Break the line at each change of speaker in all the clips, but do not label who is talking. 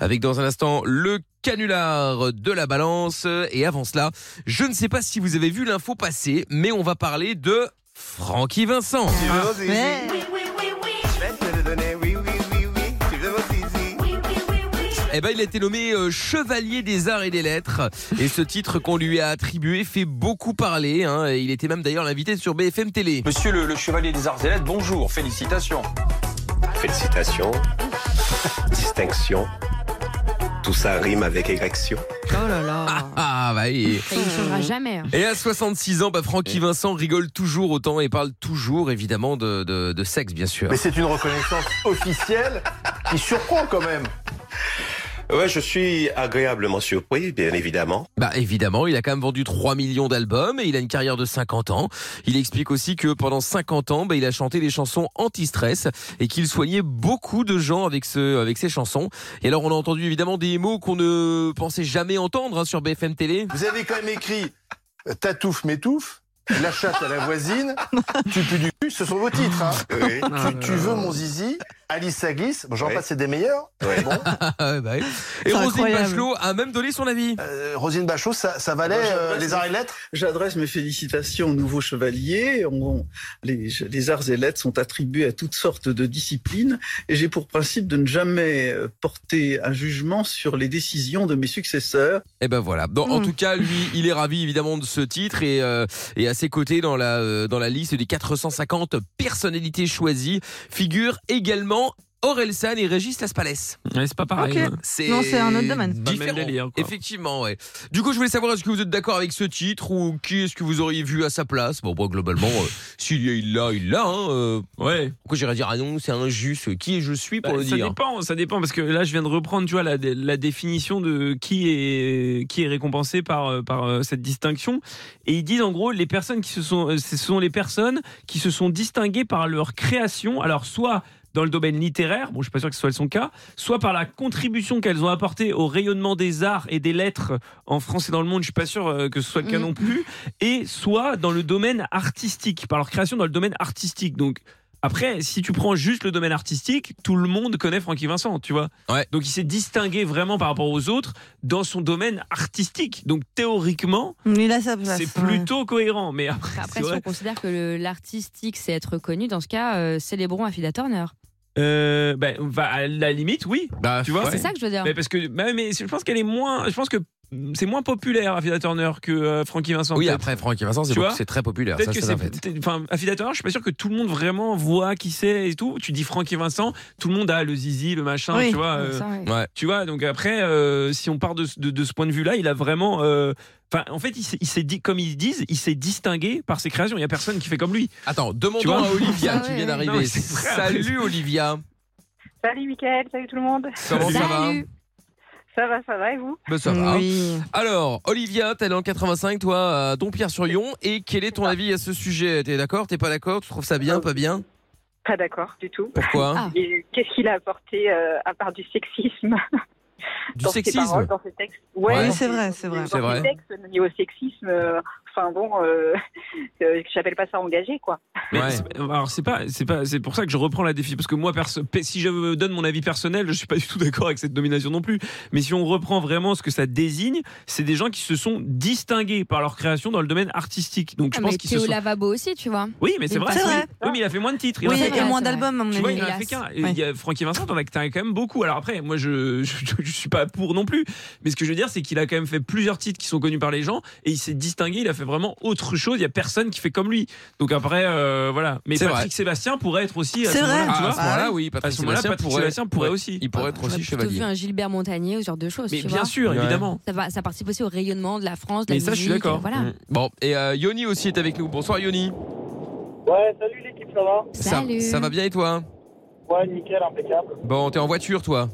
avec dans un instant le canular de la balance. Et avant cela, je ne sais pas si vous avez vu l'info passer, mais on va parler de Francky Vincent.
Tu veux mon zizi
Ah, Ouais.
Je vais te le donner, oui, oui, oui, oui. Tu veux mon zizi
Eh ben, il a été nommé euh, Chevalier des Arts et des Lettres. Et ce titre qu'on lui a attribué fait beaucoup parler. hein. Et il était même d'ailleurs l'invité sur BFM Télé.
Monsieur le, le chevalier des arts et lettres, bonjour, félicitations.
Félicitations, distinction, tout ça rime avec égrection.
Oh là là.
Ah, bah oui.
Ça, il
Euh,
changera jamais. hein.
Et à 66 ans, bah, Francky Vincent rigole toujours autant et parle toujours, évidemment, de, de- de sexe, bien sûr.
Mais c'est une reconnaissance officielle qui surprend quand même.
Ouais, je suis agréablement surpris, bien évidemment.
Bah, évidemment, il a quand même vendu 3 millions d'albums et il a une carrière de 50 ans. Il explique aussi que pendant 50 ans, bah, il a chanté des chansons anti-stress et qu'il soignait beaucoup de gens avec, ce, avec ses chansons. Et alors, on a entendu évidemment des mots qu'on ne pensait jamais entendre hein, sur BFM Télé.
Vous avez quand même écrit euh, Tatouffe m'étouffe, La chatte à la voisine, Tu pues du cul, ce sont vos titres. hein.
Oui.
Tu, tu veux mon zizi, Alice ça glisse, bon, j'en
Oui.
passe, c'est des meilleurs.
Ouais.
Bon,
Ah, bah oui. Et
C'est
Roselyne
incroyable.
Bachelot a même donné son avis.
euh, Rosine Bachot, ça, ça valait euh, les arts et lettres
J'adresse mes félicitations aux nouveaux chevaliers. On- les, les arts et lettres sont attribués à toutes sortes de disciplines et j'ai pour principe de ne jamais euh, porter un jugement sur les décisions de mes successeurs.
Et ben voilà. Donc, En
Hmm.
Mm.
tout cas, lui, il est ravi évidemment de ce titre et, euh, et à ses côtés dans la, euh, dans la liste des 450 personnalités choisies figurent également Aurel San et Régis Laspalès.
Ouais, c'est pas pareil.
Ok.
hein.
C'est
Non, c'est un autre domaine.
Pas le même
différent.
délire, quoi.
Effectivement, ouais. Du coup, je voulais savoir est-ce que vous êtes d'accord avec ce titre ou qui est-ce que vous auriez vu à sa place Bon, bah, globalement, euh, s'il y a, il l'a, il l'a. hein, euh,
Ouais.
pourquoi j'irais dire ah non, c'est injuste Qui je suis pour
Bah,
le
ça
dire
dépend, ça dépend parce que là je viens de reprendre, tu vois, la, dé- la définition de qui est qui est récompensé par euh, par euh, cette distinction. Et ils disent en gros les personnes qui se sont, euh, ce sont les personnes qui se sont distinguées par leur création. Alors soit dans le domaine littéraire, bon, je suis pas sûr que ce soit son cas, soit par la contribution qu'elles ont apportée au rayonnement des arts et des lettres en France et dans le monde, je suis pas sûr euh, que ce
Mhm.
soit le cas
Mm.
non plus, et soit dans le domaine artistique, par leur création dans le domaine artistique. Donc après, si tu prends juste le domaine artistique, tout le monde connaît Francky Vincent, tu vois.
Ouais.
Donc il s'est distingué vraiment par rapport aux autres dans son domaine artistique. Donc théoriquement,
Mais là, ça passe.
c'est plutôt cohérent. Mais après,
Après,
c'est
si
vrai.
on considère que le- l'artistique, c'est être connu, dans ce cas, euh, célébrons Afida Turner.
Euh, bah, bah, à la limite, oui.
Bah,
Tu vois,
ouais.
C'est ça que je veux dire.
Mais parce que, bah, mais je pense qu'elle est moins, je pense que c'est moins populaire Afida Turner que euh, Frankie Vincent.
Oui,
peut-être.
après Franck et Vincent, c'est
Tu
beaucoup-
vois
c'est très populaire.
Peut-être
ça,
que
c'est
c'est.
un fait.
peut-être- Enfin, Afida Turner, je suis pas sûr que tout le monde vraiment voit qui c'est et tout. Tu dis Francky Vincent, tout le monde a le zizi, le machin,
Oui.
tu vois. euh,
Ça, ouais.
Ouais.
Tu vois, donc après, euh, si on part de, ce- de- de ce point de vue-là, il a vraiment. euh, Enfin, en fait, il s'est- il s'est dit, comme ils disent, il s'est distingué par ses créations. Il n'y a personne qui fait comme lui.
Attends,
Tu
demandons
vois
à Olivia
Ah
qui
ouais,
vient
ouais.
d'arriver.
Non, mais c'est vrai, après,
Salut Olivia,
Salut Mickaël, salut tout le monde.
comment ça va
Salut.
Ça va, ça va et vous
Ben, ça va.
Oui.
Alors, Olivia, t'es allée en 85, toi, à Dompierre-sur-Yon. Et quel est ton avis à ce sujet T'es d'accord T'es pas d'accord Tu trouves ça bien, pas bien
Pas d'accord du tout.
Pourquoi
Ah.
Et qu'est-ce qu'il a apporté euh, à part du sexisme
Du
dans ses paroles,
sexisme
dans ses textes
Ouais.
dans
Oui,
ses-
c'est vrai, c'est vrai.
dans
C'est
ses
vrai.
textes, au niveau sexisme, euh, enfin bon, euh, euh, j'appelle pas ça engagé quoi.
Mais
Ouais.
c'est- alors, c'est pas, c'est pas, c'est pour ça que je reprends la défi. Parce que moi, perso- pe- si je donne mon avis personnel, je suis pas du tout d'accord avec cette domination non plus. Mais si on reprend vraiment ce que ça désigne, c'est des gens qui se sont distingués par leur création dans le domaine artistique. Donc, je
Ah,
pense
mais
qu'ils se
Théo
sont.
Lavabo aussi, tu vois.
Oui, mais c'est
C'est
vrai.
vrai.
Oui, mais il a fait moins de titres. Il en
Oui,
a fait
et
vrai,
moins
c'est
d'albums, à mon
Tu vois,
avis.
il en a
Hélas.
fait qu'un. Et
Ouais.
Il y a Francky Vincent, t'en as t'en as quand même beaucoup. Alors après, moi, je, je, je- je suis pas pour non plus. Mais ce que je veux dire, c'est qu'il a quand même fait plusieurs titres qui sont connus par les gens et il s'est distingué. Il a fait vraiment autre chose. Il y a personne qui fait comme lui. Donc après, euh, voilà. Mais
C'est
Patrick
vrai.
Sébastien pourrait être aussi. à ce
C'est
moment-là,
vrai.
tu
Ah, À
vois.
ce moment-là, oui,
À
Patrick
ce moment-là,
Sébastien
Patrick
pourrait,
Sébastien pourrait aussi.
il pourrait être
Ah,
J'aurais
aussi
plutôt
chevalier.
vu un Gilbert Montagnier, ou ce genre de choses,
Mais
tu
bien
vois.
sûr,
Ouais.
évidemment.
Ça, va- ça participe aussi au rayonnement de la France, de la
Mais ça, je suis
musique,
d'accord.
Voilà.
Mm.
Bon, et euh, Yoni aussi est avec nous. Bonsoir Yoni.
Ouais, salut l'équipe, ça va
Ça,
Salut.
ça va bien et toi
Ouais, nickel, impeccable.
Bon, t'es en voiture, toi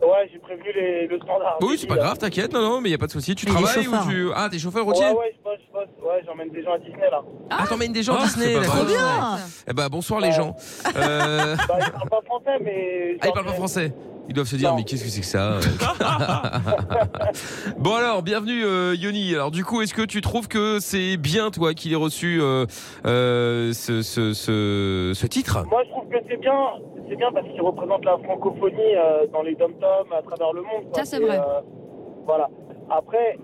Ouais, j'ai prévenu les, le standard.
Oui, c'est pas grave, t'inquiète. Non, non, mais y a pas de souci. Tu
Mais il est
travailles ou
chauffeur.
tu Ah, t'es chauffeur routier
Ouais, ouais, je bosse, je bosse. Ouais, j'emmène des gens à Disney là.
Ah, t'emmènes des gens à
Ah,
Disney.
c'est pas
d'accord.
Trop
Ouais.
bien.
Eh ben, bonsoir les
Ouais.
gens. Euh,
Bah, ils parlent pas français,
Euh,
mais.
Ah, ils parlent pas français. Ils doivent se dire,
Non.
mais qu'est-ce que c'est que ça Bon alors, bienvenue euh, Yoni. Alors du coup, est-ce que tu trouves que c'est bien toi qu'il ait reçu euh, euh, ce, ce, ce, ce titre
Moi, je trouve que c'est bien. C'est- c'est bien parce qu'il représente la francophonie euh, dans les dom-toms à travers le monde.
Ça,
quoi.
c'est vrai.
euh, voilà. Après,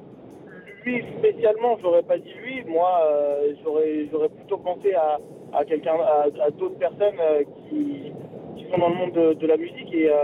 lui spécialement, j'aurais pas dit lui. Moi, euh, j'aurais, j'aurais plutôt pensé à, à quelqu'un, à, à d'autres personnes euh, qui, qui sont dans le monde de, de la musique et euh,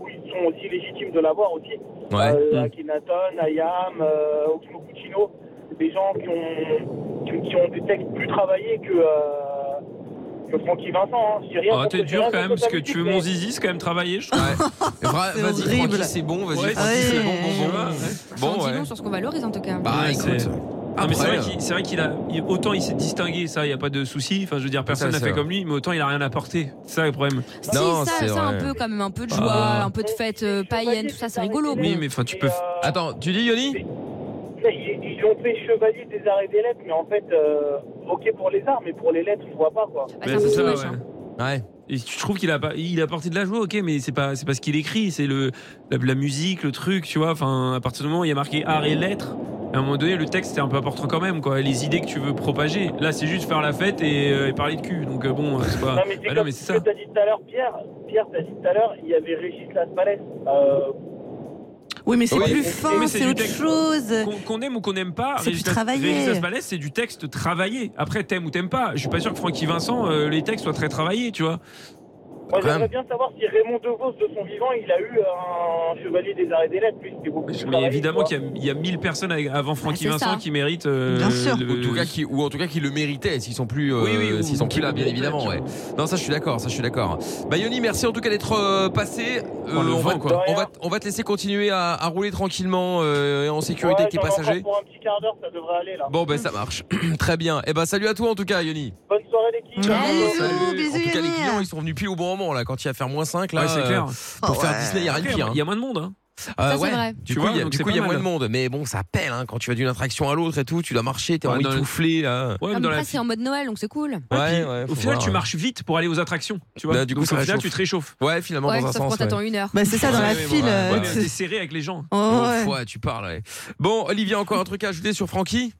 où ils sont aussi légitimes de l'avoir aussi.
Ouais.
Euh, Akhenaton, Ayam, euh, Oxmo Puccino, des gens qui ont, qui, qui ont des textes plus travaillés que, euh, que Francky Vincent. Hein. Je dis rien
Oh,
contre-
t'es
je dis
dur
rien
quand même,
contre
parce
sa
que tu veux
musique,
mon
mais-
zizi, c'est quand même travaillé, je trouve.
Vra-
Ah,
C'est
Vas-y,
horrible.
Francky, c'est bon, vas-y,
Ouais,
Francky, c'est bon,
ouais.
bon, bon.
Bon,
Bon, ouais.
sur ce qu'on valorise en tout cas.
Bah,
Ouais,
écoute.
c'est- Ah, mais c'est vrai qu'il- c'est vrai qu'il a il- autant il s'est distingué ça il y a pas de souci enfin je veux dire personne
Ça,
n'a
c'est
fait
vrai.
comme lui mais autant il a rien apporté c'est ça le problème
si,
Non,
ça,
c'est
ça un
vrai.
peu quand même, un peu de joie,
Ah.
un peu de fête euh, païenne, tout ça, c'est rigolo.
Oui, mais enfin, tu
Et,
peux-
euh,
Attends, tu dis Yoni
mais ils, ils l'ont fait chevalier des arts et des lettres, mais en fait, euh, ok pour les arts, mais pour les lettres, je vois pas quoi.
Bah,
Ouais,
c'est un peu
c'est
tout
ça,
machin.
ouais.
hein.
Ouais.
Et tu trouves qu'il a pas, il a apporté de la joie, ok, mais c'est pas, c'est pas ce qu'il écrit, c'est le la, la musique, le truc, tu vois. Enfin, à partir du moment où il y a marqué art et lettres, à un moment donné, le texte est un peu important quand même, quoi. Les idées que tu veux propager. Là, c'est juste faire la fête et, euh, et parler de cul. Donc euh, bon, euh, c'est pas.
Non, mais c'est
Bah non,
comme
mais
ce
c'est ça.
que t'as dit tout à l'heure, Pierre. Pierre, t'as dit tout à l'heure, il y avait Régis Lasmalès. Euh,
Oui, mais c'est
Oui.
plus
Oui,
fin,
mais c'est
c'est
du
autre
texte.
chose.
Qu'on qu'on aime ou qu'on n'aime pas,
C'est plus
Régis Las-
travaillé.
Régis Lasbalès, c'est du texte travaillé. Après, t'aimes ou t'aimes pas. Je suis pas sûr que Francky Vincent, euh, les textes soient très travaillés, tu vois.
Moi,
Quand
j'aimerais
même.
bien savoir si Raymond DeVos, de son vivant, il a eu euh, un chevalier des arts et des lettres. Lui, c'était beaucoup plus
Mais
travaillé,
évidemment
quoi.
qu'il y a- il y, a mille personnes avec- avant Francky
c'est
Vincent
ça.
qui méritent. euh,
Bien sûr.
le-
Ou en tout cas qui, ou en tout cas qui le méritaient s'ils sont plus euh,
Oui, oui, ou-
s'ils sont plus là
qui-
bien évidemment ouais. Non ça je suis d'accord, ça je suis d'accord. Bah Yoni, merci en tout cas d'être euh, passé. Euh,
Oh, le
on, va,
vent,
quoi.
on va on va te laisser continuer à, à rouler tranquillement euh, et en sécurité
Ouais,
avec les
j'en ai encore
passagers.
Pour un petit quart d'heure, ça devrait aller là.
Bon ben ça marche. Très bien. Et eh ben salut à toi en tout cas Yoni.
Bonne soirée, l'équipe.
Ciao. Bisous,
Salut.
bisous,
en tout cas les
Yoni.
clients ils sont venus pile au bon moment là quand il va faire moins 5 là.
Ouais, c'est
euh,
clair.
Pour
Oh,
faire
ouais.
Disney il y a rien de
Après,
pire.
Il y a moins de monde. Hein.
Euh,
Ça, c'est
ouais.
vrai.
Du
Tu
coup,
vois,
il y a,
donc
du
c'est
coup, il y a
pas
moins
mal.
de monde. Mais bon, ça pèle hein, quand tu vas d'une attraction à l'autre et tout. Tu dois marcher, t'es
Ouais,
en envie
dans
de
le-
souffler là.
Ouais,
Ah,
mais
mais
dans la-
après, c'est en mode Noël, donc c'est cool.
Ouais, puis,
ouais,
au
faut
final,
voir.
tu marches vite pour aller aux attractions. Tu vois.
Bah, du coup,
Donc,
ça
au final,
réchauffe.
tu te réchauffes.
Ouais, finalement,
Ouais,
dans un
sauf
sens.
quand
ouais.
t'attends une heure.
Bah, c'est ça, dans la
Ouais, ouais,
file.
ouais,
euh,
ouais,
tu-
T'es serré avec les gens.
Oh,
Bon,
ouais.
fois, tu parles. ouais. Bon, Olivia, encore un truc à ajouter sur Francky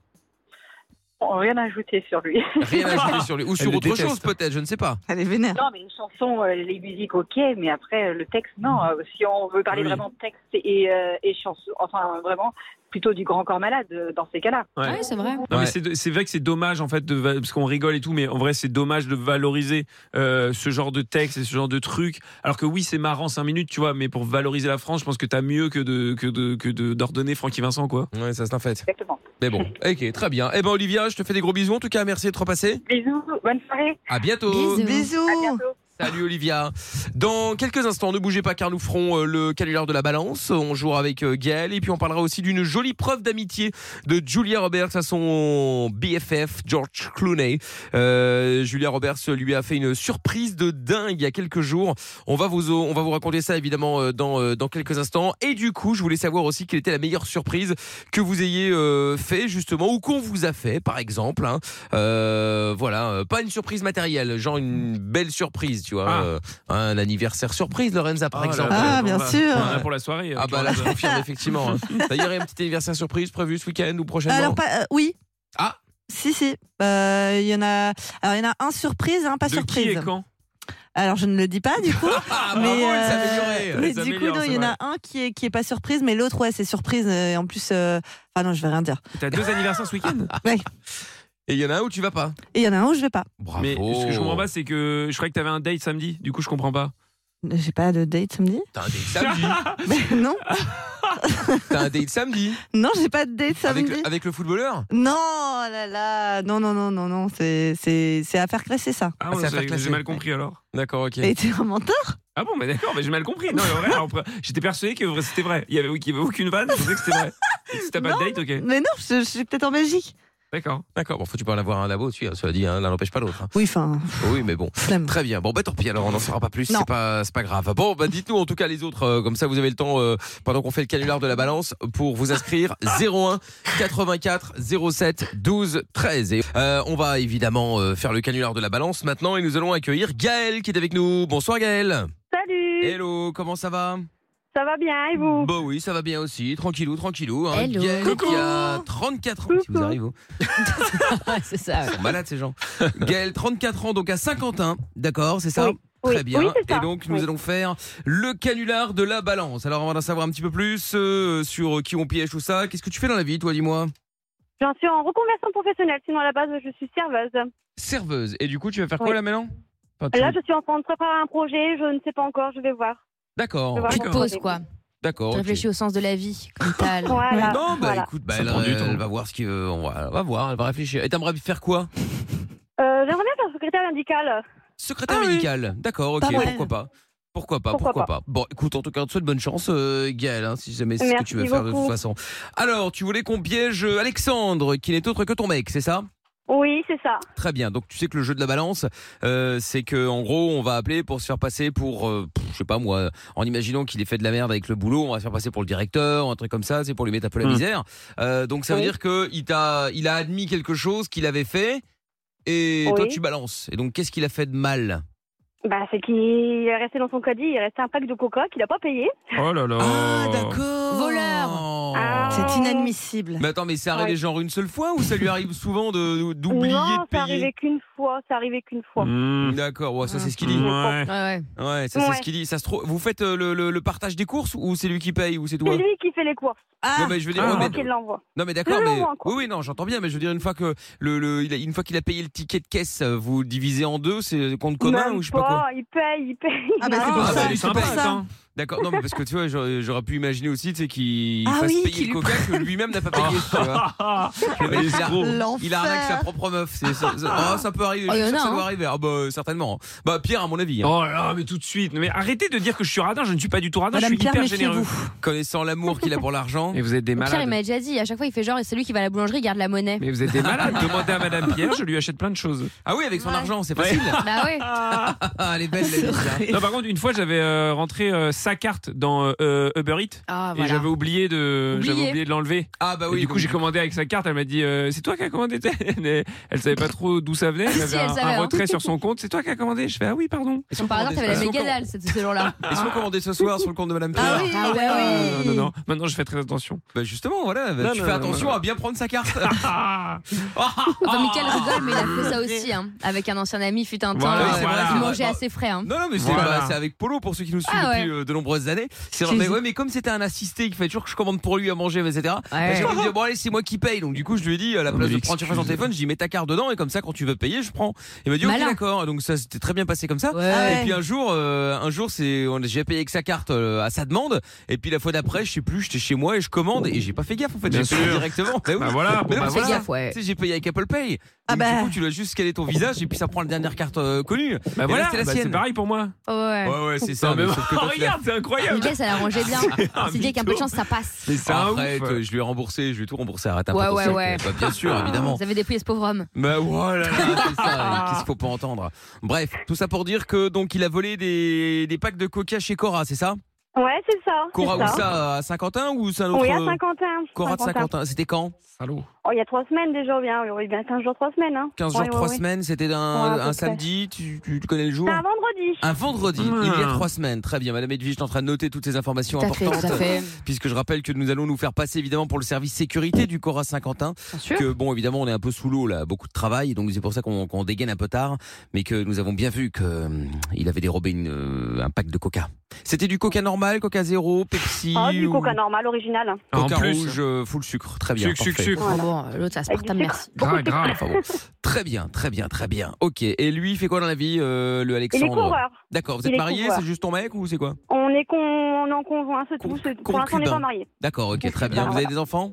Bon, Rien à ajouter sur lui.
Rien à ajouter sur lui. Ou sur
le
autre
déteste.
chose, peut-être, je ne sais pas.
Elle est vénère.
Non, mais les chansons, euh, les musiques, ok, mais après, euh, le texte, non. Euh, Si on veut parler
Oui.
vraiment de texte et, euh, et chansons, enfin, vraiment, plutôt du grand corps malade euh, dans ces cas-là.
Ouais.
Ouais, c'est vrai.
Non, mais
Ouais.
c'est- c'est vrai que c'est dommage en fait de va- parce qu'on rigole et tout, mais en vrai c'est dommage de valoriser euh, ce genre de texte et ce genre de truc. Alors que oui c'est marrant 5 minutes, tu vois, mais pour valoriser la France, je pense que t'as mieux que de que de que de- d'ordonner Francky Vincent quoi.
Ouais, ça c'est un fait.
Exactement.
Mais bon, ok, très bien. Eh ben, Olivia, je te fais des gros bisous. En tout cas, merci d'être passé.
Bisous, bonne soirée.
À bientôt.
Bisous.
À
Bisous.
bientôt.
Salut Olivia. Dans quelques instants, ne bougez pas car nous ferons euh, le canular de la balance. On jouera avec euh, Gaël et puis on parlera aussi d'une jolie preuve d'amitié de Julia Roberts à son BFF George Clooney. Euh, Julia Roberts lui a fait une surprise de dingue il y a quelques jours. On va vous on va vous raconter ça évidemment euh, dans euh, dans quelques instants. Et du coup, je voulais savoir aussi quelle était la meilleure surprise que vous ayez euh, fait justement ou qu'on vous a fait par exemple. hein. Euh, voilà, euh, pas une surprise matérielle, genre une belle surprise, tu vois,
Ah.
euh, un anniversaire surprise, Lorenza par
Oh là
exemple.
là,
Ah,
on
bien
va-
sûr.
On en a pour la soirée.
Ah
tu
bah
vois.
là je confirme effectivement. hein. D'ailleurs il y a un petit anniversaire surprise prévu ce week-end ou prochainement.
Alors, pas, euh, oui.
Ah.
Si, si. Euh, Il y en a. Alors, il y en a un surprise, un pas
de qui
surprise.
et quand
Alors, je ne le dis pas, du coup.
Ah
mais
bravo, elle s'est
euh,
améliorée.
mais
Elle
du coup,
s'améliore,
non, il y
c'est
en a un qui est, qui est pas surprise, mais l'autre, ouais, c'est surprise. euh, Et en plus, euh, enfin, non, je vais rien dire.
T'as deux anniversaires ce week-end.
Et il y en a un où tu vas pas.
Et il y en a un où je vais pas.
Bravo.
Mais ce que je comprends pas c'est que je croyais que t'avais un date samedi. Du coup je comprends pas.
J'ai pas de date samedi
T'as un date samedi.
Mais Non,
T'as un date samedi.
non, j'ai pas de date
Avec,
samedi.
le, avec le footballeur.
Non, oh là là, non, non, non, non, non, c'est c'est- c'est à faire classer ça.
Ah,
Ah,
c'est à faire
j'ai-
classer.
j'ai mal compris alors.
D'accord ok.
Et t'es un menteur
Ah bon, bah d'accord, mais j'ai mal compris. Non, mais en vrai, alors, après, j'étais persuadé que c'était vrai. Il y avait, qu'il y avait aucune vanne, je pensais que c'était vrai. Et que si t'as pas de date, ok.
Mais non, je, je suis peut-être en Belgique.
D'accord.
D'accord. Bon faut que tu peux en avoir un labo dessus. hein, cela dit hein, l'un n'empêche pas l'autre. hein.
Oui, enfin,
Oui mais bon.
flemme.
Très bien. Bon, bah tant pis, alors on n'en saura pas plus,
Non.
c'est pas, c'est pas grave. Bon, bah dites-nous en tout cas les autres, euh, comme ça vous avez le temps, euh, pendant qu'on fait le canular de la balance, pour vous inscrire 01 84 07 12 13. Et, euh, on va évidemment euh, faire le canular de la balance maintenant et nous allons accueillir Gaël qui est avec nous. Bonsoir Gaël.
Salut,
Hello, comment ça va
ça va bien et vous
Bah oui, ça va bien aussi, tranquillou, tranquillou. hein.
Hello.
Gaël
Coucou.
qui a 34 ans. Si vous
Coucou.
arrivez, vous.
c'est ça.
Ils sont malades ces gens. Gaël, 34 ans, donc à Saint-Quentin, d'accord, c'est ça
Oui.
Très
Oui,
bien.
oui, c'est ça.
Et donc, nous
Oui.
allons faire le canular de la balance. Alors, avant d'en savoir un petit peu plus euh, sur qui on piège, tout ça, qu'est-ce que tu fais dans la vie, toi, dis-moi
J'en suis en reconversion professionnelle, sinon à la base, je suis serveuse.
Serveuse. Et du coup, tu vas faire quoi
Oui.
là maintenant Enfin, tu-
Là, je suis en train de préparer un projet, je ne sais pas encore, je vais voir.
D'accord.
Je vais voir
Tu
mon
te
projet.
poses, quoi.
D'accord.
Tu
ok.
réfléchis au sens de la vie, comme tal.
Voilà.
Non, bah
Voilà.
écoute, bah,
Ça
elle,
prend du
elle
temps.
va voir ce qu'on on va, on va voir, elle va réfléchir. Et t'aimerais faire quoi
Euh, J'aimerais bien faire secrétaire indicale.
Secrétaire médical. D'accord, ok,
Ah Pas mal.
pourquoi pas pourquoi pas, pourquoi,
Pourquoi
pas. Bon, écoute, en tout cas, on te souhaite bonne chance, euh, Gaël, hein, si jamais c'est ce que
Merci
tu veux faire de toute
beaucoup.
façon. Alors, tu voulais qu'on piège euh, Alexandre, qui n'est autre que ton mec, c'est ça
Oui, c'est ça.
Très bien. Donc, tu sais que le jeu de la balance, euh, c'est que en gros, on va appeler pour se faire passer pour, euh, pff, je sais pas moi, en imaginant qu'il ait fait de la merde avec le boulot, on va se faire passer pour le directeur, un truc comme ça, c'est pour lui mettre un peu la
Hmm.
misère. Euh, donc, ça veut
Oui.
dire que il t'a, il a admis quelque chose qu'il avait fait, et
Oui.
toi, tu balances. Et donc, qu'est-ce qu'il a fait de mal
Bah, c'est qu'il est resté dans son caddie, il est resté un pack de coca qu'il n'a pas payé.
Oh là là.
Ah, d'accord.
Voleur.
Ah.
C'est inadmissible.
Oh. Mais attends, mais c'est arrivé
Ouais.
genre une seule fois ou ça lui arrive souvent de d'oublier
non,
de
c'est
payer
arrivé qu'une fois, c'est arrivé qu'une fois.
Mmh.
D'accord, ouais, ça c'est ce qu'il dit.
Ouais.
Ouais, ouais.
Ouais, ça c'est
Ouais.
ce qu'il dit. Ça se trouve, vous faites euh, le, le- le partage des courses ou c'est lui qui paye ou c'est toi
C'est lui qui fait les courses,
Non
Ah,
mais je veux dire,
Ah.
ouais,
c'est
mais-
moi qui l'envoie.
non mais d'accord,
Non, non,
mais
moi, quoi.
oui oui non, j'entends bien, mais je veux dire une fois que le, le- il a- une fois qu'il a payé le ticket de caisse, euh, vous divisez en deux, c'est compte commun
Même
ou je sais pas quoi.
Il paye, il paye.
Ah, bah, c'est pour
Ah,
ça.
bah,
c'est
c'est
sympa,
pas
ça.
ça.
hein.
D'accord, non mais parce que tu vois, j'aurais j'aurais pu imaginer aussi, tu sais, qu'il
Ah
fasse
oui,
payer le
qu'il lui
coca que lui-même n'a pas payé. tu vois. Le mec, il a- Il arnaque sa
L'enfer.
propre meuf. c'est- c'est- c'est- oh, ça peut arriver.
Oh,
je
y
suis
en
sûr
a,
que ça doit
hein.
arriver. Ah bah, certainement. Bah, Pierre, à mon avis, hein.
Oh là là, mais tout de suite. Mais arrêtez de dire que je suis radin, je ne suis pas du tout radin,
Madame
je suis
Pierre,
hyper généreux.
méfiez-vous.
connaissant l'amour qu'il a pour l'argent.
Mais vous êtes des
Au pire, il
malades.
m'a déjà dit, à chaque fois, il fait genre, et c'est lui qui va à la boulangerie, il garde la monnaie.
Mais vous êtes des malades. Demandez à Madame Pierre, je lui achète plein de choses.
Ah oui, avec son
Ouais.
argent, c'est
Ouais.
facile.
bah ouais.
Ah, elle est belle, la vie. hein.
Non, par contre, une fois, j'avais euh, rentré euh, sa carte dans euh, euh, Uber Eats.
Ah,
Et
voilà.
j'avais oublié de,
Oublié.
j'avais oublié de l'enlever.
Ah bah
Et
oui.
du coup,
donc-
j'ai commandé avec sa carte. Elle m'a dit, euh, c'est toi qui as commandé. Mais elle savait pas trop d'où ça venait. Elle
Si,
avait
elle
un,
savait,
un
hein.
retrait sur son compte. C'est toi qui as commandé. Je fais, ah oui, pardon.
Est-ce
Comme
qu'on
par hasard, t'avais
commandait-
la
est-ce qu'on
mégadale ce, ce jour-là.
commande- Est-ce qu'on commandait ce soir sur le compte de Madame Pierre
Ah oui,
Ah ouais,
bah oui.
Euh, non, non. Maintenant, je fais très attention.
Bah justement, voilà. bah,
Non,
tu
non,
fais
non,
attention
non.
à bien prendre sa carte.
Ah
Enfin, Michael rigole, mais il a fait ça aussi, hein, avec un ancien ami, fut un temps.
Voilà,
euh,
c'est vrai,
qui
c'est
mangeait
vrai.
assez frais. Hein.
Non, non, mais c'est
Voilà.
bah, c'est avec Polo pour ceux qui nous suivent
Ah
depuis euh, de nombreuses années. C'est vrai,
Excuse-
mais, ouais, mais comme c'était un assisté qui fait toujours que je commande pour lui à manger, etc.
Ouais.
J'ai envie de dire, bon, allez, c'est moi qui paye. Donc, du coup, je lui ai dit, à la
Non,
place
mais
de prendre sur son
l'excuse.
téléphone, je dis, mets ta carte dedans et comme ça, quand tu veux payer, je prends. Il m'a dit, ok,
Malin.
d'accord. Donc, ça, c'était très bien passé comme ça.
Ah
Et
ouais.
puis un jour, euh, un jour, c'est on- j'ai payé avec sa carte euh, à sa demande. Et puis la fois d'après, je sais plus, j'étais chez moi et je commande et j'ai pas fait gaffe en fait.
Bien
J'ai payé
sûr.
directement. Bah oui.
Bah voilà,
Mais
bon,
non, c'est
bah
Fais
voilà.
ça.
gaffe, ouais.
Tu sais, j'ai payé avec Apple Pay.
Ah
Donc,
bah.
Du coup, tu dois juste scaler ton visage et puis ça prend la dernière carte euh, connue.
Bah
Et
voilà,
là, c'est la
bah, c'est
sienne.
pareil pour moi.
Oh, ouais.
Ouais, ouais, c'est ça.
Non, mais
mais sauf que quand tu l'as-
regarde, c'est incroyable.
Michael, ça l'arrangeait bien.
un
C'est dit qu'un peu de
mytho.
chance, ça passe.
Mais c'est un ouf.
Arrête, euh, je lui ai remboursé, je lui ai tout remboursé. Arrête un
Ouais,
peu,
ouais,
s'il te
ouais.
plaît. Bah, bien sûr, évidemment.
Vous avez des prix, ce pauvre homme.
Bah voilà, c'est ça. Qu'est-ce qu'il faut pas entendre Bref, tout ça pour dire que donc il a volé des, des packs de coca chez Cora, c'est ça
Ouais, c'est ça. c'est
Cora où
ça.
ça À Saint-Quentin ou c'est un autre euh,
Oui, à Saint-Quentin.
Cora de
Saint-Quentin.
Saint-Quentin, c'était quand
Salaud.
Oh, il y a trois semaines déjà, bien, oui, bien 15 jours, trois semaines. Hein.
15 jours,
Ouais, ouais,
3
ouais.
semaines, c'était
Ouais, à
un,
peu
un
près.
samedi, tu, tu- tu connais le jour
C'est un vendredi.
un vendredi, il y a
Hmm.
trois semaines. Très bien, Madame Edwige, je suis en train de noter toutes ces informations
Tout à fait,
importantes.
tout à fait.
Puisque je rappelle que nous allons nous faire passer évidemment pour le service sécurité du Cora Saint-Quentin.
Bien sûr.
que bon évidemment on est un peu sous l'eau là, beaucoup de travail, donc c'est pour ça qu'on qu'on dégaine un peu tard, mais que nous avons bien vu que euh, il avait dérobé une, euh, un pack de Coca. C'était du Coca normal, Coca zéro, Pepsi,
Ah, du
ou-
coca normal, original. hein.
Coca
En plus.
rouge, euh, full sucre, Ah, très bien,
Suc, suc,
parfait.
suc.
Bon, bon, l'autre, ça se
Avec du
partage,
sucre.
merci.
Grave, grave.
Enfin bon, très bien, très bien, très bien. Ok, et lui il fait quoi dans la vie, euh,
Il
le
est
Alexandre
coureur.
D'accord, vous
Il
êtes
est
marié,
coureur.
c'est juste ton mec ou c'est quoi
On est con... on est en conjoint, c'est
Con-
tout. c'est- Pour l'instant, on n'est
concubin.
pas mariés.
D'accord, ok, très bien. Vous avez des enfants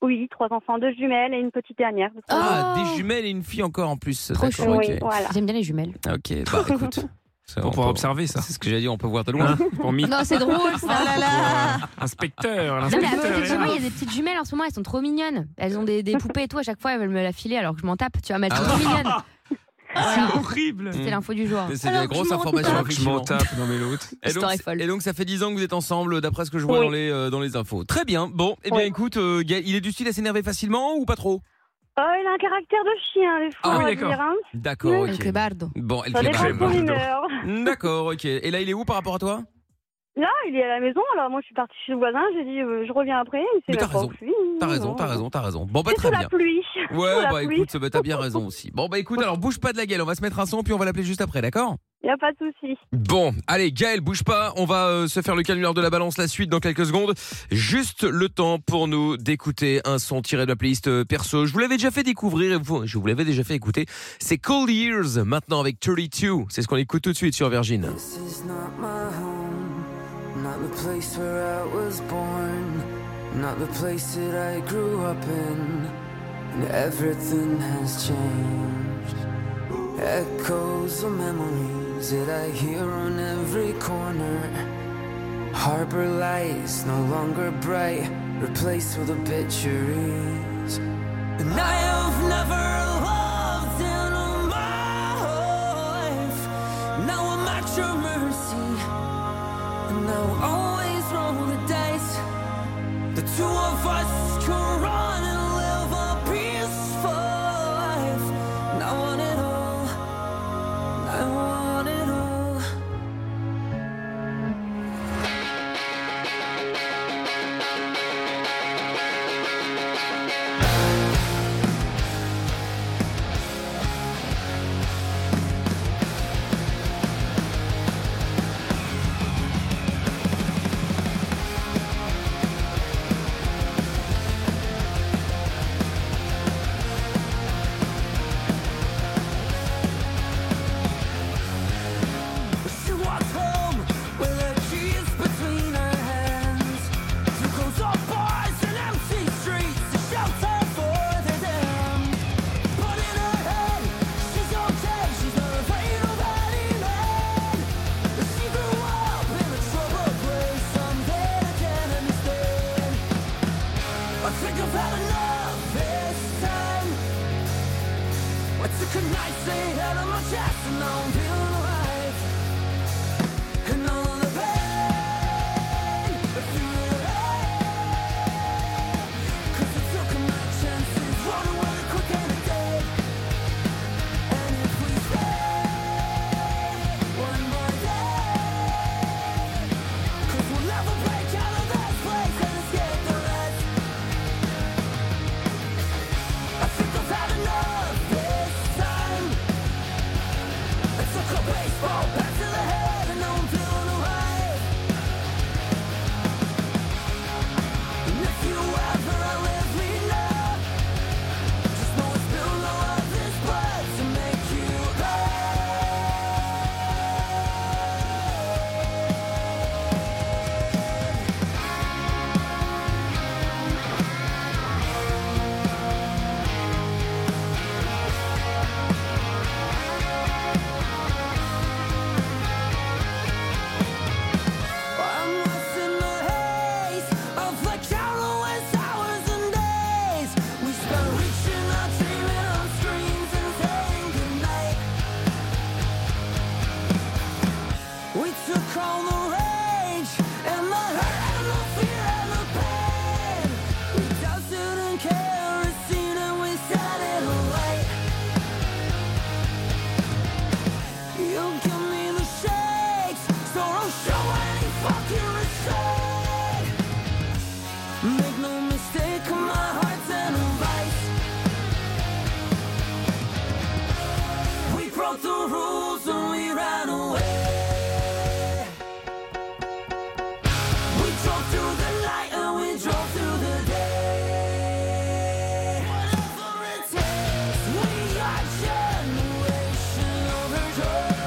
Oh. Oui, trois enfants, deux jumelles et une petite dernière. de trois ans.
Ah,
Oh.
des jumelles et une fille encore en plus.
Trop
D'accord,
chou.
ok.
oui, voilà.
J'aime bien les jumelles.
Ok, bah écoute. ça, on
Pour pouvoir
peut-
observer ça. Hein,
C'est ce que j'ai dit, on peut voir de loin.
Pour mytho.
Non, c'est drôle,
Oh
ça.
Ah là là.
Inspecteur,
Non, mais attends,
l'inspecteur. est
effectivement, il y
là.
a des petites jumelles en ce moment, elles sont trop mignonnes. Elles ont des, des
Mm.
poupées et tout, à chaque fois, elles veulent me la filer alors que je m'en tape. Tu vois, mais elles sont
Ah
trop
ouais.
mignonnes. Voilà.
C'est horrible.
C'était l'info du jour.
C'est des
oh,
grosses informations.
Alors que je m'en tape, non mais l'autre.
Et donc,
Histoire est folle.
et donc, ça fait 10 ans que vous êtes ensemble, d'après ce que je vois
Oui.
dans, les, euh, dans les infos. Très bien. Bon, eh bien
Oui.
écoute, euh, Gaël, il est du style à s'énerver facilement ou pas trop
Oh, il a un caractère de chien, les fois,
Ah oui,
on va
d'accord.
dire. hein.
D'accord,
El
ok.
Clebardo.
Bon, elle hein.
Ça dépend de son
Clément.
humeur.
D'accord, ok. Et là, il est où par rapport à toi
Là, il est à la maison, alors moi, je suis partie chez le voisin, j'ai dit, euh, je reviens après. Il s'est
Mais t'as
même pas
raison.
enfui.
T'as raison,
Non.
t'as raison, t'as raison. Bon, bah
C'est
très
sous la
bien.
pluie.
Ouais,
sous la
bah
pluie.
écoute, bah, t'as bien raison aussi. Bon, bah écoute, alors bouge pas de la gueule, on va se mettre un son, puis on va l'appeler juste après, d'accord
n'y a pas de souci.
Bon, allez, Gaël, bouge pas. On va euh, se faire le canular de la balance, la suite dans quelques secondes. Juste le temps pour nous d'écouter un son tiré de la playlist euh, perso. Je vous l'avais déjà fait découvrir, et vous- je vous l'avais déjà fait écouter. C'est Cold Years, maintenant avec 32. C'est ce qu'on écoute tout de suite sur Virgin.
This is not my home, not the place where I was born, not the place that I grew up in. And everything has changed. Echoes of memories that I hear on every corner. Harbor lights no longer bright, replaced with obituaries. And I have never loved in my life. Now I'm at your mercy, and I will always roll the dice. The two of us can run and live a peaceful life. And I want it all, and I want it all. She walks home with her keys between her hands. Through closed off bars and empty streets, a shelter for the damned. But in her head, she's okay. She's not afraid of any man. She grew up in a troubled place, something I can't understand. I think I've had enough this time. I took a nice seat out of my chest and now I'm feeling alive. And all the pain, I feel it all. 'Cause I took my chances, run away quick and I did. And if we stay one more day, 'cause we'll never break out of this place and escape the rest. I think I've had enough this time. I took a baseball bat to the head and now I'm feeling alive. And if you ever outlive me now, just know it's built all of this blood to make you I'm lost in the haze of the countless hours and days we spent reaching our dreaming on screens and saying goodnight. We took all the rage and the hurt and the fear and the pain. We doused it in kerosene and we set it alight. You give me the shakes, so don't show any fucking respect. Make no mistake, my heart's an vice. We broke the rules and we ran away. We drove through the night and we drove through the day. Whatever it takes, we are generation overgrown.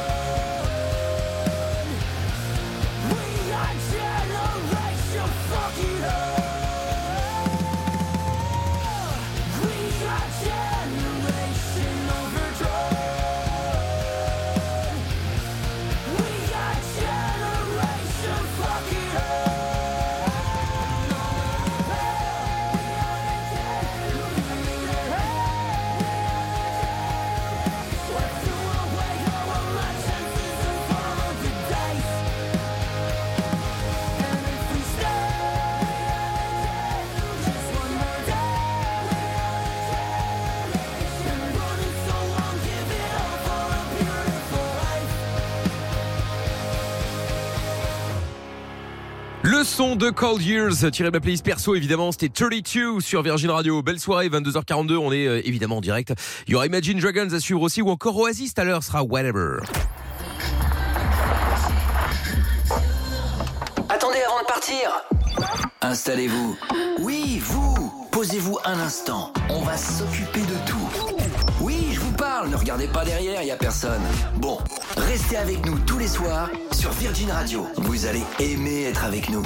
We are generation fucking old. We are generation overgrown. We are generation fucking
Le son de Cold Years, tiré de la playlist perso, évidemment, c'était 32 sur Virgin Radio. Belle soirée, 22h42, on est euh, évidemment en direct. Il y aura Imagine Dragons à suivre aussi, ou encore Oasis tout à l'heure sera Whatever.
plaisir. Installez-vous. Oui, vous. Posez-vous un instant. On va s'occuper de tout. Oui, je vous parle. Ne regardez pas derrière, il y a personne. Bon, restez avec nous tous les soirs sur Virgin Radio. Vous allez aimer être avec nous.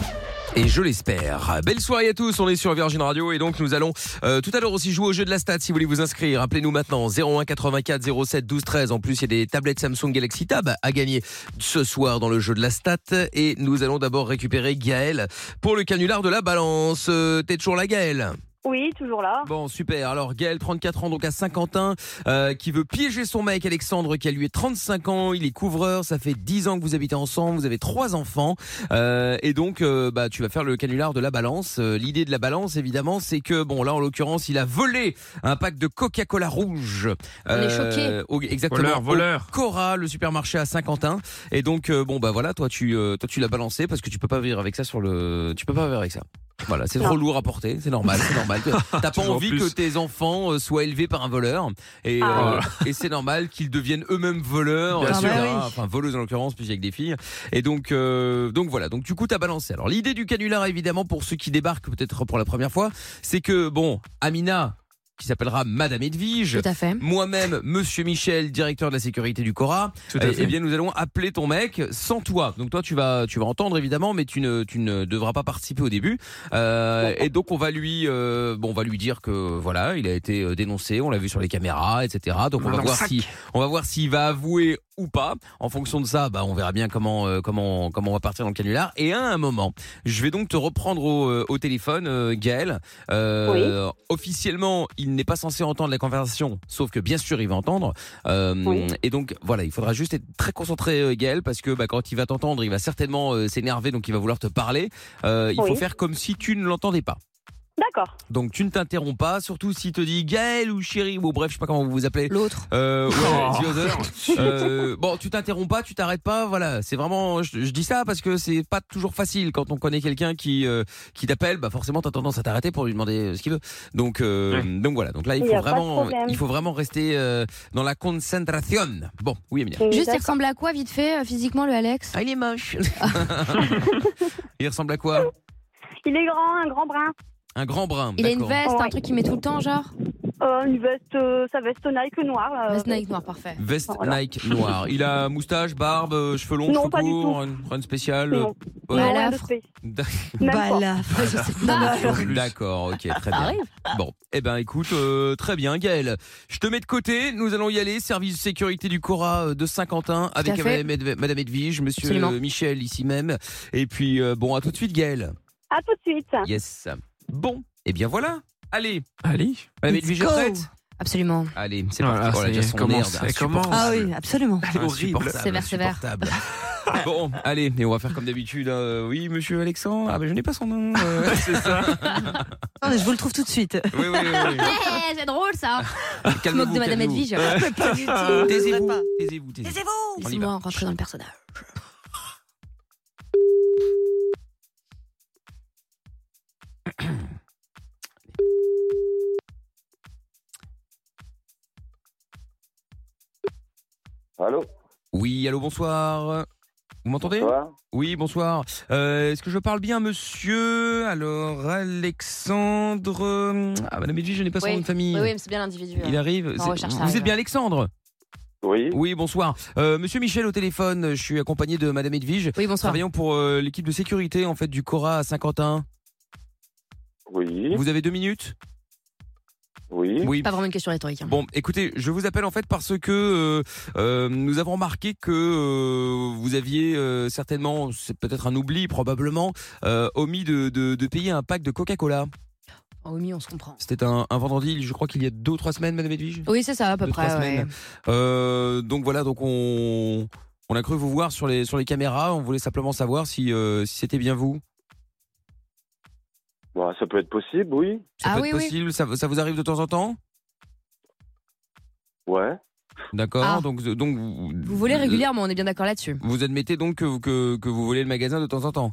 Et je l'espère. Belle soirée à tous, on est sur Virgin Radio et donc nous allons euh, tout à l'heure aussi jouer au jeu de la stat si vous voulez vous inscrire. Appelez-nous maintenant 01 84 07 12 13. En plus, il y a des tablettes Samsung Galaxy Tab à gagner ce soir dans le jeu de la stat. Et nous allons d'abord récupérer Gaël pour le canular de la balance. Euh, T'es toujours là Gaël
Oui, toujours là.
Bon, super. Alors, Gaël, 34 ans, donc à Saint-Quentin, euh, qui veut piéger son mec Alexandre, qui a lui est 35 ans. Il est couvreur. Ça fait 10 ans que vous habitez ensemble. Vous avez trois enfants. Euh, et donc, euh, bah, tu vas faire le canular de la balance. Euh, L'idée de la balance, évidemment, c'est que, bon, là, en l'occurrence, il a volé un pack de Coca-Cola rouge. Euh,
On est choqués.
au- exactement.
Voleur,
au
voleur.
Cora, le supermarché à Saint-Quentin. Et donc, euh, bon, bah voilà, toi, tu, euh, toi, tu l'as balancé parce que tu peux pas vivre avec ça sur le, tu peux pas vivre avec ça. Voilà, c'est trop lourd à porter, c'est normal, c'est normal. T'as pas
Toujours
envie
plus.
que tes enfants euh, soient élevés par un voleur, et,
Ah.
euh, et c'est normal qu'ils deviennent eux-mêmes voleurs,
Bien
etc.
sûr. Ah bah oui.
enfin voleuses en l'occurrence, puis avec des filles. Et donc, euh, donc voilà. Donc du coup, t'as balancé. Alors l'idée du canular, évidemment, pour ceux qui débarquent peut-être pour la première fois, c'est que bon, Amina qui s'appellera Madame Edwige.
Tout à fait.
Moi-même, Monsieur Michel, directeur de la sécurité du Cora.
Tout à
Eh-
fait.
Eh bien, nous allons appeler ton mec sans toi. Donc toi, tu vas, tu vas entendre évidemment, mais tu ne, tu ne devras pas participer au début. Euh, et donc on va lui, euh, bon, on va lui dire que voilà, il a été euh, dénoncé, on l'a vu sur les caméras, etc. Donc on
Dans
va
le
voir
sac.
si, on va voir s'il va avouer ou pas. En fonction de ça, bah, on verra bien comment, euh, comment, comment on va partir dans le canular. Et à un moment, je vais donc te reprendre au, euh, au téléphone, euh, Gaël. Euh, Officiellement, il n'est pas censé entendre la conversation, sauf que bien sûr, il va entendre. Euh,
Oui.
Et donc, voilà, il faudra juste être très concentré, euh, Gaël, parce que bah, quand il va t'entendre, il va certainement euh, s'énerver, donc il va vouloir te parler. Euh, il faut
Oui.
faire comme si tu ne l'entendais pas.
D'accord.
Donc tu ne t'interromps pas, surtout s'il te dit Gaël ou chérie, ou bref, je sais pas comment vous vous appelez.
L'autre.
Euh, ouais,
Oh.
the other. Euh, bon, tu t'interromps pas, tu t'arrêtes pas, voilà. C'est vraiment, je, je dis ça parce que c'est pas toujours facile quand on connaît quelqu'un qui euh, qui t'appelle, bah forcément t'as tendance à t'arrêter pour lui demander euh, ce qu'il veut. Donc euh, donc voilà, donc là il
Il
faut
y a pas de
vraiment
problème.
il faut vraiment rester euh, dans la concentration. Bon, oui Emilia.
Juste, il ressemble à quoi, vite fait, euh, physiquement, le Alex
Ah, Il est moche. il ressemble à quoi
Il est grand, un grand brun.
Un grand brun.
Il a une
d'accord.
veste, un truc qu'il met tout le temps, genre
Euh, une veste, euh, sa veste Nike noire. euh,
Veste Nike noire, parfait.
Veste Nike noire. Il a moustache, barbe, euh, cheveux longs,
Non,
cheveux
pas du
courts,
tout.
une run spéciale.
Non.
euh,
Non,
ouais.
rien de spécial.
D'ac-
Même pas.
D'accord, ok, très bien.
Arrive.
Bon, eh ben écoute, euh, très bien Gaël. Je te mets de côté, nous allons y aller, service de sécurité du Cora euh, de Saint-Quentin avec
fait.
Madame Ed- Madame Edwige, Monsieur
Absolument.
euh, Michel ici même. Et puis euh, bon, à tout de suite Gaël.
À tout de suite.
Yes. Bon, eh bien voilà. Allez.
Allez.
Madame Edwige est prête
Absolument.
Allez, c'est
Voilà,
parti. Voilà,
ça y
déjà
est,
son
commence,
merde, hein,
elle commence.
insupportable.
Ah oui, absolument.
Insupportable,
Sévère, sévère.
insupportable. Ah, Bon, allez, et on va faire comme d'habitude. euh, oui, monsieur Alexandre. Ah, mais je n'ai pas son nom. euh, c'est ça.
Non, mais je vous le trouve tout de suite.
Oui, oui, oui. Ah,
Eh, c'est drôle ça
Calmez-vous.
de Madame
calmez-vous.
Edwige.
Ouais.
Mais pas du tout,
Taisez-vous.
pas.
Taisez-vous. taisez-vous.
Taisez-vous
On y va.
Laissez-moi rentrer dans le personnage.
Allô
Oui, allô, bonsoir. Vous m'entendez
Bonsoir.
Oui, bonsoir. Euh, Est-ce que je parle bien, monsieur Alors, Alexandre. Ah, madame Edwige, je n'ai pas son
Oui.
nom de famille.
Oui, oui, mais c'est bien l'individu.
Il
hein.
arrive.
On
c'est-
recherche ça,
vous
arrive.
êtes bien Alexandre
Oui.
Oui, bonsoir. Euh, Monsieur Michel au téléphone, je suis accompagné de Madame Edwige.
Oui, bonsoir.
Travaillons pour euh, l'équipe de sécurité en fait du Cora à Saint-Quentin.
Oui.
Vous avez deux minutes
Oui.
Oui.
Pas vraiment une question rhétorique. hein.
Bon, écoutez, je vous appelle en fait parce que euh, euh, nous avons remarqué que euh, vous aviez euh, certainement, c'est peut-être un oubli probablement, euh, omis de, de- de payer un pack de Coca-Cola.
Oh, oui, on se comprend.
C'était un, un vendredi, je crois qu'il y a deux ou trois semaines, Madame Edwige.
Oui, c'est ça, à peu
Deux,
près.
trois
ouais.
semaines. Euh, donc voilà, donc on, on a cru vous voir sur les, sur les caméras. On voulait simplement savoir si, euh, si c'était bien vous.
Bon, bah, ça peut être possible, oui.
Ça
Ah
peut
oui,
être
oui.
possible, ça, ça vous arrive de temps en temps
Ouais.
D'accord,
Ah.
donc, donc vous,
Vous volez régulièrement, on est bien d'accord là-dessus.
vous admettez donc que, vous- que, que vous volez le magasin de temps en temps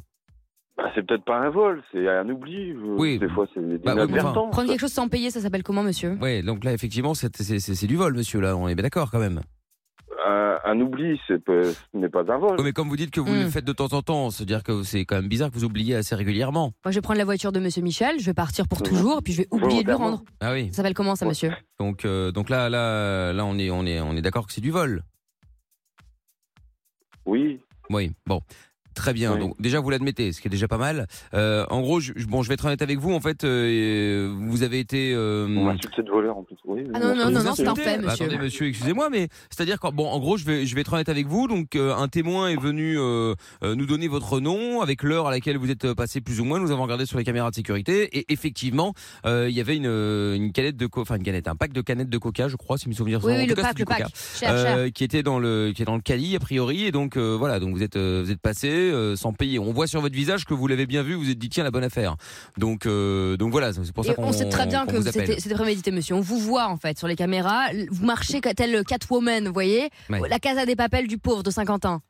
Bah, c'est peut-être pas un vol, c'est un oubli. Oui. Des fois, c'est une
Bah oui, mais
inadvertance.
Prendre quelque chose sans payer, ça s'appelle comment, monsieur
Ouais, donc là effectivement c'est c'est- c'est- c'est du vol monsieur, là on est bien d'accord quand même.
un, un oubli, c'est pas- ce n'est pas un vol.
Oui, Oh, mais comme vous dites que vous le faites de temps en temps, se dire que c'est quand même bizarre que vous oubliez assez régulièrement.
Moi, je vais prendre la voiture de Monsieur Michel, je vais partir pour toujours, et puis je vais oublier de le rendre.
Ah oui.
Ça s'appelle comment ça, monsieur
Donc, euh, donc là, là, là, on est, on est, on est d'accord que c'est du vol.
Oui.
Oui. Bon. Très bien. Donc déjà vous l'admettez, ce qui est déjà pas mal. Euh, en gros, je, je- bon, je vais être honnête avec vous. En fait, euh, vous avez été. euh,
On m'insulte de voleur en plus. Oui,
Ah non, non, non, non, c'est un fait,
Bah,
monsieur.
attendez, monsieur, excusez-moi, mais c'est-à-dire qu'en bon, en gros, je vais, je vais être honnête avec vous. Donc, euh, un témoin est venu euh, euh, nous donner votre nom avec l'heure à laquelle vous êtes euh, passé plus ou moins. Nous avons regardé sur les caméras de sécurité et effectivement, euh, il y avait une, euh, une canette de, co- enfin une canette, un pack de canettes de coca, je crois, si mes souvenirs sont
Oui,
bons.
oui,
En
le
tout cas,
pack,
c'est du
le pack.
Coca.
Cher, cher.
Euh, qui était dans le, qui est dans le Cali a priori. Et donc euh, voilà, donc vous êtes, euh, vous êtes passé euh, sans payer. On voit sur votre visage que vous l'avez bien vu. Vous vous êtes dit tiens la bonne affaire. Donc, euh, donc voilà, c'est pour ça
Et
qu'on
on sait très bien
qu'on
que
vous appelle.
c'était c'était prémédité, monsieur. On vous voit, en fait, sur les caméras. Vous marchez tel Catwoman, vous voyez
Ouais.
La Casa des Papels du pauvre de Saint-Quentin.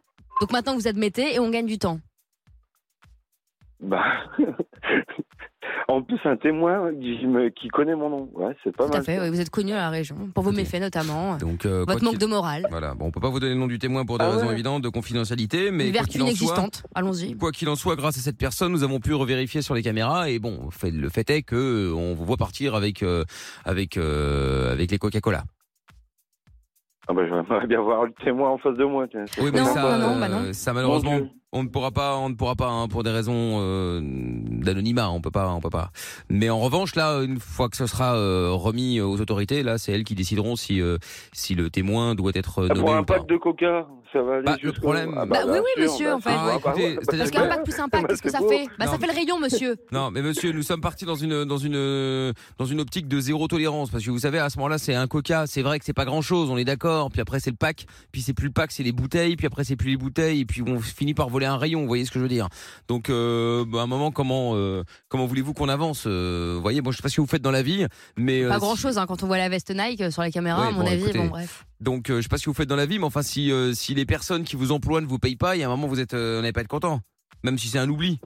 Donc maintenant, vous admettez et on gagne du temps.
Bah, en plus, un témoin qui, me- qui connaît mon nom. Ouais, c'est pas
Tout à
mal.
fait, oui, vous êtes connu à la région, pour vos méfaits notamment.
Donc, euh, quoi
Votre manque
qu'il-
de morale,
Voilà, bon, on peut pas vous donner le nom du témoin pour des
Ah
raisons
ouais.
évidentes de confidentialité, mais
une
quoi
vertu
qu'il en soit,
inexistante. Allons-y.
quoi qu'il en soit, grâce à cette personne, nous avons pu revérifier sur les caméras et bon, fait- le fait est que euh, on vous voit partir avec euh, avec euh, avec les Coca-Cola.
Ah bah, j'aimerais bien voir le témoin en face de moi. tiens. C'est
Oui, mais
vraiment
ça,
pas-
bah
euh, ça malheureusement, on ne pourra pas, on ne pourra pas hein, pour des raisons euh, d'anonymat, on peut pas, on peut pas. Mais en revanche, là, une fois que ce sera euh, remis aux autorités, là, c'est elles qui décideront si euh, si le témoin doit être
Ah,
nommé
Pour
ou
un
pas.
pack de coca, ça va aller. Ah,
Bah, le problème- Bah oui, oui, monsieur, en fait. Ah, écoutez,
Parce
c'est-à-dire
qu'un
que-
pack plus un pack, qu'est-ce que ça fait Bah ça fait le rayon, monsieur.
Non, mais monsieur, nous sommes partis dans une dans une dans une optique de zéro tolérance parce que vous savez à ce moment-là c'est un coca, c'est vrai que c'est pas grand-chose, on est d'accord. Puis après c'est le pack, puis c'est plus le pack, c'est les bouteilles, puis après c'est plus les bouteilles, et puis on finit par voler un rayon. Vous voyez ce que je veux dire Donc euh, bah, à un moment comment euh, comment voulez-vous qu'on avance euh, Vous voyez, moi je sais pas ce que vous faites dans la vie, mais euh,
Pas
si-
grand chose quand on voit la veste Nike euh, sur la caméra,
Ouais,
à mon
bon,
avis.
écoutez.
Bon bref.
donc euh, je sais pas ce que vous faites dans la vie, mais enfin si euh, si les personnes qui vous emploient ne vous payent pas, il y a un moment vous êtes euh, vous n'allez pas être content, même si c'est un oubli.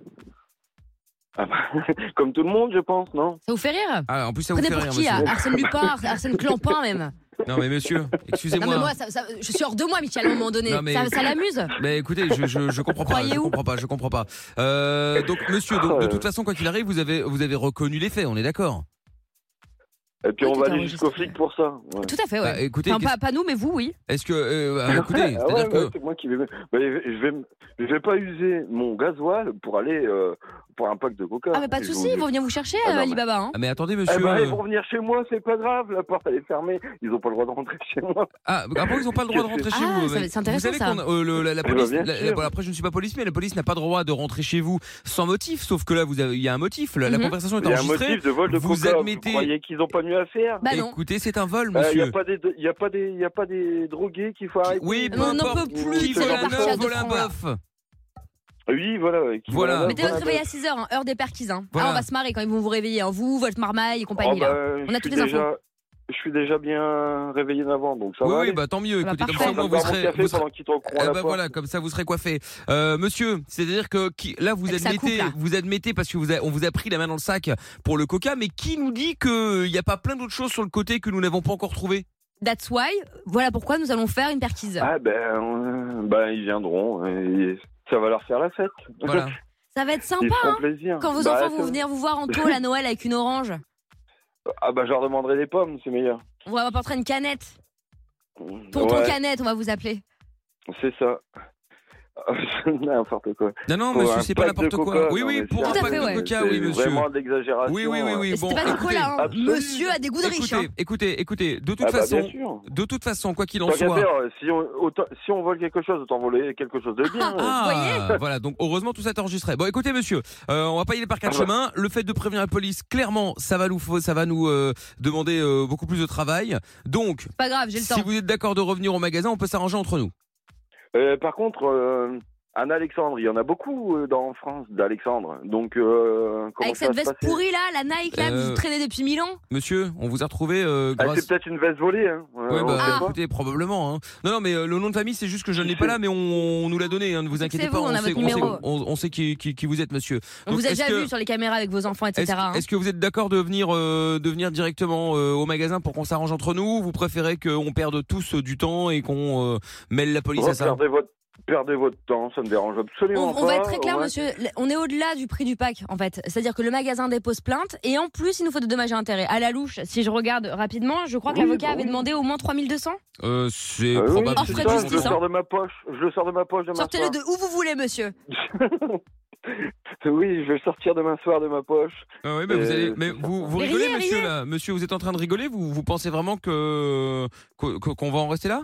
Ah bah, Comme tout le monde, je pense, non
Ça vous fait rire
Ah, en plus ça vous
Prenez
fait
pour
rire,
qui
monsieur.
ah, Arsène Lupin, Ars- Arsène Clampin même.
Non mais monsieur,
Non mais
excusez-moi.
moi, ça- ça- je suis hors de moi, Michel, à un moment donné.
Non, mais-
Ça, ça l'amuse.
Mais Bah, écoutez, je, je, je comprends pas, je
Croyez-vous
comprends pas, je comprends pas. Euh, donc monsieur, donc, de toute façon, quoi qu'il arrive, vous avez, vous avez reconnu les faits, on est d'accord
Et puis on va aller jusqu'au flic pour ça. ouais.
Tout à fait, ouais.
Bah, écoutez,
Enfin,
qu'est-ce-
pas, pas nous, mais vous, oui.
Est-ce que, euh, ah, écoutez,
Ah
c'est-à-dire
ouais,
que...
ouais, c'est moi qui vais. bah, je vais, je vais pas user mon gasoil pour aller euh, pour un pack de coca.
Ah mais pas de
Je vous
souci,
dis.
ils vont venir vous chercher,
Ah,
euh,
non, mais-
Alibaba. Hein.
Ah, mais attendez,
Eh
monsieur.
ben, ils
euh,
vont venir chez moi, c'est pas grave, la porte elle est fermée, ils ont pas le droit de rentrer chez moi.
Ah, après ils ont pas le droit de rentrer chez vous.
Ah, ça-
mais
c'est intéressant,
vous savez
ça.
qu'on a- euh, le- la, la
Eh ben,
police.
bien
la- la-
sûr.
bon, après, je ne suis pas police, mais la police n'a pas le droit de rentrer chez vous sans motif. Sauf que là, vous avez, il y a un motif. La, la
Mhm.
conversation est
Il y a un
enregistrée.
motif de vol de
vous
coca, vous
admettez.
croyez qu'ils ont pas mieux à faire Eh,
Bah non.
Écoutez, c'est un
Il
vol,
n'y
monsieur.
a pas des, il y a pas des, il y a pas des drogués qu'il faut arrêter.
Euh,
Oui, peu importe. Qui vole un œuf, vole un bœuf.
Oui, voilà. qui
Voilà.
vole un
Mettez votre
bœuf.
réveil à 6h, hein, heure des perquisins.
Voilà.
Ah, on va se marrer quand ils vont vous réveiller, hein. vous, votre marmaille et compagnie.
Oh, bah,
là. On
je
a
suis
toutes les
déjà-
infos.
Je suis déjà bien réveillé d'avant, donc ça
Oui,
va.
oui,
aller.
bah tant
Ah
mieux.
Bah,
Écoutez, comme
parfait.
ça, au moins,
Je vais
vous
boire mon
serez,
café
vous serez-
pendant qu'il te recroît à
Eh
la
ben,
porte.
voilà, comme ça, vous serez coiffé. Euh, monsieur, c'est-à-dire que qui, là, vous
Avec sa coupe,
admettez,
là.
vous admettez parce que vous a- on vous a pris la main dans le sac pour le coca, mais qui nous dit qu'il n'y a pas plein d'autres choses sur le côté que nous n'avons pas encore trouvées
That's why, voilà pourquoi nous allons faire une perquise.
Ah ben, euh, ben ils viendront. Et ça va leur faire la fête.
Voilà.
Ça va être
Ils
sympa,
feront
hein,
plaisir.
quand vos
Bah,
enfants
ça
vont
va.
venir vous voir en tôle à Noël avec une orange.
ah ben, je leur demanderai des pommes, c'est meilleur.
On va apporter une canette. Tonton
Ouais,
canette, on va vous appeler.
C'est ça. n'importe quoi.
Non, non,
Pour
monsieur,
un
c'est pas
pack de
n'importe quoi.
coca,
Oui,
non,
oui,
mais
pour
c'est
un pack de
peu-
coca,
c'est
oui, monsieur.
Vraiment de l'exagération.
Oui, oui, oui, oui.
C'était pas du cola, hein. Monsieur a des goûts de riche.
Écoutez,
Hein.
écoutez, écoutez, de toute
Ah bah,
façon,
bien sûr.
de toute façon, quoi qu'il en
Tant qu'à
soit.
faire, si, on, autant- si on vole quelque chose, autant voler quelque chose de bien.
Ah, voilà, donc heureusement tout ça est enregistré. Bon, écoutez, monsieur, euh, on va pas y aller par quatre chemins. Le fait de prévenir la police, clairement, ça va nous, fa- ça va nous euh, demander euh, beaucoup plus de travail. Donc,
Pas grave, j'ai le
si
temps.
vous êtes d'accord de revenir au magasin, on peut s'arranger entre nous.
Euh, par contre, euh, un Alexandre, il y en a beaucoup euh, dans en France d'Alexandre. Donc, euh, comment
Avec
ça
cette
va se
veste
passer
pourrie là, la Nike là, que
Euh,
vous traînez depuis mille ans
Monsieur, on vous a retrouvé euh,
Ah,
grâce.
c'est peut-être une veste volée. Hein. Euh,
Ouais,
on
bah,
sait
Ah.
pas.
écoutez, probablement. hein. Non, non, mais euh, le nom de famille, c'est juste que je ne l'ai pas là, mais on, on nous l'a donné. hein, ne vous inquiétez
vous,
pas,
on a
sait,
votre
on, sait,
numéro.
on- on sait qui, qui- qui vous êtes, monsieur.
On
Donc,
vous a
est-ce
déjà
que-
vu sur les caméras avec vos enfants, etc.
Est-ce
hein.
est-ce que vous êtes d'accord de venir, euh, de venir directement euh, au magasin pour qu'on s'arrange entre nous ou Vous préférez qu'on perde tous euh, du temps et qu'on euh, mêle la police à ça
Oh, Perdez votre, perdez votre temps, ça ne dérange absolument
On,
pas.
on va être très clair,
Ouais.
monsieur. On est au-delà du prix du pack, en fait. C'est-à-dire que le magasin dépose plainte et en plus, il nous faut des dommages et intérêts. À la louche, si je regarde rapidement, je crois que
Oui,
l'avocat
bah
avait
oui.
demandé au moins 3200.
Euh, C'est
Ah oui,
probable.
c'est ça, je le sors de ma poche. Je le sors de ma poche demain
Sortez-le
soir.
de où vous voulez, monsieur.
Oui, je vais le sortir demain soir de ma poche.
Ah oui, mais vous,
Euh,
allez, mais vous, vous
Mais
rigolez,
riez,
monsieur,
riez.
là. Monsieur, vous êtes en train de rigoler Vous, vous pensez vraiment que que- que- qu'on va en rester là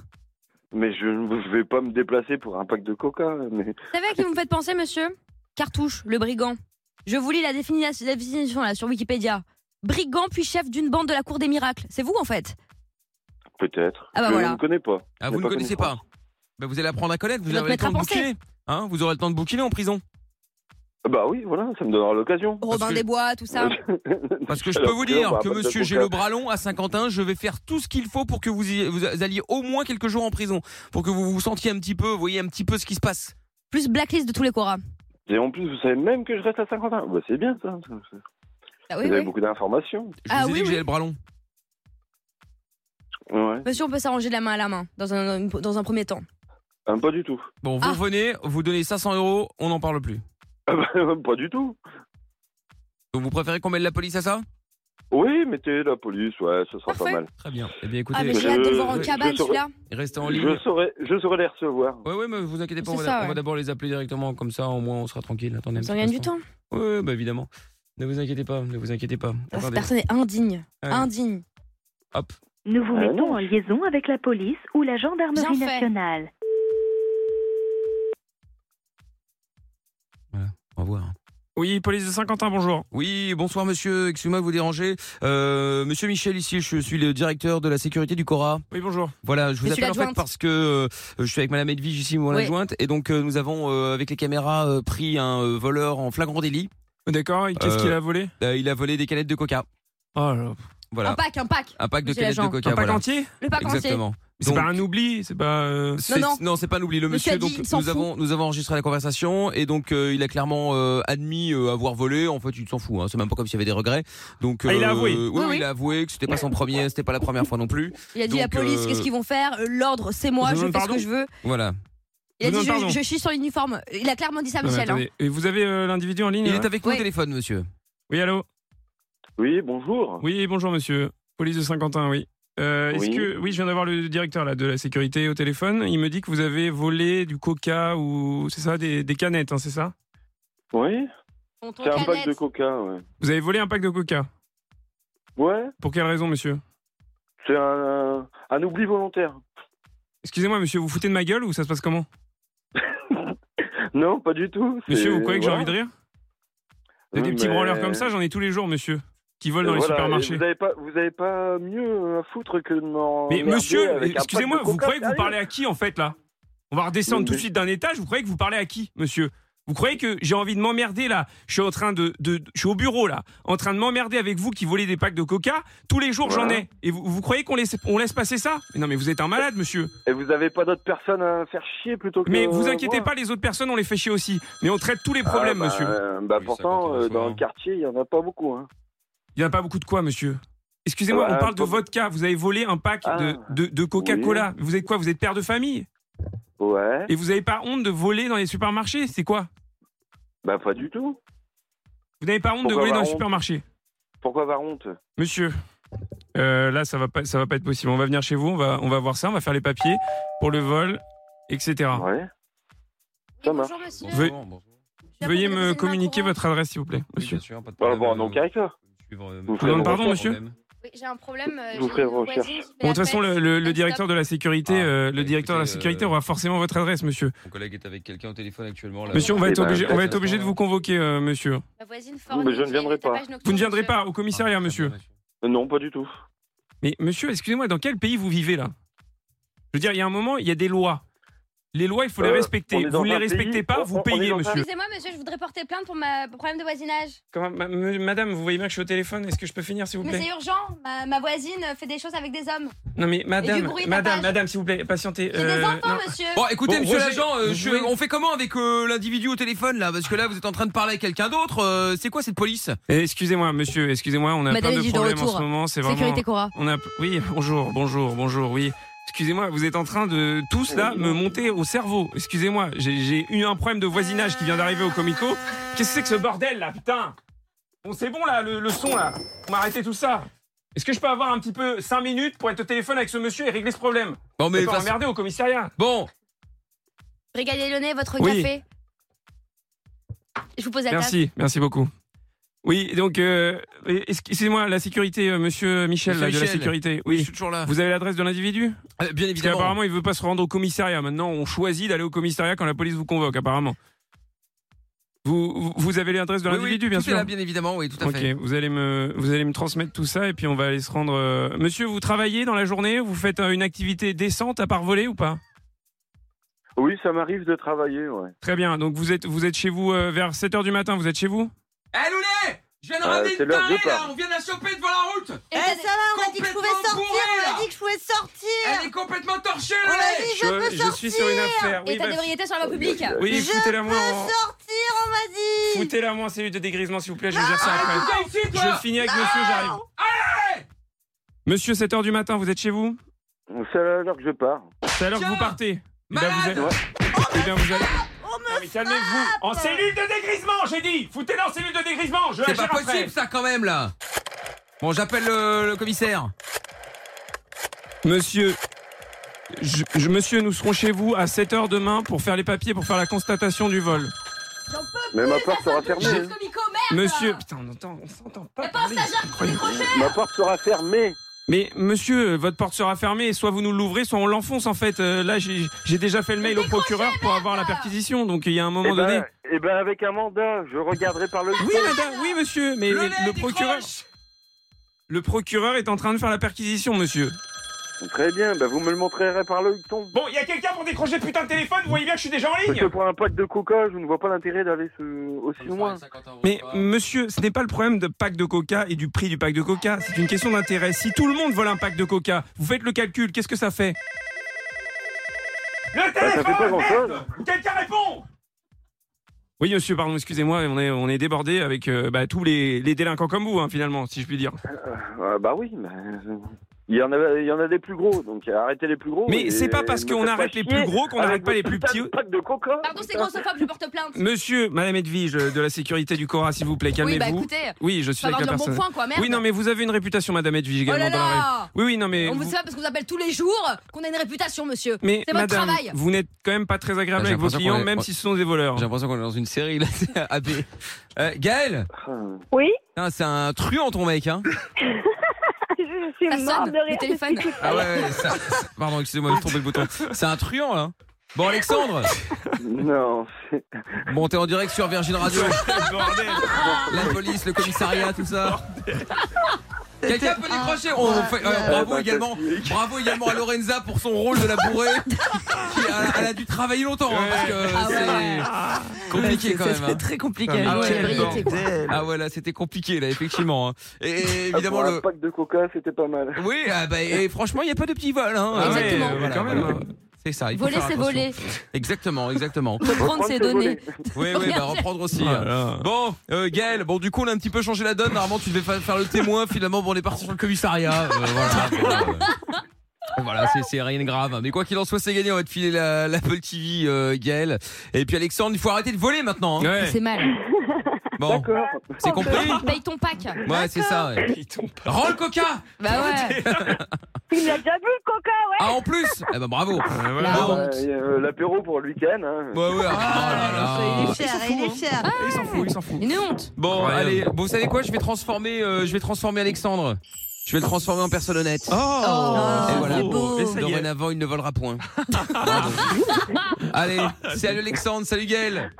Mais je ne vais pas me déplacer pour un pack de coca. Mais...
Vous savez à qui vous me faites penser, monsieur Cartouche, le brigand. Je vous lis la définition, la définition, là, sur Wikipédia. Brigand puis chef d'une bande de la Cour des miracles. C'est vous, en fait.
Peut-être.
Ah bah
je
voilà.
ne connais pas.
Ah,
Je
vous
n'ai
ne connaissez
connaissance.
pas Bah, Vous allez apprendre à connaître, vous
va te
aurez le
mettre
temps de
à penser.
bouquiner. Hein, vous aurez le temps de bouquiner en prison.
Bah oui, voilà, ça me donnera l'occasion.
Robin
que-
des Bois, tout ça.
Parce que je
Alors,
peux vous
sinon,
dire
bah,
que
pas de
monsieur, j'ai
coca.
le bras long à Saint-Quentin, je vais faire tout ce qu'il faut pour que vous, y- vous alliez au moins quelques jours en prison. Pour que vous vous sentiez un petit peu, voyez un petit peu ce qui se passe.
Plus blacklist de tous les Quora.
Et en plus, vous savez même que je reste à 50 ans. Bah, c'est bien ça.
Ah
vous
oui,
avez
oui.
beaucoup d'informations.
Je
Ah
vous ai
oui,
dit que
oui.
j'avais le bras long.
Ouais.
Monsieur, on peut s'arranger de la main à la main, dans un, dans un premier temps.
Ah, pas du tout.
Bon, vous venez, vous donnez 500 euros, on n'en parle plus.
Ah bah, pas du tout.
Donc vous préférez qu'on mêle la police à ça
Oui, mettez la police, ouais, ce sera pas mal.
Très bien. Eh bien, écoutez,
Ah, mais j'ai hâte de le voir en
Euh,
je- je
cabane,
saurais-
celui-là.
restez en ligne.
Je saurais, je saurais les recevoir.
Ouais, ouais, mais vous inquiétez pas, on va,
C'est ça,
on va
ouais.
d'abord les appeler directement, comme ça au moins on sera tranquille. Attendez, un
Ça
petit
gagne du
instant.
temps.
Ouais, bah évidemment. Ne vous inquiétez pas, ne vous inquiétez pas.
Ah, Cette
Attendez.
personne est indigne.
Ouais.
Indigne.
Hop.
Nous vous
Ah
mettons en liaison avec la police ou la gendarmerie
Bien fait.
nationale.
Au revoir.
Oui, police de Saint-Quentin, bonjour.
Oui, bonsoir monsieur, excusez-moi de vous déranger. Euh, monsieur Michel ici, je suis le directeur de la sécurité du Cora.
Oui, bonjour.
Voilà, je vous
Je suis
appelle en fait
l'adjointe.
parce que euh, je suis avec madame Edwige ici, mon
Oui.
adjointe, et donc euh, nous avons euh, avec les caméras euh, pris un euh, voleur en flagrant délit.
D'accord, et qu'est-ce
Euh,
qu'il a volé
Euh, il a volé des canettes de coca.
Oh là.
Voilà.
Un pack, un pack.
Un pack de
Monsieur
canettes de
l'agent.
coca.
Un pack
voilà.
entier
Le pack entier.
Exactement.
C'est
Donc-
pas un oubli, c'est pas. euh,
C'est-
non.
c'est pas l'oubli. Le
Monsieur
monsieur,
a dit,
donc
il s'en
nous
fout.
avons nous avons enregistré la conversation et donc euh, il a clairement euh, admis euh, avoir volé. En fait, il s'en fout. hein. C'est même pas comme s'il y avait des regrets. Donc euh,
Ah, il a avoué.
Oui,
Oui,
oui,
oui.
il a avoué que c'était pas son premier, c'était pas la première fois non plus.
Il a dit la
Donc,
police,
euh,
qu'est-ce qu'ils vont faire Euh, L'ordre, c'est moi,
Je
je,
vous
fais
demande
ce que
pardon.
je veux.
Voilà.
Il a
Je vous
dit
demande
je,
pardon.
je chie sur l'uniforme. Il a clairement dit ça,
non, mais
Michel. hein.
Bah, attendez. Et vous avez euh, l'individu en ligne
Il
là
est avec nous
Oui.
au téléphone, monsieur.
Oui, allô
Oui, bonjour.
Oui, bonjour monsieur. Police de Saint-Quentin, oui. Euh, Est-ce
Oui.
que oui, je viens d'avoir le directeur là de la sécurité au téléphone. Il me dit que vous avez volé du coca ou c'est ça, des, des canettes, hein, c'est ça
Oui
Tonton
C'est un
Canette.
pack de coca, ouais.
Vous avez volé un pack de coca.
Ouais,
Pour quelle raison, monsieur
c'est un, un oubli volontaire.
Excusez-moi, monsieur, vous foutez de ma gueule ou ça se passe comment
Non, pas du tout. c'est-
Monsieur, vous croyez que j'ai
voilà.
envie de rire Vous
Oui,
avez des petits
Hum, mais-
branleurs comme ça, j'en ai tous les jours, monsieur, qui volent dans les
Voilà, et
supermarchés.
Vous n'avez pas, vous avez pas mieux à foutre que de m'emmerder
Mais monsieur,
avec un pack
excusez-moi,
de
vous
coca,
croyez que vous
sérieux Hum,
parlez à qui en fait là On va redescendre
Mais-
tout de suite d'un étage, vous croyez que vous parlez à qui, monsieur Vous croyez que j'ai envie de m'emmerder là Je suis en train de, de- de- je suis au bureau là, en train de m'emmerder avec vous qui volez des packs de coca tous les jours j'en
Voilà.
ai. Et vous, vous croyez qu'on laisse on laisse passer ça Mais Non mais vous êtes un malade monsieur.
Et vous avez pas d'autres personnes à faire chier plutôt que.
Mais vous inquiétez
moi
pas, les autres personnes on les fait chier aussi. Mais on traite tous les
Ah,
problèmes
bah,
monsieur.
euh, bah,
Oui,
pourtant,
ça, hein.
euh,
quand on
dans
soit-
le quartier, il n'y en a pas beaucoup. Hein.
Il n'y en a pas beaucoup de quoi, monsieur. Excusez-moi,
Ouais,
on parle de
faut-
vodka. Vous avez volé un pack
Euh, Ah.
de, de, de Coca-Cola. Vous êtes quoi Vous êtes père de famille
Ouais,
Et vous n'avez pas honte de voler dans les supermarchés C'est quoi
bah pas du tout.
Vous n'avez pas honte de
Pourquoi
voler dans
avoir
les
honte
supermarchés
Pourquoi avoir honte
Monsieur, euh, là, ça va pas, ça va pas être possible. On va venir chez vous, on va, on va voir ça, on va faire les papiers pour le vol, etc.
Ouais.
Oui,
Ça marche.
bonjour, monsieur.
Veuille-
Bonjour, bonjour.
Je vais
Veuillez
appeler la
me
police de
communiquer
Macron.
votre adresse, s'il vous plaît,
Oui,
monsieur.
bien sûr, pas de
Bah,
problème.
bon, donc avec ça.
Suivre, euh,
Vous
Je vous demande
ferez
pardon,
vos
monsieur.
problème.
Oui, j'ai un problème. euh,
Vous
j'ai
ferez
une
recherche.
voisine qui fait
Bon, de
la
toute façon,
fête.
le, le- le
Stop.
directeur de la sécurité,
Ah,
euh,
bah,
le directeur de la
écoutez,
sécurité
euh,
aura forcément votre adresse, monsieur.
Mon collègue est avec quelqu'un au téléphone actuellement. là.
Monsieur, on va
Eh
être
ben,
obligé, on va être
peut-être.
obligé de vous convoquer, euh, monsieur.
Ma voisine
Mais je ne viendrai pas.
Vous ne viendrez pas au commissariat,
Ah,
monsieur.
Euh, Non, pas du tout.
Mais monsieur, excusez-moi, dans quel pays vous vivez là Je veux dire, il y a un moment, il y a des lois. Les lois, il faut les
Euh, on
respecter.
est dans
Vous ne les
un pays-
respectez pas,
on- on
vous
est
payez,
dans un-
monsieur.
Excusez-moi, monsieur, je voudrais porter plainte pour ma pour problème de voisinage.
Comment- ma- me- madame, vous voyez bien que je suis au téléphone. Est-ce que je peux finir, s'il vous
Mais
plaît
c'est urgent, ma, ma voisine fait des choses avec des hommes.
Non, mais
Et du
madame,
bruit,
madame,
tapage.
madame, s'il vous plaît, patientez. euh,
J'ai des enfants, monsieur.
Bon, écoutez,
Bon,
monsieur
Roger,
l'agent, euh,
vous
je-
pouvez-
on fait comment avec euh, l'individu au téléphone là Parce que là, vous êtes en train de parler avec quelqu'un d'autre. euh, c'est quoi cette police
Eh, Excusez-moi, monsieur, excusez-moi, on a
Madame
plein
Edith
de
de
problèmes en
retour.
ce moment. C'est vraiment.
Sécurité Cora.
On a. Oui, bonjour, bonjour, bonjour. Oui. Excusez-moi, vous êtes en train de tous là me monter au cerveau. Excusez-moi, j'ai- j'ai eu un problème de voisinage qui vient d'arriver au Comico. Qu'est-ce que c'est que ce bordel là, putain Bon, c'est bon là, le, le son là. On m'a arrêté tout ça. Est-ce que je peux avoir un petit peu 5 minutes pour être au téléphone avec ce monsieur et régler ce problème
Bon, mais
Faut pas
parce-
emmerder au commissariat.
Bon,
Régalez le nez, votre
Oui.
café. Je vous pose la table.
Merci, merci beaucoup. Oui, donc, euh, excusez-moi, la sécurité, euh, monsieur
Monsieur
Michel, là, de la
Michel.
sécurité. Oui,
je suis toujours là. Euh,
Vous avez l'adresse de l'individu
Bien
Parce
évidemment.
qu'apparemment, il veut pas se rendre au commissariat. Maintenant, on choisit d'aller au commissariat quand la police vous convoque, apparemment. Vous, vous- vous avez l'adresse de
Oui, oui,
l'individu, bien
tout est
sûr
là, bien évidemment, oui, tout à
Ok,
fait.
vous allez, me, vous allez me transmettre tout ça et puis on va aller se rendre. euh, Monsieur, vous travaillez dans la journée Vous faites euh, une activité décente à part voler ou pas
Oui, ça m'arrive de travailler, ouais.
Très bien, donc vous êtes, vous êtes chez vous euh, vers 7h du matin, vous êtes chez vous
Eh Loulet Je viens de
Euh,
ramener
c'est
une
l'heure de
tarée là
part.
On vient de la choper devant la route
Eh, ça va, on m'a dit que je pouvais
Complètement
sortir,
bourrée,
on
là.
m'a dit que je pouvais sortir.
Elle est complètement torchée
On
là
m'a dit, je, peux sortir.
suis sur une affaire.
État
bah,
d'ébriété sur la voie publique.
Oui,
Je
foutez-la moi. en-
Sortir, on m'a dit.
Foutez-la moi en cellule de dégrisement, s'il vous plaît, je gère ça
Arrête,
après.
Ah, tu viens ici, toi
Je finis avec monsieur, j'arrive. Monsieur, 7h du matin, vous êtes chez vous
C'est à l'heure que je pars.
C'est à l'heure que vous partez. Eh ben, vous allez- Eh bien, vous allez.
Oh,
Non, mais calmez-vous. En cellule de dégrisement, j'ai dit. Foutez-la en cellule de dégrisement. Je la
C'est pas
gère après.
possible ça quand même là Bon, j'appelle le, le commissaire.
Monsieur, je, je- monsieur, nous serons chez vous à 7h demain pour faire les papiers, pour faire la constatation du vol.
Mais ma porte sera fermée.
J'ai-
hein.
Monsieur, putain, on entend, on s'entend pas. parler, c'est incroyable.
Ma porte sera fermée.
Mais monsieur, euh, votre porte sera fermée, soit vous nous l'ouvrez, soit on l'enfonce en fait. Euh, là, j'ai j'ai déjà fait le mail au procureur pour avoir la perquisition, donc il y a un
Eh
moment
ben,
donné.
eh ben, avec un mandat, je regarderai par le.
Oui, madame, oui, monsieur, mais le, le procureur. Le procureur est en train de faire la perquisition, monsieur.
Très bien, bah vous me le montrerez par le ton.
Bon, il y a quelqu'un pour décrocher le putain de téléphone, vous voyez bien que je suis déjà en
Parce que pour un pack de coca, je ne vois pas l'intérêt d'aller ce- aussi loin.
Mais monsieur, ce n'est pas le problème de pack de coca et du prix du pack de coca, c'est une question d'intérêt. Si tout le monde vole un pack de coca, vous faites le calcul, qu'est-ce que ça fait Le
Bah, ça fait pas grand-chose.
Quelqu'un répond Oui, monsieur, pardon, excusez-moi, on est, on est débordé avec euh, bah, tous les, les délinquants comme vous, hein, finalement, si je puis dire.
Euh, bah oui, mais euh, il y en a, il y en a des plus gros, donc arrêtez les plus gros.
Mais
Oh, et-
c'est pas
et
parce
me
qu'on
faites
arrête les
chier
plus gros qu'on
avec
n'arrête pas
vos
les plus
putains de
petits.
packs de coca.
Pardon, c'est grossophobe, je porte plainte.
Monsieur, madame Edwige, euh, de la sécurité du Cora, s'il vous plaît,
Oui, bah
calmez-vous.
écoutez,
oui, je suis
faut
avec la
avoir de bons
personne.
points, quoi, merde.
Oui, non, mais vous avez une réputation, madame Edwige,
Oh
également
là
dans la
là
rue. Oui, oui, non, mais.
On vous
vous-
dit pas parce que vous appelle tous les jours qu'on a une réputation, monsieur.
Mais
c'est votre
madame,
travail.
vous n'êtes quand même pas très
Bah,
agréable
J'ai
avec vos
l'impression qu'on
clients,
est-
même si ce sont des voleurs.
J'ai l'impression qu'on est dans une série là, c'est AB. Euh, Gaël
Oui
Putain, C'est un truand ton mec, hein
Je suis
Ça
morte
sonne,
de rire.
le téléphone.
Ah ouais, ouais, ça- ça- Pardon, excusez-moi, j'ai trompé le bouton. C'est un truand là Bon, Alexandre
Non. c'est-
Bon, t'es en direct sur Virgin Radio.
Bordel.
La police, le commissariat, tout ça. Quelqu'un peut décrocher Oh, On fait- ouais, Bravo
bah,
également, bravo également à Lorenza pour son rôle de la bourrée. Qui- elle, a, elle a dû travailler longtemps hein, parce que c'est compliqué quand même. hein.
très compliqué.
Ah ouais,
Quelle
bon.
variété, quoi.
Ah ouais, là c'était compliqué là effectivement. hein. Et, et
Ah,
évidemment
pour
le.
un pack de coca, c'était pas mal.
Oui, ah bah, et franchement il n'y a pas de petit vol. Hein.
Ah ouais,
Exactement.
euh,
Voilà,
quand même,
voilà.
hein.
C'est ça. il faut
Voler,
faire
c'est
attention.
voler.
Exactement, exactement.
Reprendre ses données.
Oui, oui, bah reprendre aussi. hein. Bon, euh, Gaël, bon, du coup, on a un petit peu changé la donne. Normalement, tu devais fa- faire le témoin. Finalement, bon, on est parti sur le commissariat. Euh, voilà. Bon, euh, Voilà, c'est- c'est rien de grave. hein. Mais quoi qu'il en soit, c'est gagné. On va te filer la- l'Apple TV, euh, Gaël. Et puis, Alexandre, il faut arrêter de voler maintenant. hein.
C'est mal.
Bon, c'est compris
Paye ton pack.
Ouais, c'est ça. Ouais. Rends le coca
Bah ouais.
Il a déjà bu le coca, ouais.
Ah, en plus Eh ben, bravo
voilà.
Bon.
Ouais, et, euh, L'apéro pour le week-end. Hein.
Ouais, ouais. Ah,
Il est cher, il est cher.
hein. Il s'en fout, il s'en fout.
Une honte.
Bon, allez, bon, vous savez quoi Je vais transformer, euh, je vais transformer Alexandre. Je vais le transformer en personne honnête. Et voilà.
Et ça y est.
Dorénavant, il ne volera point. Pardon. allez, salut Alexandre, salut Gaël.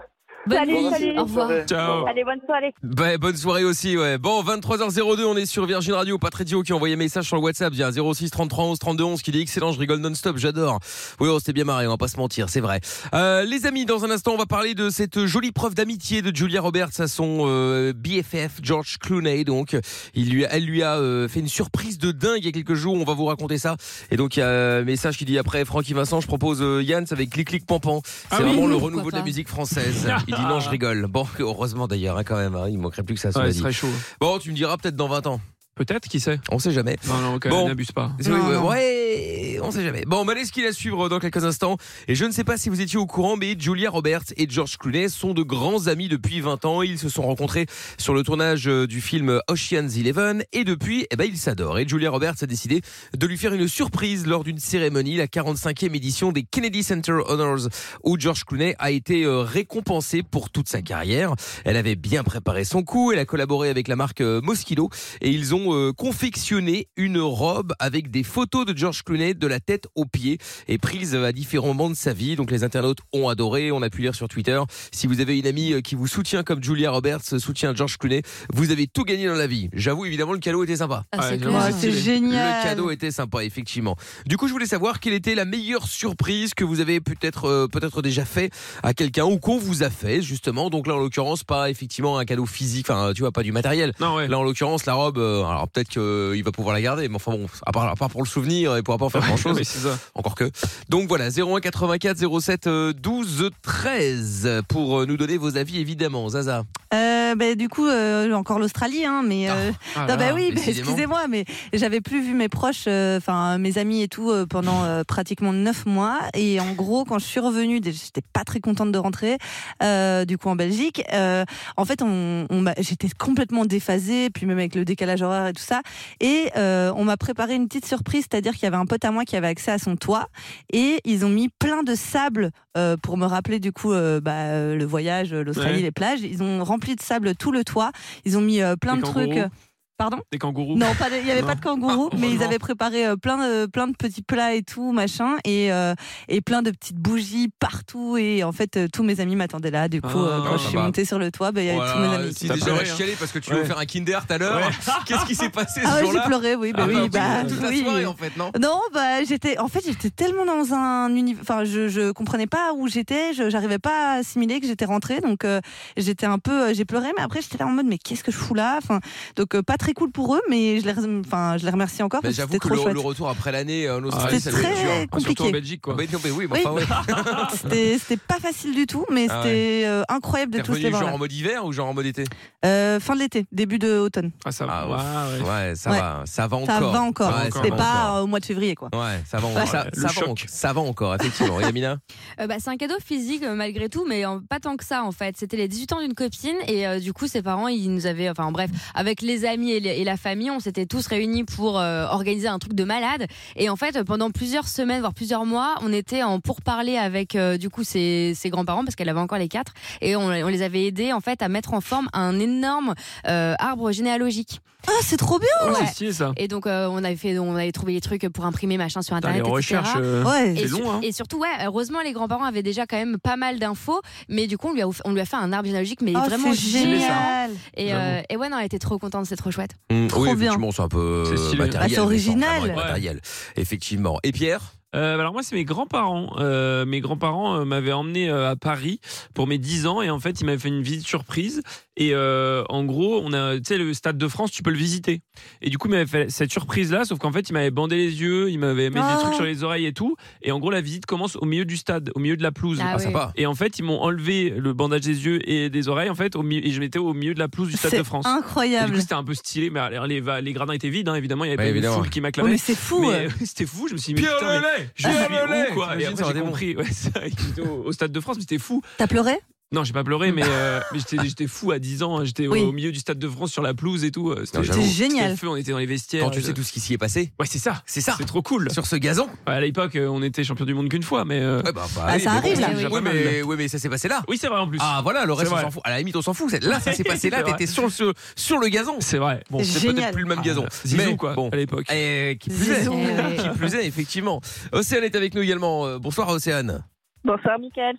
Bonne
Salut,
nuit.
salut.
Au revoir.
Ciao.
Allez, bonne soirée.
Bah, bonne soirée aussi, ouais. Bon, 23h02, on est sur Virgin Radio. Patrick Dio qui a envoyé un message sur le WhatsApp via 06 33 11 32 11 qui dit excellent, je rigole non-stop, j'adore. Oui, on s'était bien marré, on va pas se mentir, c'est vrai. Euh, les amis, dans un instant, on va parler de cette jolie preuve d'amitié de Julia Roberts à son euh, BFF, George Clooney. Donc, il lui, elle lui a euh, fait une surprise de dingue il y a quelques jours. On va vous raconter ça. Et donc, il y a un message qui dit après Francky Vincent, je propose euh, Yann avec Clic Clic Pampan. C'est
Ah oui,
vraiment le
pourquoi
renouveau de la
pas.
musique française. Il dit non, je rigole. Bon, heureusement d'ailleurs, hein, quand même. hein, il manquerait plus que ça.
Ouais,
cela
ce
dit.
serait chaud. hein.
Bon, tu me diras peut-être dans 20 ans.
Peut-être, qui sait
On sait jamais.
Non, non, quand même,
Bon.
n'abuse pas.
Oui, ouais, ouais, on sait jamais. Bon, bah, allez, ce qu'il a à suivre dans quelques instants. Et je ne sais pas si vous étiez au courant, mais Julia Roberts et George Clooney sont de grands amis depuis 20 ans. Ils se sont rencontrés sur le tournage euh, du film Ocean's Eleven. Et depuis, eh ben, ils s'adorent. Et Julia Roberts a décidé de lui faire une surprise lors d'une cérémonie, la 45e édition des Kennedy Center Honors, où George Clooney a été euh, récompensé pour toute sa carrière. Elle avait bien préparé son coup. Elle a collaboré avec la marque euh, Moschino. Et ils ont euh, confectionné une robe avec des photos de George Clooney de la tête aux pieds et prise à différents moments de sa vie. Donc les internautes ont adoré. On a pu lire sur Twitter. Si vous avez une amie euh, qui vous soutient comme Julia Roberts euh, soutient George Clooney, vous avez tout gagné dans la vie. J'avoue évidemment le cadeau était sympa.
Ah, c'est Ouais, clair. ouais, c'est génial.
Le cadeau était sympa effectivement. Du coup je voulais savoir quelle était la meilleure surprise que vous avez peut-être euh, peut-être déjà fait à quelqu'un ou qu'on vous a fait justement. Donc là en l'occurrence pas effectivement un cadeau physique. Enfin tu vois pas du matériel. Là en l'occurrence la robe. euh, alors peut-être qu'il va pouvoir la garder. Mais enfin bon à part à part pour le souvenir il pourra pas en faire grand chose.
Oui, c'est ça.
Encore que. Donc voilà, 01 84 07 euh, 12 13 pour euh, nous donner vos avis évidemment, Zaza.
Euh, ben, du coup, euh, encore l'Australie, hein, mais euh,
ah
non,
là
bah
là,
oui, bah,
décidément.
excusez-moi, mais j'avais plus vu mes proches, euh, enfin mes amis et tout euh, pendant euh, pratiquement neuf mois. Et en gros, quand je suis revenue, déjà, j'étais pas très contente de rentrer, euh, du coup en Belgique. euh, en fait, on, on m'a- j'étais complètement déphasée, puis même avec le décalage horaire et tout ça. Et euh, on m'a préparé une petite surprise, c'est-à-dire qu'il y avait un pote à moi qui avait accès à son toit, et ils ont mis plein de sable euh, pour me rappeler du coup euh, bah, euh, le voyage, euh, l'Australie,
Ouais.
les plages. Ils ont rempli de sable tout le toit. Ils ont mis euh, plein
Des
de trucs.
kangourous.
Pardon
Des kangourous.
Non, pas de- il n'y avait
Non.
pas de kangourous,
Ah,
mais ils
heureusement.
avaient préparé euh, plein de, plein de petits plats et tout, machin, et, euh, et plein de petites bougies partout. Et en fait, euh, tous mes amis m'attendaient là. Du coup, euh,
Ah,
quand je suis
sympa.
montée sur le toit, bah, il y avait tous mes amis.
si déjà la chialer parce que tu veux faire un Kinder tout à l'heure. Qu'est-ce qui s'est passé ce
Ah ouais, j'ai
jour-là
pleuré, oui, bah
Ah,
oui,
tout-
bah
toute la
oui.
soirée, en fait, non
bah j'étais, en fait, j'étais tellement dans un univers, enfin, je, je comprenais pas où j'étais, je- j'arrivais pas à assimiler que j'étais rentrée, donc euh, j'étais un peu, euh, j'ai pleuré, mais après j'étais là en mode, mais qu'est-ce que je fous là, enfin, donc euh, pas très cool pour eux, mais je les, re- enfin, je les remercie encore
Bah,
parce que
J'avoue
c'était
que
trop
le,
chouette.
le retour après l'année en
C'était
Australie, ça doit être
très
dur.
compliqué. Surtout en Belgique,
quoi. non, mais oui, mais
Oui.
enfin, ouais.
C'était, c'était pas facile du tout, mais
Ah
c'était euh, incroyable de
T'es
tous les
revenu
voir.
genre
là.
en mode hiver ou genre en mode été
Euh, fin de l'été, début de automne.
Ah, ça
va. ouais. ça
Ouais.
va. Ça va encore.
Ça va encore,
Ouais, ça
c'était
va
pas
encore.
euh, au mois de février quoi.
Ouais, ça va,
Ouais.
encore. ça,
Le
ça va,
choc.
encore. ça va encore, effectivement. Et Amina
Euh, bah, c'est un cadeau physique euh, malgré tout, mais euh, pas tant que ça en fait. C'était les 18 ans d'une copine et euh, du coup ses parents ils nous avaient, enfin bref, avec les amis et, les- et la famille, on s'était tous réunis pour euh, organiser un truc de malade. Et en fait euh, pendant plusieurs semaines voire plusieurs mois, on était en pourparlers avec euh, du coup ses, ses grands-parents parce qu'elle avait encore les quatre et on, on les avait aidés en fait à mettre en forme un énorme euh, arbre généalogique.
Ah c'est trop bien
Ah, c'est stylé, ça.
Et donc euh, on avait fait, on avait trouvé les trucs pour imprimer machin sur
Putain, les
internet. etc.
recherches, euh, Ouais.
Et
c'est
sur-
long, hein.
et surtout, ouais, heureusement, les grands-parents avaient déjà quand même pas mal d'infos, mais du coup, on lui a, ouf- on lui a fait un arbre généalogique, mais
Oh,
vraiment
c'est
génial.
génial.
Et, euh, et ouais, non, elle était trop contente, c'est trop chouette.
Mm,
Trop
oui,
bien. Ah,
effectivement, c'est un peu
C'est stylé.
matériel.
Bah, c'est
mais sans
original.
vraiment être
Ouais.
matériel. Effectivement. Et Pierre
Euh, alors moi c'est mes grands-parents. Euh, mes grands-parents euh, m'avaient emmené euh, à Paris pour mes 10 ans et en fait ils m'avaient fait une visite surprise et euh, en gros on a tu sais le stade de France tu peux le visiter et du coup ils m'avaient fait cette surprise là sauf qu'en fait ils m'avaient bandé les yeux ils m'avaient mis
Ah.
des trucs sur les oreilles et tout et en gros la visite commence au milieu du stade au milieu de la pelouse
Ah Ah, oui. sympa.
et en fait ils m'ont enlevé le bandage des yeux et des oreilles en fait au milieu, et je m'étais au milieu de la pelouse du stade
C'est
de France
incroyable.
Et du coup, c'était un peu stylé mais alors, les, va- les gradins étaient vides hein, évidemment il y avait
Ouais,
pas
évidemment.
une foule qui m'acclamait
Oh, mais c'est fou,
Mais, euh,
hein.
c'était fou je me suis dit mais
Pierre
putain, mais
Lelay
je
Pierre
suis où,
Lelay
quoi Et
T'imagines,
après,
ça aurait
j'ai
été bon.
compris ouais, c'est vrai, j'étais au, au stade de France mais c'était fou
T'as pleuré
non j'ai pas pleuré mais, euh, mais j'étais j'étais fou à 10 ans hein, j'étais
Oui.
au milieu du stade de France sur la pelouse et tout euh,
Non, j'avoue. C'était
c'était
génial.
le feu on était dans les vestiaires
Quand tu
je-
sais tout ce qui s'y est passé.
Ouais, c'est ça.
C'est ça.
C'est trop cool.
Sur ce gazon.
à l'époque, euh, on était champion du monde qu'une fois, mais. euh,
Ah, ça
mais
arrive, là.
c'est déjà
Oui,
pas mal.
mais- oui, mais ça s'est passé là.
Oui, c'est vrai en plus.
Ah voilà, le reste,
C'est
on
vrai.
s'en fout. À la limite, on s'en fout. C'est- Là, ça s'est passé là.
C'est vrai.
T'étais sur, sur, sur le gazon.
C'est vrai.
Bon, c'est
Génial.
peut-être plus le même
Ah,
gazon.
Zizou, quoi,
bon.
à l'époque.
Eh, qui plus est.
Zizou.
Qui plus est, effectivement. Océane est avec nous également. Euh, Bonsoir, Océane.
Bonsoir, Mickaël.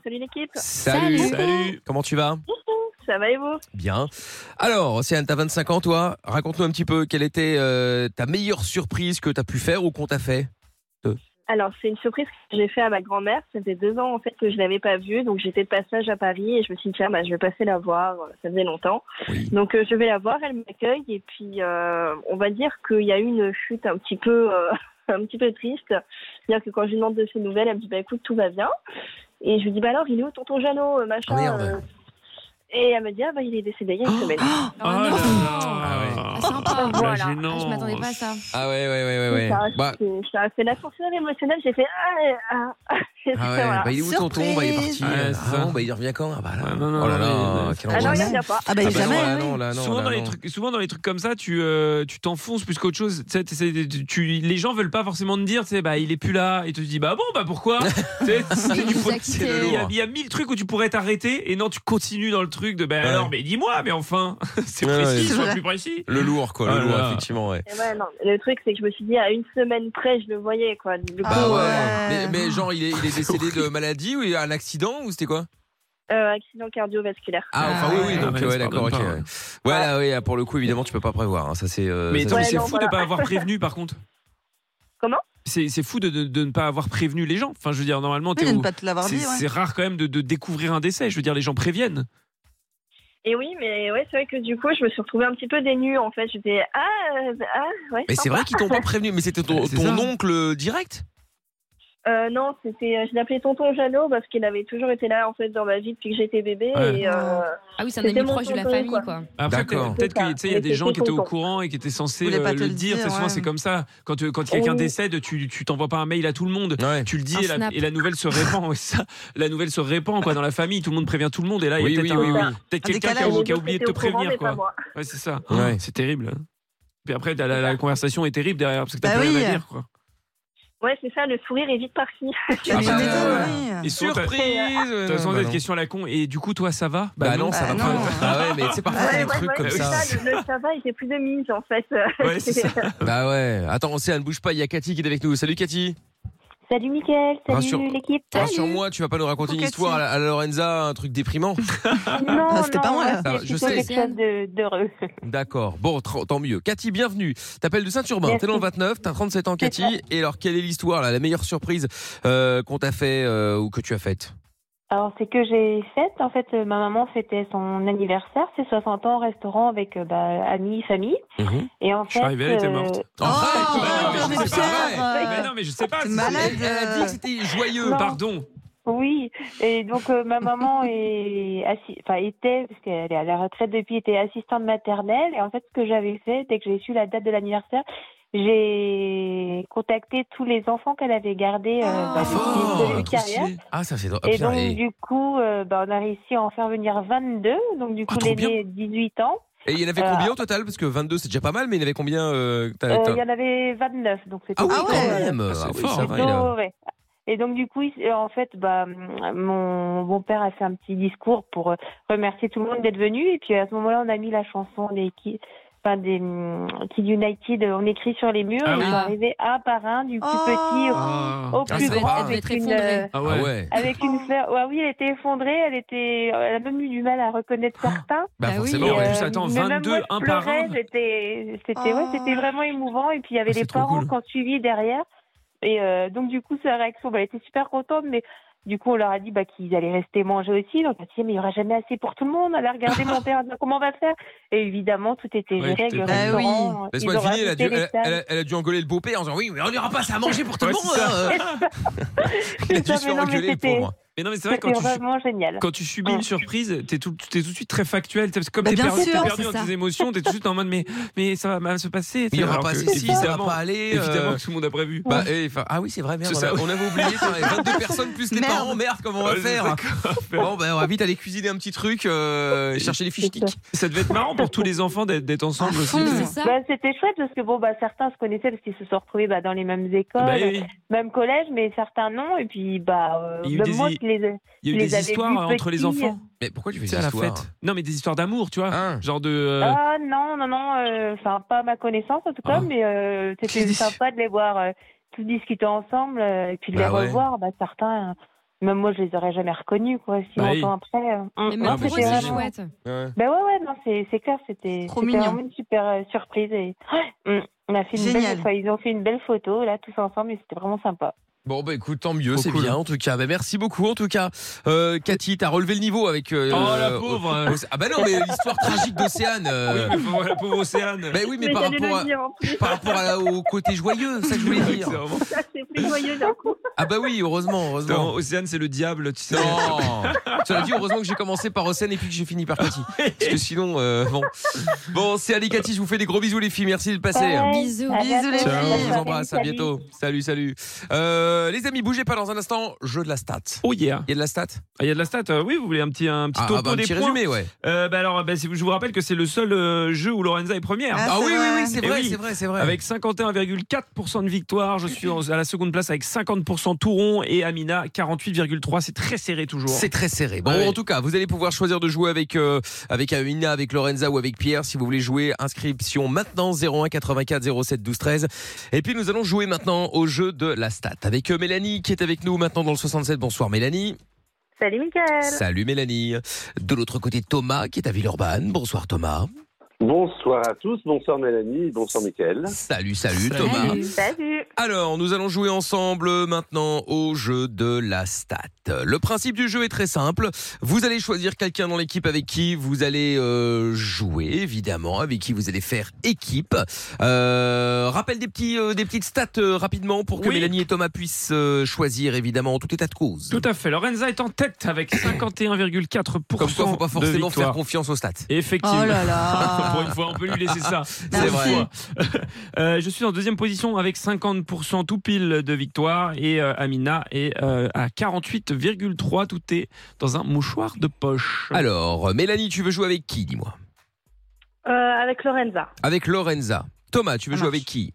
Salut, l'équipe.
Comment tu vas
Ça va et vous
Bien. Alors, Océane, t'as 25 ans, toi. Raconte-nous un petit peu quelle était euh, ta meilleure surprise que t'as pu faire ou qu'on t'a fait. Euh,
Alors, c'est une surprise que j'ai fait à ma grand-mère. Ça faisait deux ans, en fait, que je l'avais pas vue. Donc, j'étais de passage à Paris et je me suis dit, tiens, bah, je vais passer la voir. Ça faisait longtemps. Donc, euh, je vais la voir. Elle m'accueille. Et puis, euh, on va dire qu'il y a eu une chute un petit peu, euh, un petit peu triste. C'est-à-dire que quand je lui demande de ses nouvelles, elle me dit, bah, écoute, tout va bien. Et je lui dis, bah, alors, il est où, tonton Jeannot, euh,
Ah,
machin euh, Et elle me dit, ah, bah, il est décédé il y a une
Oh
semaine.
Ah ouais.
Voilà.
Je m'attendais pas à ça.
Ah ouais, ouais, ouais, ouais. ouais.
Ça,
Bah,
c'est- ça a fait l'ascenseur émotionnel. J'ai fait ah, ouais, ah, ah.
ah ouais, bah, il est où tonton bah, Il est parti.
Surprise.
Ah,
Ouais, c'est ça.
bon, bah, il revient quand Ah bah là. oh là là, quelle
Ah non, il
angoisse.
revient pas.
Ah bah, il Ah bah, jamais, non, oui. là, non,
souvent,
là,
dans les
non.
trucs, souvent dans les trucs comme ça, tu euh, tu t'enfonces plus qu'autre chose. Tu sais, t'essaies de- tu, tu- les gens veulent pas forcément te dire, tu sais, bah il est plus là, et tu te dis bah bon bah pourquoi Tu sais, c'est-
Il
tu
nous
pourrais-
a quittés.
Il y a- il y, a mille trucs où tu pourrais t'arrêter, et non tu continues dans le truc de bah alors mais dis-moi, mais enfin c'est
Ah Ouais,
précis,
ouais.
sois
C'est vrai.
plus précis.
Le lourd, quoi, le
Ah
lourd,
là.
effectivement, ouais.
Et ouais, non, le truc c'est que je me suis dit à une semaine près, je le voyais quoi. Du coup,
Bah ouais.
euh,
Mais, mais genre, il est, il est décédé de maladie ou un accident ou c'était quoi
euh, accident cardiovasculaire.
Ah, enfin oui, oui, donc
ouais,
ouais,
ça
d'accord, ok.
pardonne
Ouais,
pas,
là, oui, là, pour le coup, évidemment, tu peux pas prévoir. hein, ça, c'est. euh,
Mais
ça,
attends, mais
Ouais,
c'est
non,
fou
voilà.
de pas avoir prévenu par contre.
Comment
c'est, c'est fou de, de- de ne pas avoir prévenu les gens. Enfin, je veux dire, normalement, t'es
de ne
au-
pas te l'avoir
c'est,
dit, ouais.
c'est rare quand même de, de découvrir un décès. Je veux dire, les gens préviennent.
Et oui, mais ouais, c'est vrai que du coup, je me suis retrouvée un petit peu dénue en fait. J'étais ah, euh, ah, ouais.
Mais c'est vrai qu'ils t'ont pas prévenu. Mais c'était ton,
C'est
ton
ça.
oncle direct
Euh, non, c'était, je l'appelais tonton Jeannot parce qu'il avait toujours été là en fait dans ma vie depuis que j'étais bébé.
Ouais.
Et, ah
oui, c'est un ami proche de la famille, quoi.
Après, peut-
D'accord.
Ah, peut-être
C'est ça.
qu'il y a
Mais
des
c'est
gens qui étaient au
content.
courant et qui étaient censés
Voulaient
euh,
pas
le
te le
dire.
dire,
C'est souvent,
ouais.
c'est comme ça. Quand, tu- quand quelqu'un
Oui.
décède, tu, tu t'envoies pas un mail à tout le monde. Tu le dis
Un
et la,
snap.
et la nouvelle se répand. Ouais, ça, la nouvelle se répand quoi, dans la famille. Tout le monde prévient tout le monde. Et là, il
Oui,
y a peut-être,
oui,
un-
oui, oui.
peut-être
Un
quelqu'un qui a,
décalage.
qui a oublié de
Les
te
autres étaient au
prévenir.
courant, mais
Quoi.
pas
Ouais, c'est ça.
Ouais.
C'est terrible. hein. Puis après, la, la- la conversation est terrible derrière parce que t'as
Bah
plus
oui.
rien à dire. Quoi.
Ouais, c'est ça. Le sourire est vite parti.
Ah bah, euh,
Et
et souvent, t'as-
surprise
De toute façon,
Bah
cette
non.
question à la con. Et du coup, toi, ça va
Bah non, ça va pas. Ah ouais, mais c'est parfois
Ouais,
des
ouais,
trucs
ouais,
comme
c'est
ça.
ça, ah, le, le tabac était plus de mise en fait.
Ouais, c'est ça. Bah ouais. Attends, on sait, ne bouge pas. Il y a Cathy qui est avec nous. Salut Cathy.
Salut Mickaël, salut
Rassure-
l'équipe.
Rassure-moi, tu vas pas nous raconter une
Cathy.
histoire à la, à la Lorenza, un truc déprimant.
Non, non,
Ça
c'est
Ah,
va, Je
plutôt
sais.
quelque chose de- d'heureux.
D'accord. Bon, tr- tant mieux. Cathy, bienvenue. T'appelles de Saint-Urbain.
Merci.
T'es dans le 29. T'as 37 ans, Cathy. Et alors, quelle est l'histoire, là, la meilleure surprise euh, qu'on t'a fait euh, ou que tu as faite
Alors, c'est que j'ai fait, en fait, euh, ma maman fêtait son anniversaire, ses 60 ans, au restaurant avec euh, bah, amis, famille. Et en fait.
Mhm. Je suis arrivé, elle était morte.
Oh
euh,
Bah
mais c'est pas vrai. Mais Bah non, mais je sais pas.
T'es
c'est-
malade,
Elle elle a dit que c'était joyeux.
Non.
Pardon.
Oui, et donc euh, ma maman est assi- enfin, était, parce qu'elle est à la retraite depuis, était assistante maternelle. Et en fait, ce que j'avais fait, dès que j'ai su la date de l'anniversaire, j'ai contacté tous les enfants qu'elle avait gardés euh, bah, depuis le début de
trop
carrière.
stylé. Ah, ça c'est drôle. Ah,
Et
putain,
donc,
et-
du coup, euh, bah, on a réussi à en faire venir 22. Donc, du coup, l'aîné, 18 ans.
Ah, Et il y en avait
Euh,
combien au total Parce que 22 c'est déjà pas mal, mais il y en avait combien euh, que t'as-
Euh,
t'as-
Il y en avait 29. Donc, c'était
Ah oui,
plutôt,
quand
euh,
même
c'est
Ah oui,
fort.
ça va, il a-
plutôt, ouais. Et donc, du coup, il- en fait, bah, mon, mon père a fait un petit discours pour euh, remercier tout le monde d'être venu. Et puis, à ce moment-là, on a mis la chanson des Ki- Enfin, des hum, Kids United, on écrit sur les murs,
Ah
et
oui.
ils sont arrivés un par un, du plus
Oh.
petit au,
Ah.
au
Ah,
plus
ça va.
grand,
Elle devait
avec
être
une,
effondrée.
euh,
Ah ouais. Ah ouais.
avec une fleur. Ouais, oui, elle était effondrée, elle était, euh, elle a même eu du mal à reconnaître
Ah.
certains.
Bah,
oui.
forcément,
Et,
ouais, juste attends,
mais même
22,
moi, je
un par
pleurais,
un. Ah,
C'était, c'était, ouais, c'était vraiment émouvant. Et puis il y avait les parents qui ont suivi derrière. Et euh, donc du coup, sa réaction, bah, elle était super contente, mais. Du coup, on leur a dit bah, qu'ils allaient rester manger aussi. Donc, on a dit, mais il n'y aura jamais assez pour tout le monde. Allez regarder mon père, comment on va faire Et évidemment, tout était géré. avec le
Bah,
restaurant, ils
Laisse-moi
ont
deviner, elle a, dû,
rajouté les
elle,
tables.
elle a- elle a dû engueuler le beau-père en disant Oui, mais on n'ira pas ça à manger pour tout le
Ouais,
monde
c'est
hein. Elle a dû
ça,
se faire
mais non, mais
engueuler le
c'était-
pauvre.
Mais non, mais c'est vrai, quand
C'était
tu, su-
vraiment génial.
quand tu subis une surprise, t'es tout, t'es tout de suite très factuel. Parce que comme
Bah,
t'es
bien
perdu,
sûr,
t'es perdu
c'est
dans
ça.
tes émotions, t'es tout de suite en mode mais, mais ça va mal se passer.
Il y aura
Alors
pas
que,
assez, si, ça va
évidemment-
pas aller, euh,
Évidemment que tout le monde a prévu.
Bah, et, enfin, ah oui, c'est vrai, merde.
C'est
On,
ça.
a- on avait oublié, tiens, il y avait 22 personnes plus les
Merde.
parents, merde, comment on va
Ouais,
faire hein. Bon, ben on va vite aller cuisiner un petit truc, euh, et chercher les fiches
Ça devait être marrant pour tous les enfants d'être d'être ensemble aussi.
Bah, c'était chouette parce que bon, bah, certains se connaissaient parce qu'ils se sont retrouvés bah, dans les mêmes écoles,
Bah oui.
même collège, mais certains non. Et puis, bah, euh,
Il y a eu
même
des
moi,
i-
je les, ai-
Il y a
je
eu
les
des
avais
histoires
vus
euh, entre les
petits.
enfants.
Mais pourquoi tu fais
des
des histoires
Non, mais des histoires d'amour, tu vois. Genre de. euh, Ah.
Ah non, non, non, euh, enfin, pas à ma connaissance en tout cas, mais euh, c'était sympa de les voir euh, tous discuter ensemble euh, et puis de
Bah
les
ouais.
revoir. Bah, certains, euh, Même moi, je les aurais jamais reconnus, quoi, six
Bah
ans
oui.
après. euh.
Mais même
Non,
pour eux,
c'était
c'est
vraiment-
chouette.
Ben ouais, ouais, non, c'est c'est clair, c'était
Trop
c'était
mignon.
vraiment une super euh, surprise. Et... Ouais, mm, on a fait une
Génial.
belle, enfin, ils ont fait une belle photo, là, tous ensemble, et c'était vraiment sympa.
Bon bah écoute tant mieux c'est bien en tout cas Bah, merci beaucoup en tout cas Euh, Cathy t'as relevé le niveau avec euh,
Oh, la
euh,
pauvre.
Oc- ah bah non mais l'histoire tragique d'Océane euh.
Oui, mais pour- la pauvre Océane.
Bah oui mais, par, rapport à, par rapport à- au côté joyeux ça que je voulais dire
Ça, c'est plus joyeux d'un coup.
ah bah oui heureusement heureusement
Océane c'est le diable tu sais
non cela dit heureusement que j'ai commencé par Océane et puis que j'ai fini par Cathy
Ah
parce que sinon euh, bon bon c'est Ali Cathy je vous fais des gros bisous les filles merci de passer
Bisous,
À
bisous les
bientôt.
Ciao,
filles.
on vous embrasse, à bientôt. Salut, salut. Euh, les amis, bougez pas dans un instant, jeu de la stat.
Oh yeah.
Il y a de la stat
Il y a de la stat, euh, oui, vous voulez un petit, un petit
Ah,
topo
ah bah, un
des
petit
points
résumé, ouais.
Euh, bah alors, bah, c'est- je vous rappelle que c'est le seul euh, jeu où Lorenza est première.
Ah, Ah c'est oui, oui, vrai. oui, c'est
Eh
vrai, c'est vrai, c'est vrai.
Avec 51,4% de victoire, je suis en- à la seconde place avec 50% Touron et Amina 48,3%. C'est très serré toujours.
C'est très serré. Bon,
Ah oui.
Eh ben, en tout cas, vous allez pouvoir choisir de jouer avec euh, avec Amina, avec Lorenza ou avec Pierre si vous voulez jouer. Inscription maintenant 01 84 07 12 13. Et puis nous allons jouer maintenant au jeu de la stat avec euh, Mélanie qui est avec nous maintenant dans le 67. Bonsoir Mélanie.
Salut Mickaël.
Salut Mélanie. De l'autre côté Thomas qui est à Villeurbanne. Bonsoir Thomas.
Bonsoir à tous, bonsoir Mélanie, bonsoir Mickaël.
Salut, salut, Thomas.
Salut.
Alors, nous allons jouer ensemble maintenant au jeu de la stat. Le principe du jeu est très simple. Vous allez choisir quelqu'un dans l'équipe avec qui vous allez euh, jouer, évidemment, avec qui vous allez faire équipe. Euh, rappel des petits, euh, des petites stats euh, rapidement pour que
Oui.
Mélanie et Thomas puissent euh, choisir, évidemment, en tout état de cause.
Tout à fait. Lorenza est en tête avec 51,4%.
Comme quoi, faut pas
de
forcément
victoire.
faire confiance aux stats.
Effectivement.
Oh là là.
Pour une fois, on peut lui laisser ça.
C'est vrai.
Euh, je suis en deuxième position avec 50% tout pile de victoire et euh, Amina est euh, à 48,3. Tout est dans un mouchoir de poche.
Alors, Mélanie, tu veux jouer avec qui, dis-moi
Euh, avec Lorenza.
Avec Lorenza. Thomas, tu veux jouer avec qui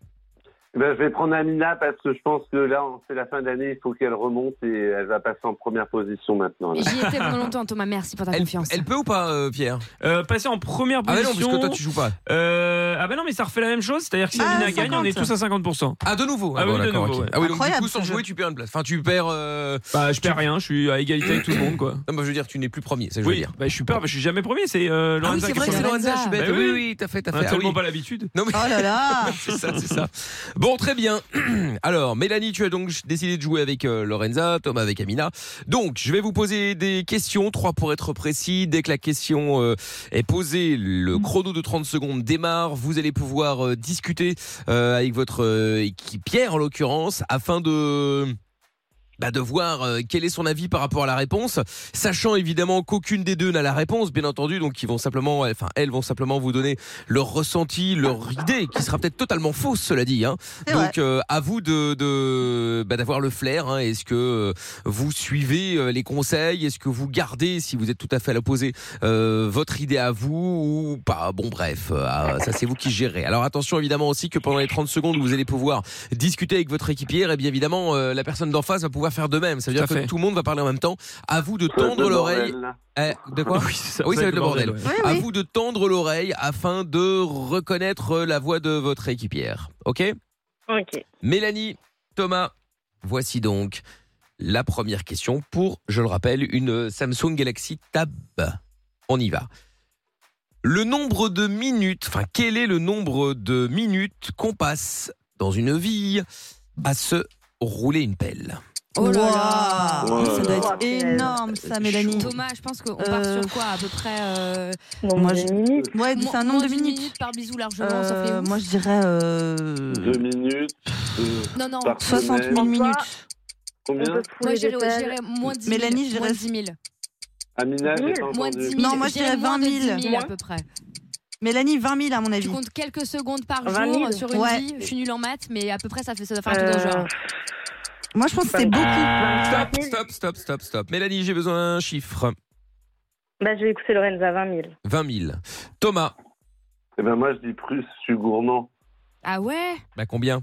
Ben, je vais prendre Amina parce que je pense que là, c'est la fin d'année, il faut qu'elle remonte et elle va passer en première position maintenant. là.
J'y étais pendant longtemps, Thomas, merci pour ta confiance.
Elle peut ou pas, euh, Pierre
Euh, passer en première
Ah bah
position.
non, parce que toi, tu joues pas.
Euh, ah bah non, mais ça refait la même chose. C'est-à-dire que si
Ah,
Amina gagne, on est
50.
tous à 50%.
Ah, de nouveau
Ah,
bon,
oui, de
d'accord,
nouveau.
ok.
ouais.
Ah oui, donc du coup, sans jouer, tu perds une place. Enfin, tu perds. euh,
Bah, je perds rien, je suis à égalité avec tout le monde, quoi.
Non, bah, je veux dire, tu n'es plus premier, c'est
oui, Bah, je suis pas, bah, je suis jamais premier, c'est
Ah
euh,
oui,
Lorenza
c'est
qui est
vrai que c'est
première.
Lorenza, je suis bête.
Bah
oui, oui, t'as fait, t'as
On a
fait. Ah
tellement
oui.
pas l'habitude.
Non, mais-
Oh là là.
c'est ça, c'est ça. Bon, très bien. Alors, Mélanie, tu as donc décidé de jouer avec euh, Lorenza, Thomas avec Amina. Donc, je vais vous poser des questions, trois pour être précis. Dès que la question euh, est posée, le chrono de 30 secondes démarre. Vous allez pouvoir euh, discuter euh, avec votre euh, équipière, en l'occurrence, afin de bah, de voir euh, quel est son avis par rapport à la réponse, sachant évidemment qu'aucune des deux n'a la réponse, bien entendu, donc ils vont simplement, euh, enfin elles vont simplement vous donner leur ressenti, leur idée, qui sera peut-être totalement fausse, cela dit. hein. Donc euh, à vous de, de bah, d'avoir le flair. hein. Est-ce que euh, vous suivez euh, les conseils Est-ce que vous gardez, si vous êtes tout à fait à l'opposé, euh, votre idée à vous ou pas Bon bref, euh, ah, ça c'est vous qui gérez. Alors attention évidemment aussi que pendant les 30 secondes où vous allez pouvoir discuter avec votre équipière, et bien évidemment euh, la personne d'en face va pouvoir faire de même. Ça veut
Tout à
dire que
fait.
tout le monde va parler en même temps. À vous de
va être
tendre
le
l'oreille.
bordel, là.
Eh, de quoi
Oui, ça-
Oui,
ça
ça va être le bordel.
ouais. Oui,
À
oui.
vous de tendre l'oreille afin de reconnaître euh, la voix de votre équipière. Ok
Ok.
Mélanie, Thomas, voici donc la première question pour, je le rappelle, une euh, Samsung Galaxy Tab. On y va. Le nombre de minutes, enfin quel est le nombre de minutes qu'on passe dans une vie à se rouler une pelle
Oh là là
Wow.
Ça doit être
Oh,
énorme
Euh,
ça, Mélanie.
Thomas, je pense qu'on part
Euh,
sur quoi À peu près. euh,
Moi, je... Ouais,
mo-
c'est
moins
un nombre de
d'une
minutes.
minute par bisou largement. ça fait
Euh,
ouf.
moi, je dirais. euh,
Deux minutes. euh,
Non, non.
par
60 000
semaine.
minutes.
Combien
Moi, j'irais j'irais moins 10 000.
Mélanie, je
moins
dirais-
10 000.
Amina, j'ai pas
Moins de
entendu.
10 000.
Non, moi, je dirais
moins
20 000.
de 10 000 à peu près.
Mélanie, 20 000 à mon avis.
Tu comptes quelques secondes par
20 000.
jour sur une
Ouais.
vie. Je suis nulle en maths, mais à peu près, ça fait ça doit faire
Euh,
un
Euh,
truc dans le genre.
Moi, je pense que c'est beaucoup.
Stop, stop, stop, stop, stop. Mélanie, j'ai besoin d'un chiffre.
Bah, je vais écouter Lorenza, 20 000.
20 000. Thomas,
Eh ben moi, je dis plus, je suis gourmand.
Ah ouais
bah combien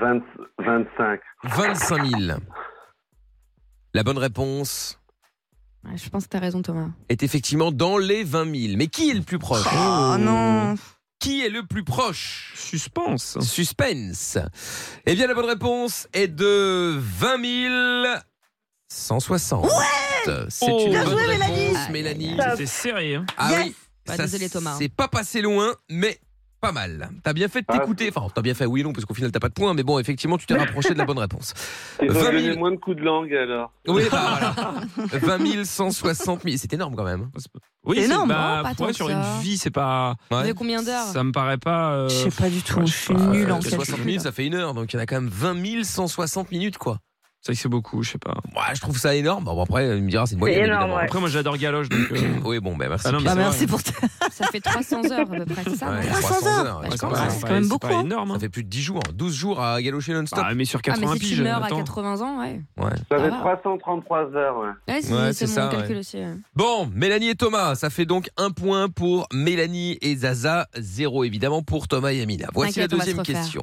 20 25.
25 000. La bonne réponse
Ouais, Je pense que t'as raison, Thomas.
est effectivement dans les 20 000. Mais qui est le plus proche
Oh non
Qui est le plus proche
Suspense.
Suspense. Eh bien, la bonne réponse est de 20 000. 160. C'est
Oh,
une
bien
bonne
joué,
réponse,
Mélanie.
Mélanie.
Top.
C'est sérieux. hein.
Ah
Yes.
oui,
Bah,
ça,
désolé, Thomas.
C'est pas passé loin, mais pas mal. T'as bien
Ah,
fait de t'écouter. Enfin, t'as bien fait oui et non, parce qu'au final, t'as pas de points, mais bon, effectivement, tu t'es rapproché de la bonne réponse.
Ils ont
20
donné
000.
moins de coups de langue alors.
Oui, bah, voilà. 20 160 000. C'est énorme quand même.
Oui,
C'est
c'est
énorme,
bah,
hein, pas
pour
tant
sur
que ça.
une vie, c'est pas.
Ouais.
De combien d'heures
Ça me paraît pas. euh, Ah,
Je sais pas du tout, je suis
pas,
nulle en
Euh, 60
calcul.
000, ça fait une heure, donc il y en a quand même 20 160 minutes, quoi.
C'est vrai que c'est beaucoup, je sais pas.
Ouais, je trouve ça énorme. Bon, après, il me dira, c'est une
C'est
moyenne.
énorme,
évidemment.
ouais.
Après, moi, j'adore Galoche. Donc, euh,
Oui, bon, ben merci.
Ah non, mais
Bah,
Pierre.
c'est vrai.
Ça fait 300 heures à peu près, c'est ça
Ouais,
non
300 heures,
Bah,
ouais,
je
c'est pas
pense.
mal.
c'est quand même beaucoup,
pas
hein.
énorme. Ça fait plus de 10 jours, 12 jours à galocher non-stop.
Ah, mais sur
Ah, mais
80
si tu
piges.
meurs à
attends.
80 ans, ouais.
Ouais.
Ça fait
Ah.
333 heures, ouais.
Ouais, c'est
Ouais,
c'est
c'est
mon
ça,
calcul
ouais.
aussi. ouais.
Bon, Mélanie et Thomas, ça fait donc un point pour Mélanie et Zaza, zéro évidemment pour Thomas et Amina. Voici
T'inquiète,
la
on va se
deuxième
refaire.
question.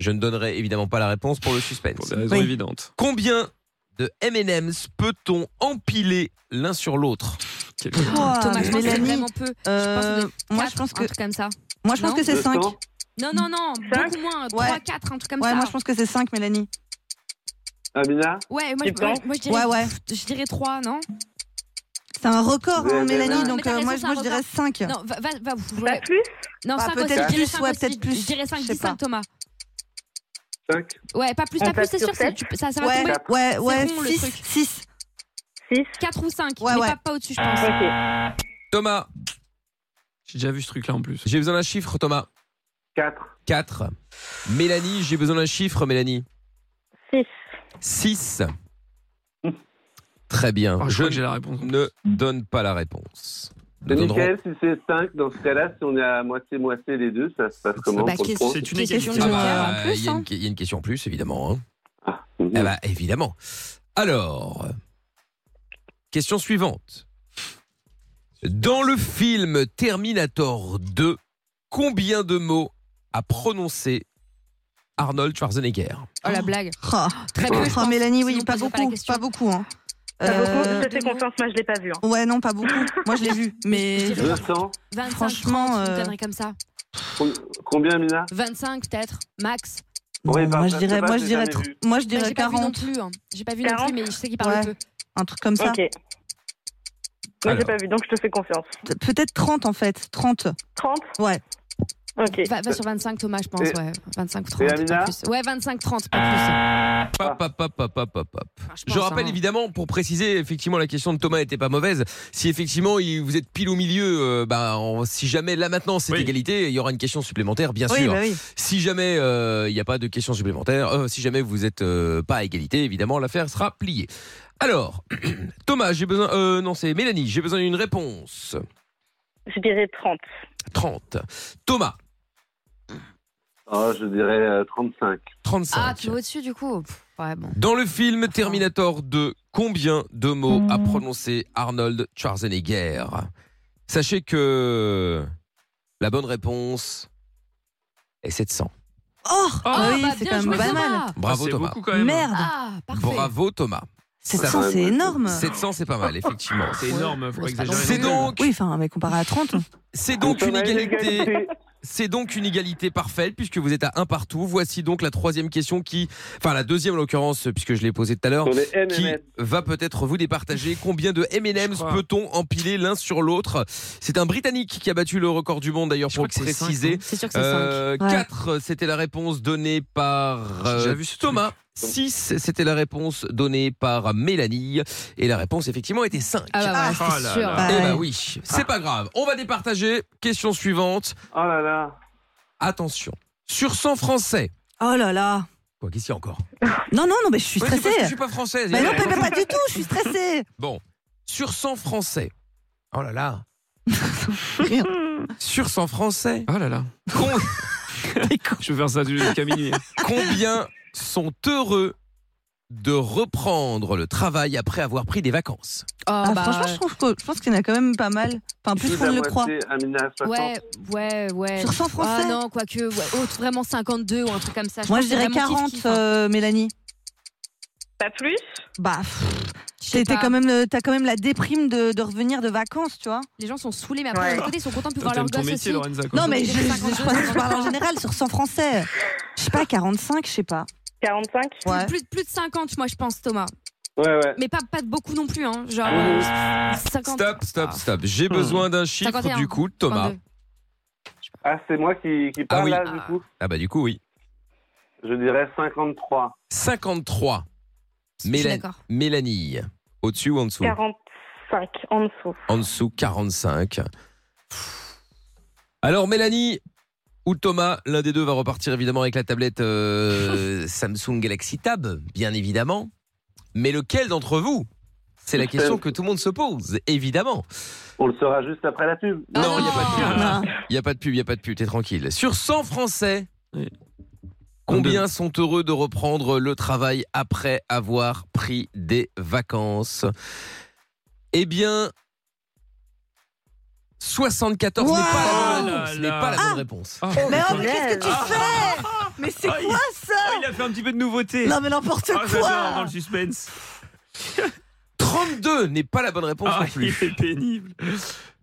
Je ne donnerai évidemment pas la réponse pour le suspense.
Pour des raisons évidentes.
Combien de M&M's peut-on empiler l'un sur l'autre
Ouah,
Thomas, je pense que c'est
Oh, Mélanie,
vraiment peu.
euh,
je pense qu'on est
moi, je
quatre,
pense que-
un truc comme ça.
Moi, je pense
Non
que c'est 5.
Deux cents
Non, non, non,
Cinq
beaucoup moins.
Ouais.
3, 4, un truc comme
Ouais,
ça.
moi, je pense que c'est 5, Mélanie.
Amina
Ouais, moi,
Tu
je, moi,
penses
moi, je dirais,
Ouais, ouais.
je dirais 3, non
C'est un record, hein,
Ouais,
Mélanie,
mais-
donc
t'as
euh,
raison,
moi,
c'est
moi,
un
je dirais
record.
5.
Non, va, va, va, vous- ouais.
plus
Non,
Bah,
5 aussi,
peut-être
je dirais
plus,
5
ouais,
aussi.
peut-être plus.
Je dirais 5,
Je
je
sais
dis 5, Thomas.
5
Ouais, pas plus,
On
pas plus,
tape
c'est
sur
sûr, ça,
sept
tu peux- ça, ça va
Ouais,
tomber.
ouais,
C'est
ouais,
rond, le truc.
6, 6.
6
4 ou 5,
Ouais,
mais
ouais.
pas, pas au-dessus, je pense.
Thomas,
J'ai déjà vu ce truc-là en plus.
j'ai besoin d'un chiffre, Thomas.
4.
4. Mélanie, j'ai besoin d'un chiffre, Mélanie.
6.
6. Très bien.
Ah, je
je
crois que j'ai la réponse.
ne donne pas la réponse. Nous
C'est
donnerons-
nickel si c'est 5. Dans ce cas-là, si on est à moitié-moitié les deux, ça se passe comment
Bah,
pour le
qu'est-ce-
compte
C'est une
question
égalité.
de
Ah
joker
bah,
en plus.
il y, a une-
hein.
il y a une question en plus, évidemment. hein.
Ah, mhm.
Eh bah, évidemment. Alors, question suivante. Dans le film Terminator 2, combien de mots a prononcé Arnold Schwarzenegger
Oh, la blague.
Oh,
Très peu, je
oh,
pense.
Mélanie,
Sinon,
oui,
on
pas
poserait pas
beaucoup,
la question.
pas beaucoup. Hein.
Par contre,
Euh,
je te fais confiance, moi je l'ai pas vu. hein.
Ouais, non, pas beaucoup. Moi, je l'ai vu, mais
200
25,
Franchement,
30, une
euh,
connerie comme ça.
Com- Combien, Mina
25 peut-être, max.
Oui, bah,
moi,
je
je
sais
dirais,
pas,
moi,
j'ai
je dirais,
jamais
tr-
vu.
moi, je
Bah,
dirais
J'ai pas vu non
40,
plus. hein. J'ai pas vu non
40.
plus, mais je sais qu'il parle
Ouais.
peu.
un truc comme ça.
Ok. Moi j'ai
Alors.
pas vu, donc je te fais confiance.
Pe- Peut-être 30 en fait, 30.
30
Ouais.
Ok.
Va, va sur 25, Thomas, je pense.
Et-
Ouais, 25 ou
et
30.
Amina
Pas plus. Ouais, 25, 30, pas plus.
Ah.
Pop, pop, pop, pop, pop, pop, pop.
Enfin,
Je
pense,
rappelle
hein.
évidemment, pour préciser, effectivement, la question de Thomas n'était pas mauvaise. Si effectivement il- vous êtes pile au milieu, euh, bah, on- si jamais là maintenant c'est
Oui.
égalité, il y aura une question supplémentaire, bien
oui,
sûr.
bah oui.
Si jamais euh, il n'y a pas de questions supplémentaires, euh, si jamais vous êtes euh, pas à égalité, évidemment, l'affaire sera pliée. Alors, Thomas, j'ai besoin. euh, non, c'est Mélanie, j'ai besoin d'une réponse.
Je dirais 30.
30. Thomas,
Oh, je dirais euh, 35.
35.
Ah, tu vas au-dessus du coup Pff, Ouais, bon.
Dans le film Terminator 2, combien de mots a prononcé Arnold Schwarzenegger Sachez que la bonne réponse est 700.
Oh,
Ah,
bah oui,
bah,
c'est
bien
quand même
joué,
pas
Thomas.
mal.
Bravo
c'est
Thomas.
beaucoup quand même.
Merde,
Ah, parfait.
Bravo Thomas. Ça
700,
va.
c'est énorme.
700 c'est pas mal, effectivement.
C'est énorme, faut pas
Ouais, c'est pas
exagérer.
C'est donc,
Oui, enfin, mais comparé à
Oh,
30.
c'est donc
On
une
a
égalité. C'est donc une égalité parfaite puisque vous êtes à un partout. Voici donc la troisième question qui, enfin la deuxième en l'occurrence puisque je l'ai posée tout à l'heure,
Sur les M&M.
qui va peut-être vous départager. Combien de
Je
M&M's
crois.
peut-on empiler l'un sur l'autre C'est un Britannique qui a battu le record du monde d'ailleurs
Je
pour
crois
le
que c'est cinq,
préciser.
C'est sûr que c'est 5.
Euh,
Ouais.
4, c'était la réponse donnée par
J'ai
euh,
déjà vu ce
Thomas. 6, c'était la réponse donnée par Mélanie. Et la réponse, effectivement, était 5.
Ah, bah, ouais,
Ah
c'est
là
sûr.
là.
Bah,
Eh
ouais.
bah oui, c'est pas grave. On va départager. Question suivante.
Oh là là.
Attention. Sur 100 français.
Oh là là.
Quoi, qu'est-ce qu'il y a encore
Non, non, non, mais je suis
Ouais, c'est parce que Je
stressée.
suis pas française.
Mais
Il y a
non,
la
pas,
réponse.
pas du tout, je suis stressée.
Bon. Sur 100 français. Oh là là.
Rien.
Sur 100 français.
Oh là là.
com-
Je vais faire ça jusqu'à minuit.
combien sont heureux de reprendre le travail après avoir pris des vacances
Oh,
Ah,
bah,
franchement, je, trouve que, je pense qu'il y en a quand même pas mal. Enfin, plus
Plus
qu'on
la
ne le croit.
moitié, Amina, 60.
Ouais, ouais, ouais.
Sur 100 Français
Ah non, quoique, ouais. oh, vraiment 52 ou un truc comme ça.
Moi,
pense
je
que
dirais
c'est vraiment
40,
kiff-kiff, hein.
euh, Mélanie.
Pas plus
Bah, pff,
Je sais
t'es- t'es
pas.
quand même, le- t'as quand même la déprime de, de revenir de vacances, tu vois.
Les gens sont saoulés, mais après,
Ouais.
d'un côté, ils sont contents de pouvoir leur
T'aimes ton
gosse aussi.
métier, Lorenza. quoi.
Non, mais je,
c'est
je,
des 50,
je pense que je parle en général sur 100 français. Je sais pas, 45, je sais pas.
45
Ouais.
Plus, plus de 50, moi, je pense, Thomas.
Ouais, ouais.
Mais pas, pas beaucoup non plus, hein. Genre, euh, 50.
Stop, stop, stop. J'ai besoin d'un chiffre
51,
du coup, Thomas.
Ah, c'est moi qui, qui parle
oui.
là, du coup
Ah bah du coup, oui.
Je dirais 53.
53. Mélan-
d'accord.
Mélanie, au-dessus ou en dessous
45 en dessous.
En dessous, 45. Alors Mélanie ou Thomas, l'un des deux va repartir évidemment avec la tablette euh, Samsung Galaxy Tab, bien évidemment. Mais lequel d'entre vous C'est la question que tout le monde se pose, évidemment.
On le saura juste après la pub.
Ah,
Non, il n'y a pas de pub. Il n'y a pas de pub, il n'y a pas de pub, t'es tranquille. Sur 100 Français, combien sont heureux de reprendre le travail après avoir pris des vacances Eh bien, 74 n'est pas la bonne
Oh
réponse. Ce n'est pas la bonne réponse.
Mais oh, mais qu'est-ce que tu fais Mais c'est
Ah, il-
quoi ça
Il a fait un petit peu de nouveauté.
Non, mais n'importe
Ah,
quoi.
j'adore, dans le suspense.
32 n'est pas la bonne réponse
Ah,
non plus.
il est pénible.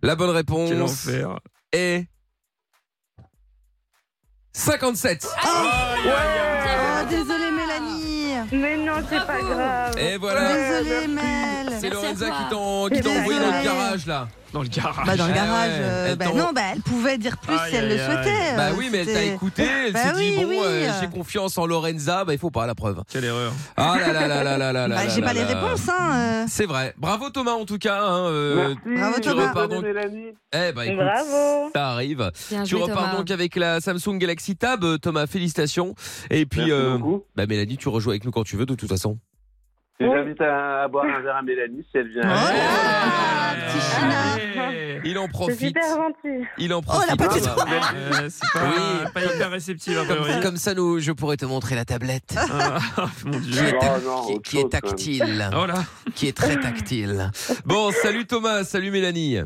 La bonne réponse
Quel enfer.
est 57.
Ah, désolé Mélanie.
Mais non, c'est pas grave.
Et voilà.
Désolé Mel.
C'est Lorenza qui t'en-
Eh
qui t'a
ben,
envoyé dans le
ouais.
garage là.
Dans le garage.
Bah dans le
Ah
garage,
ouais,
euh,
elle
bah
t'en-
non, bah elle pouvait dire plus si elle le souhaitait.
Bah
euh,
oui, mais elle t'a
c'était-
écouté, elle
Bah
s'est dit
oui,
bon,
oui.
euh, j'ai confiance en Lorenza, bah il faut pas la preuve.
Quelle erreur.
Ah là là là là là là là.
Bah,
là
j'ai
là
pas les
là.
réponses, hein. euh.
C'est vrai. Bravo Thomas en tout cas. hein, euh,
Merci. Bravo,
tu
Thomas.
repars donc.
Mélanie.
Eh bah écoute,
Bravo.
ça arrive.
Bien
tu
joué,
repars
Thomas.
donc avec la Samsung Galaxy Tab, euh, Thomas. Félicitations. Et puis,
Merci
euh, bah Mélanie, tu rejoues avec nous quand tu veux de toute façon.
Et j'invite à, à boire un verre à Mélanie si elle vient.
Il en
C'est
profite.
super gentil.
Il en profite. Thomas.
Euh, C'est pas, pas hyper réceptif, a priori.
Comme ça, nous, je pourrais te montrer la tablette.
Mon Dieu.
Qui est, ta- qui- qui est tactile.
Oh là.
Qui est très tactile. Bon, salut Thomas, salut Mélanie.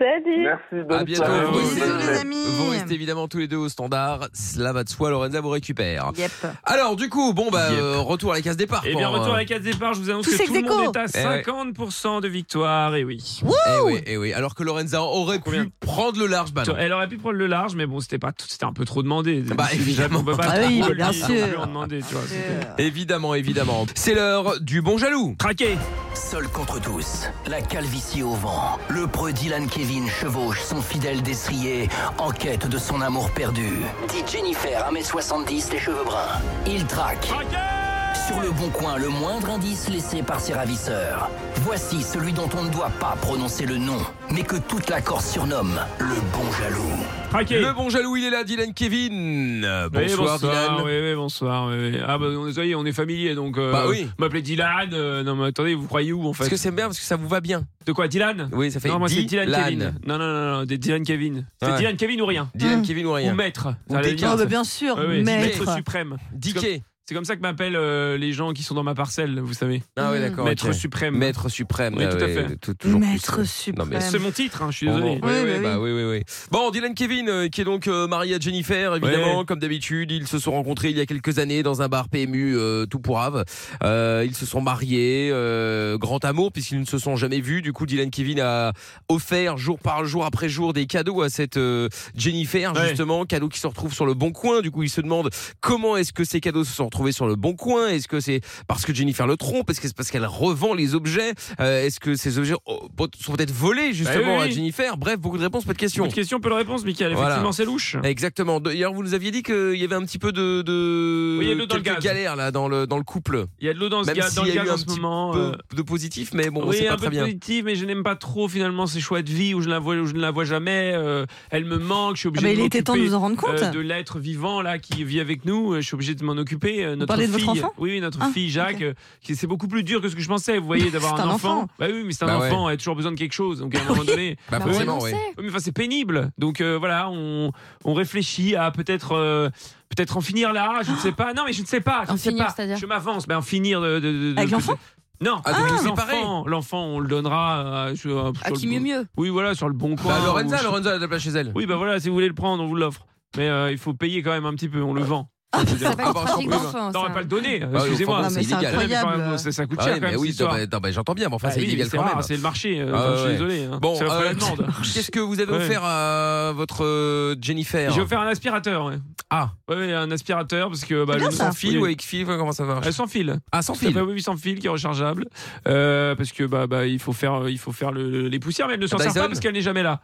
Salut.
Merci,
À bientôt.
soirée.
Vous
Bisous,
restez-
les
Vous restez évidemment tous les deux au standard. Cela va de soi, Lorenza vous récupère.
Yep.
Alors, du coup, bon, bah, euh, retour à la case départ.
Eh
quoi,
bien, retour
hein.
à la case départ. Je vous annonce
Tous
que
ces
tout le monde est
échos.
à
Eh ouais.
50% de victoire. Et oui.
Eh oui, eh oui. Alors que Lorenza aurait pu prendre le large, bah non.
Elle aurait pu prendre le large, mais bon, c'était pas, tout- c'était un peu trop demandé.
Bah, évidemment.
On peut pas
Ah oui,
trop
bien
lui-
sûr.
lui en demander, tu vois.
Évidemment, évidemment. C'est l'heure du bon jaloux.
Traqué.
Seul contre tous, la calvitie au vent, le preux Dylan Kevin chevauche son fidèle destrier en quête de son amour perdu. Dit Jennifer, 1m70, les cheveux bruns. Il traque. Sur le bon coin, le moindre indice laissé par ses ravisseurs. Voici celui dont on ne doit pas prononcer le nom, mais que toute la Corse surnomme le bon jaloux.
Le bon jaloux, il est là, Dylan Kevin. Euh,
Oui,
Bonsoir, Dylan.
Oui, oui, bonsoir. oui, oui. Ah, bah, on, ça y est, on est familier, donc. euh,
Bah oui.
M'appeler Dylan. euh, non, mais attendez, vous croyez où, en fait
Parce que c'est bien, parce que ça vous va bien.
De quoi, Dylan
Oui, ça fait
Non, moi, c'est Dylan
Dylan.
Kevin. Non, non, non, non, des Dylan Kevin. C'est
Ouais.
Dylan Kevin ou rien
Dylan Kevin ou rien.
Ou maître.
Ou
Ça allait
Descartes. Ah, Mmh.
bien,
bah,
ça.
bien sûr,
Ouais, ouais,
maître.
maître suprême.
Diquet.
C'est comme- C'est comme ça que m'appellent euh, les gens qui sont dans ma parcelle, vous savez.
Ah ouais, d'accord.
Maître
ok.
suprême.
Maître suprême.
Oui,
ah
tout à
ouais,
fait.
tout- toujours plus.
Maître
Non,
suprême.
mais-
C'est mon titre, hein, je suis
Bon,
désolé.
bon, ouais,
Oui,
ouais,
oui,
bah, oui, oui, oui. Bon, Dylan Kevin, euh, qui est donc euh, marié à Jennifer, évidemment, comme d'habitude, ils se sont rencontrés il y a quelques années dans un bar PMU euh, tout pour Havre. Euh, ils se sont mariés, euh, grand amour, puisqu'ils ne se sont jamais vus. Du coup, Dylan Kevin a offert jour par jour après jour des cadeaux à cette euh, Jennifer, justement, cadeaux qui se retrouvent sur le bon coin. Du coup, ils se demandent comment est-ce que ces cadeaux se sont retrouvés sur le bon coin. Est-ce que c'est parce que Jennifer le trompe Est-ce que c'est parce qu'elle revend les objets Euh, Est-ce que ces objets oh, sont peut-être volés, justement,
oui,
à
Ben oui.
Jennifer Bref, beaucoup de réponses, pas de questions.
Beaucoup de questions, peu de réponses, Michael.
Voilà.
Effectivement, c'est louche.
Exactement. D'ailleurs, vous nous aviez dit qu'il y avait un petit peu de, de
Oui, il y a de l'eau dans le
quelques
gaz.
galères là dans le dans le couple.
Il y a de l'eau dans ce
Même
gaz-
s'il
dans
y
le
a
gaz
eu
en
un
ce
petit
moment,
peu
euh,
de positif, mais bon,
oui,
c'est
un
pas
peu
très bien.
positive, mais je n'aime pas trop finalement ses choix de vie où je la vois, où je ne la vois jamais. euh, elle me manque, je suis obligé
Ah bah,
de
il était temps de
m'occuper,
nous en rendre compte.
euh, de l'être vivant là qui vit avec nous, euh, je suis obligé de m'en occuper. euh, notre
parlez de
fille,
votre enfant
oui, oui, notre
Ah,
fille Jacques, euh, qui c'est beaucoup plus dur que ce que je pensais. Vous voyez, d'avoir
C'est
un,
un
enfant.
enfant.
Bah oui, mais c'est un
Bah ouais.
enfant, elle a toujours besoin de quelque chose. Donc à un moment donné,
Bah,
Oui,
forcément,
oui.
ouais.
Oui, mais enfin c'est pénible. Donc euh, voilà, on, on réfléchit à peut-être. euh, Peut-être en finir là, je ne sais pas. Non, mais je ne sais pas. Je, ne sais pas. je m'avance. Ben, en finir de. de, de-
Avec
de-
l'enfant
Non,
Ah, donc
avec
vous
l'enfant.
séparez
L'enfant, on le donnera euh, sur, euh, sur
qui mieux
le-
mieux.
Oui, voilà, sur le bon coin.
Bah, Lorenza,
ou-
Lorenza elle a de la place chez elle.
Oui, bah voilà, si vous voulez le prendre, on vous l'offre. Mais euh, il faut payer quand même un petit peu, on le vend. Je veux dire,
ça va être
ah, bah,
tragique
sans plus,
d'enfant,
T'aurais
ça.
pas le donné,
Ah oui,
excusez-moi.
enfin, c'est
Ça coûte
illégal.
quand même, Ça, ça coûte
Ah
cher
oui,
quand
mais
même.
oui,
cette histoire.
non, mais- non, mais j'entends bien, mais enfin,
Ah
c'est
oui,
illégal
c'est
quand
rare,
même. Ah
C'est le marché, euh, enfin, je suis
ouais.
désolé. hein.
Bon,
C'est la
euh,
demande.
qu'est-ce que vous avez
Ouais.
offert à votre euh, Jennifer
J'ai offert un aspirateur. ouais.
Ah.
Ouais, ouais, un aspirateur parce que bah,
Bien
le
ça. Sans fil
Oui.
ou avec fil, comment ça marche
Euh, Sans fil.
Ah, sans
Tout à
fil.
fait, Oui, oui, sans fil qui est rechargeable euh, parce que bah, bah il faut faire il faut faire le- le- les poussières mais elle ne s'en sert
Ah, bah, Dyson
pas parce qu'elle n'est jamais là.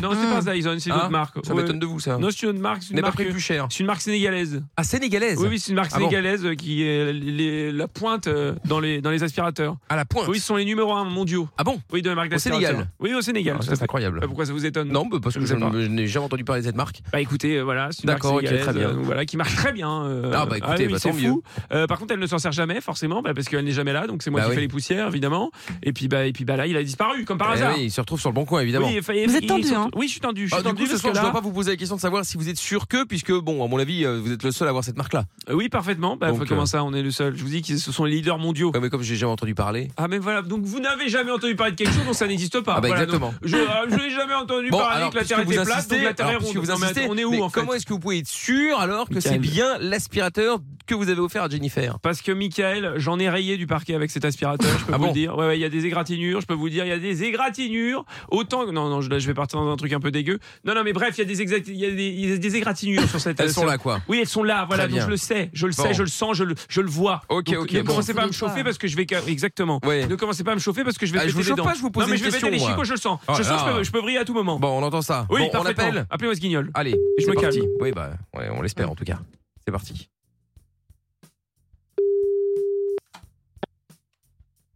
Non, c'est
Hmm.
pas Dyson, c'est une
Ah,
autre marque.
ça m'étonne de vous, ça.
Non, c'est une autre marque, c'est
N'est
une
pas
marque euh,
pris plus cher.
C'est une marque sénégalaise.
Ah, sénégalaise
Oui, oui, c'est une marque
Ah bon
sénégalaise euh, qui est les- la pointe euh, dans les dans les aspirateurs.
À la pointe.
Oui, ils sont les numéros 1 mondiaux.
Ah bon
Oui, de la marque
Au Sénégal
d'aspirateur. Oui, au Sénégal.
Ah,
tout
ça,
à
c'est
fait.
incroyable.
Bah, Pourquoi ça vous étonne
Non, bah, parce que
vous
je
savez pas.
n- je n'ai jamais entendu parler de cette marque.
Bah écoutez, euh, voilà, c'est une
D'accord,
marque
ok,
sénégalaise,
très bien.
euh, donc voilà, qui marche très bien. euh,
Ah, bah, écoutez,
oui,
bah,
c'est
tant
fou. Euh, par contre, elle ne s'en sert jamais, forcément, bah, parce qu'elle n'est jamais là, donc c'est moi
Bah
qui
oui.
fais les poussières, évidemment. Et puis, bah, et puis bah, là, il a disparu, comme par
Eh
hasard.
oui, il se retrouve sur le bon coin, évidemment.
Oui, il fa- il- il- il- Oui, je suis tendu. Je suis
Ah, du
tendu
coup, ce
parce
soir,
que
je ne
là-
dois pas vous poser la question de savoir si vous êtes sûr que, puisque, bon, à mon avis, euh, vous êtes le seul à avoir cette marque-là.
Euh, Oui, parfaitement. Bah,
Donc,
comment
euh,
ça, on est le seul Je vous dis que ce sont les leaders mondiaux.
Ah, mais comme j'ai jamais entendu parler.
Ah, mais voilà, donc vous n'avez jamais entendu parler de quelque chose, donc ça n'existe pas.
Ah, bah,
Voilà,
exactement.
donc, je ah, je n'ai jamais entendu parler que la
puisque
Terre
vous
était plate,
insistez-
donc la Terre est
alors,
ronde.
puisque vous
Non, mais
insistez,
attends, on est où,
mais
en fait
Comment est-ce que vous pouvez être sûr alors que c'est
Michael.
bien l'aspirateur que vous avez offert à Jennifer
Parce que Michael, j'en ai rayé du parquet avec cet aspirateur, je peux vous
Ah bon
le dire. Ouais, ouais, il y a des égratignures, je peux vous le dire, il y a des égratignures. Autant que- non, non, je- là, je vais partir dans un truc un peu dégueu. Non, non, mais bref, il y a des, exact- il y a des, il y a des égratignures sur cette. euh,
Elles sont
sur-
là, quoi.
Oui, elles sont là. Voilà,
Très
donc
bien.
je le sais, je le sais,
Bon.
je le sens, je le, je le vois.
Ok,
Donc,
ok,
Ne
bon.
commencez pas à me
Faut des
chauffer
fois.
parce que je vais ca- exactement. Ne commencez pas à me chauffer parce que je vais.
Ah,
péter
je vous
les
chauffe
dents.
pas, je vous pose
Non, mais
une
je vais péter
question,
les
moi.
chicots, je le sens.
Ah,
je sens,
là.
je peux, je peux briller à tout moment.
Bon, on entend ça.
Oui,
Bon, on
parfaitement.
appelle
Appelez-moi ce guignol.
Allez,
Je
c'est
me calme.
parti. Oui, bah, ouais, on l'espère en tout cas. C'est parti.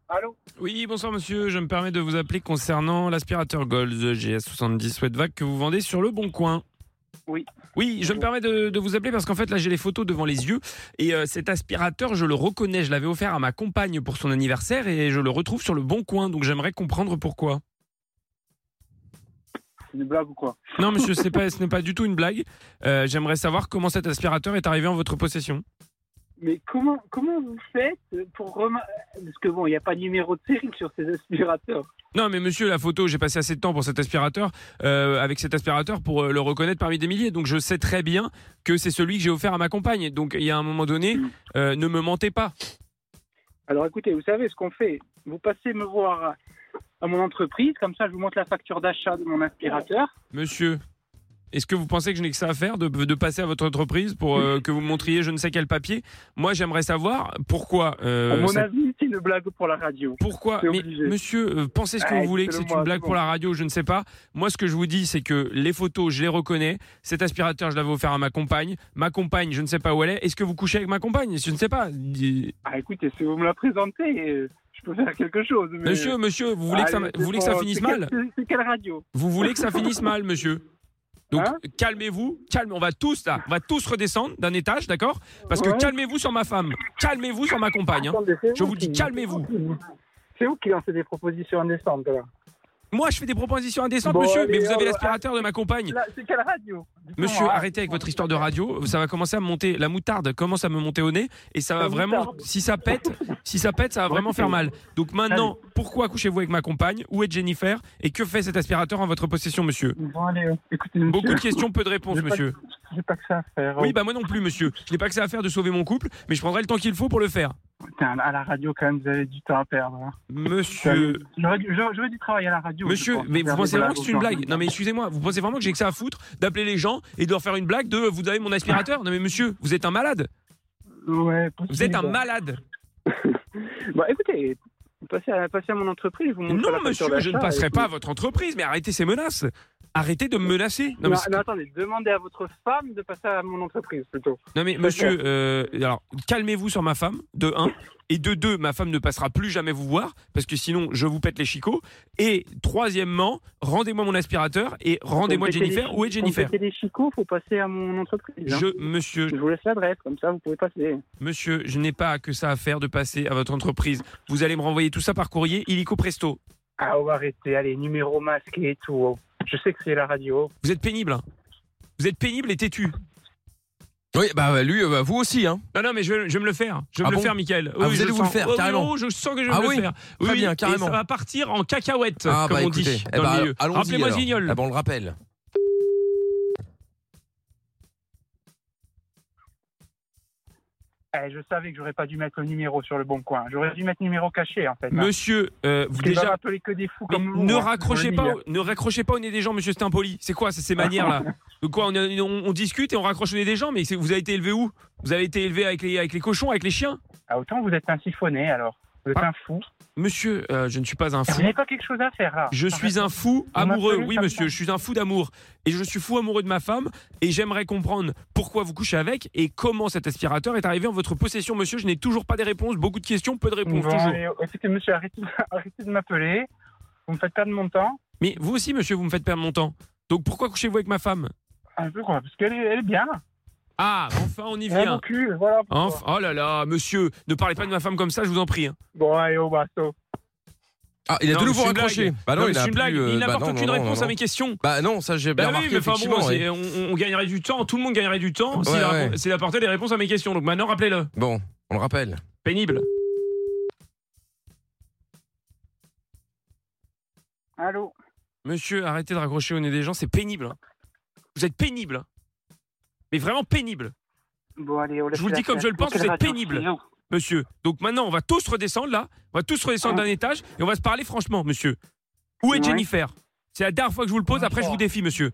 Allô
Oui, bonsoir monsieur, je me permets de vous appeler concernant l'aspirateur Golds GS70 Sweatvac que vous vendez sur le Bon Coin.
Oui.
Oui, je me permets de, de vous appeler parce qu'en fait là j'ai les photos devant les yeux et euh, cet aspirateur je le reconnais, je l'avais offert à ma compagne pour son anniversaire et je le retrouve sur le Bon Coin donc j'aimerais comprendre pourquoi.
C'est une blague ou quoi
Non monsieur, c'est pas, ce n'est pas du tout une blague, Euh, j'aimerais savoir comment cet aspirateur est arrivé en votre possession.
Mais comment, comment vous faites pour remarquer Parce que bon, il n'y a pas de numéro de série sur ces aspirateurs.
Non mais monsieur, la photo, j'ai passé assez de temps pour cet aspirateur, euh, avec cet aspirateur pour euh, le reconnaître parmi des milliers. Donc je sais très bien que c'est celui que j'ai offert à ma compagne. Donc il y a un moment donné, euh, ne me mentez pas.
Alors écoutez, vous savez ce qu'on fait Vous passez me voir à- à mon entreprise, comme ça je vous montre la facture d'achat de mon aspirateur.
Monsieur, est-ce que vous pensez que je n'ai que ça à faire de, de passer à votre entreprise pour euh, que vous me montriez je ne sais quel papier Moi j'aimerais savoir pourquoi... euh,
à mon
cette-
avis, c'est une blague pour la radio.
Pourquoi
C'est
Ah, Mais
obligé.
monsieur, euh, pensez ce que
Ah,
vous voulez, que c'est
dites-le-moi,
une blague
c'est
pour
bon.
la radio, je ne sais pas. Moi, ce que je vous dis, c'est que les photos, je les reconnais. Cet aspirateur, je l'avais offert à ma compagne. Ma compagne, je ne sais pas où elle est. Est-ce que vous couchez avec ma compagne Je ne sais pas. Dis-
Ah écoutez, si vous me la présentez, euh, je peux faire quelque chose. mais-
Monsieur, monsieur, vous voulez que ça,
Allez,
vous voulez que
c'est
ça
bon,
finisse
c'est quelle-
mal
c'est- C'est quelle radio
Vous voulez que ça finisse mal, monsieur donc
Hein
calmez-vous, calme, on va tous là, on va tous redescendre d'un étage, d'accord Parce que
Ouais.
calmez-vous sur ma femme, calmez-vous sur ma compagne. hein.
Attendez, c'est
Je vous
qui-
dis calmez-vous.
C'est vous qui lancez des propositions indécentes là.
Moi, je fais des propositions indécentes,
Bon,
monsieur, mais
allez,
vous avez
on va-
l'aspirateur de ma compagne.
Là, C'est quelle radio Dites-moi,
Monsieur,
hein.
arrêtez avec votre histoire de radio. Ça va commencer à me monter. La moutarde commence à me monter au nez et ça va
La
vraiment.
moutarde.
Si ça pète, si ça pète, ça va vraiment faire mal. Donc maintenant, pourquoi couchez-vous avec ma compagne Où est Jennifer Et que fait cet aspirateur en votre possession, monsieur
Bon, allez, euh, écoutez, monsieur.
Beaucoup de questions, peu de réponses,
J'ai pas-
monsieur.
J'ai pas que ça à faire.
Oui, bah moi non plus, monsieur. Je n'ai pas que ça à faire de sauver mon couple, mais je prendrai le temps qu'il faut pour le faire.
Putain, à la radio, quand même, vous avez du temps à perdre. hein.
Monsieur.
J'aurais du- j'aurais- j'aurais dû travailler à la radio.
Monsieur,
je pense,
mais
pour
vous
faire
pensez
des
vraiment
blagues
que c'est une
aux gens.
blague Non, mais excusez-moi, vous pensez vraiment que j'ai que ça à foutre d'appeler les gens et de leur faire une blague de vous avez mon aspirateur Non, mais monsieur, vous êtes un malade
Ouais,
Vous êtes un malade
Bah écoutez, passez à, passez à mon entreprise, je vous montre la
Non,
facture
monsieur, je ne
d'achat
passerai
et
pas à
puis-
votre entreprise, mais arrêtez ces menaces. Arrêtez de me menacer.
Non,
Non, mais,
non, attendez, demandez à votre femme de passer à mon entreprise plutôt.
non, mais monsieur, euh, alors calmez-vous sur ma femme, de 1. Et de 2, ma femme ne passera plus jamais vous voir, parce que sinon, je vous pète les chicots. Et troisièmement, rendez-moi mon aspirateur et rendez-moi
Pour me péter
Jennifer.
les-
Où est Jennifer
Pour me péter les chicots, faut passer à mon entreprise. hein.
Je, monsieur,
Je vous laisse l'adresse, comme ça vous pouvez passer.
monsieur, je n'ai pas que ça à faire de passer à votre entreprise. Vous allez me renvoyer tout ça par courrier, illico presto.
Ah, on va arrêter, allez, numéro masqué et tout. oh. Je sais que c'est la radio.
Vous êtes pénible. hein. Vous êtes pénible et têtu.
Oui, bah lui, euh, bah, vous aussi, hein.
Non, non, mais je vais, je vais me le faire. Je vais
Ah
me
bon
le faire, Michael.
Ah, vous
je
allez vous le
sens.
faire,
Oh, oui,
carrément.
oh, je sens que je vais
Ah
me
oui,
le faire.
très bien,
et
carrément.
ça va partir en cacahuète,
Ah,
comme
bah,
on
écoutez,
dit.
eh
dans le
bah,
milieu.
allons-y,
Rappelez-moi ce
alors.
guignol.
Ah, bah, on le rappelle.
Eh, je savais que j'aurais pas dû mettre le numéro sur le bon coin. J'aurais dû mettre numéro caché, en fait. hein.
Monsieur, euh, vous
Parce que je vais
déjà.
rappeler que des
Ah
fous
Mais
comme vous,
ne
hein, je
raccrochez
le
pas,
dis.
au- ne raccrochez pas au nez des gens, monsieur, c'est impoli. C'est quoi ça, ces
Ah.
manières là Quoi, on, on- on discute et on raccroche au nez des gens, mais c'est- vous avez été élevé où Vous avez été élevé avec les, avec les cochons, avec les chiens Ah.
Ah, autant vous êtes un siphonné, alors. Vous êtes un fou.
Monsieur, euh, je ne suis pas un fou.
Vous n'avez pas quelque chose à faire, hein. là
Je suis un fou
Vous
amoureux,
m'appelez
oui
comme ça
monsieur, je suis un fou d'amour. Et je suis fou amoureux de ma femme, et j'aimerais comprendre pourquoi vous couchez avec et comment cet aspirateur est arrivé en votre possession, monsieur. Je n'ai toujours pas des réponses, beaucoup de questions, peu de réponses,
Bon,
toujours.
allez, écoutez, monsieur, arrêtez, arrêtez de m'appeler. Vous me faites perdre mon temps.
Mais vous aussi, monsieur, vous me faites perdre mon temps. Donc pourquoi couchez-vous avec ma femme
Un peu, quoi, Ah, parce qu'elle est, elle est bien.
Ah, enfin, on y
Elle a
vient.
mon cul, voilà. pourquoi.
Enf- oh là là, monsieur, ne parlez pas de ma femme comme ça, je vous en prie. hein.
Bon, allez, au bateau.
Ah, il a
Non,
de
mais
nouveau
c'est une blague.
raccroché.
Non, mais
il
c'est
a
une blague.
plus, euh,
Il
bah
n'apporte
non,
aucune
non, non,
réponse
non.
à mes questions.
Bah non, ça j'ai bien
Bah oui,
remarqué.
mais enfin bon,
effectivement,
c'est-
ouais.
on, on gagnerait du temps, tout le monde gagnerait du temps s'il
Ouais,
a-
ouais.
s'il apportait des réponses à mes questions. Donc maintenant, rappelez-le.
Bon, on le rappelle.
Pénible.
Allô
Monsieur, arrêtez de raccrocher au nez des gens, c'est pénible. hein. Vous êtes pénible. hein. Mais vraiment pénible.
Bon, allez, on laisse
Je vous le
la
dis comme
place.
je le pense,
Quelle
vous êtes
radio,
pénible.
sinon
Monsieur, donc maintenant, on va tous redescendre là. On va tous redescendre d'un étage et on va se parler franchement, monsieur. Où est
Ouais.
Jennifer C'est la dernière fois que je vous le pose, après je vous défie, monsieur.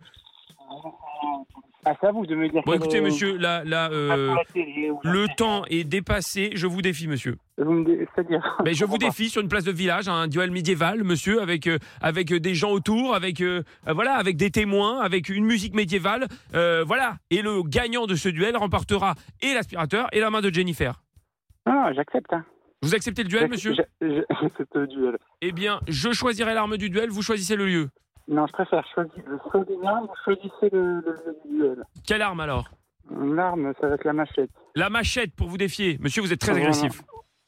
Ah, c'est à vous de me dire.
Bon, bah,
quelle-
écoutez, monsieur, là, là, euh,
la télé ou la
le temps est dépassé. Je vous défie, monsieur.
C'est-à-dire.
Mais je vous
comprends pas.
défie sur une place de village, un duel médiéval, monsieur, avec euh, avec euh, des gens autour, avec euh, euh, voilà, avec des témoins, avec une musique médiévale, euh, voilà. Et le gagnant de ce duel remportera et l'aspirateur et la main de Jennifer.
Ah, j'accepte. hein.
Vous acceptez le duel,
J'ac-
monsieur
j'a- j'a- J'accepte le duel.
Eh bien, je choisirai l'arme du duel. Vous choisissez le lieu.
Non, je préfère. Choisir, choisir l'arme ou choisissez le, le- le duel.
Quelle arme alors
L'arme, ça va être la machette.
La machette pour vous défier, monsieur. Vous êtes très
Voilà.
agressif.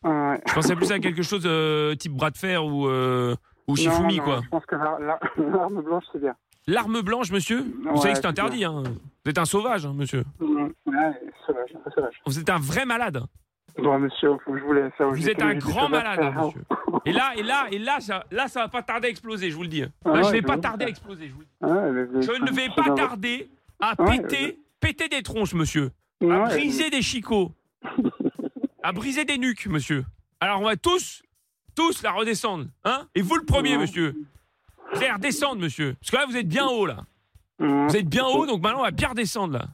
Ah, ouais.
Je pensais plus à quelque chose euh, type bras de fer ou euh, ou
Non,
Shifumi
non,
quoi.
Je pense que la- la- l'arme blanche, c'est bien.
L'arme blanche, monsieur Vous
Ouais,
savez que c'est
c'est
interdit, hein. Vous êtes un sauvage, hein, monsieur.
Mm, Ouais, sauvage, un peu sauvage.
Vous êtes un vrai malade.
Bon, monsieur, faut que je vous laisse. hein,
Vous
j'ai
êtes
tout-
un
j'ai tout
grand
ça à
malade,
faire, hein.
monsieur. Et là, et là, et là, ça, là, ça va pas tarder à exploser, je vous le dis. hein.
Ah
Là,
ouais,
je vais
je
pas
vois. Ah
tarder à exploser, je vous le dis.
Ouais, mais vous avez
Je
tout-
ne vais
tout
pas
dans votre-
tarder à
Ah Ouais, euh,
péter, péter des tronches, monsieur.
Ouais,
À briser des chicots. À briser des nuques, monsieur. Alors, on va tous, tous la redescendre, hein Et vous le premier, monsieur. Vous allez redescendre, monsieur. Parce que là, vous êtes bien haut, là. Vous êtes bien haut, donc maintenant, on va bien redescendre, là.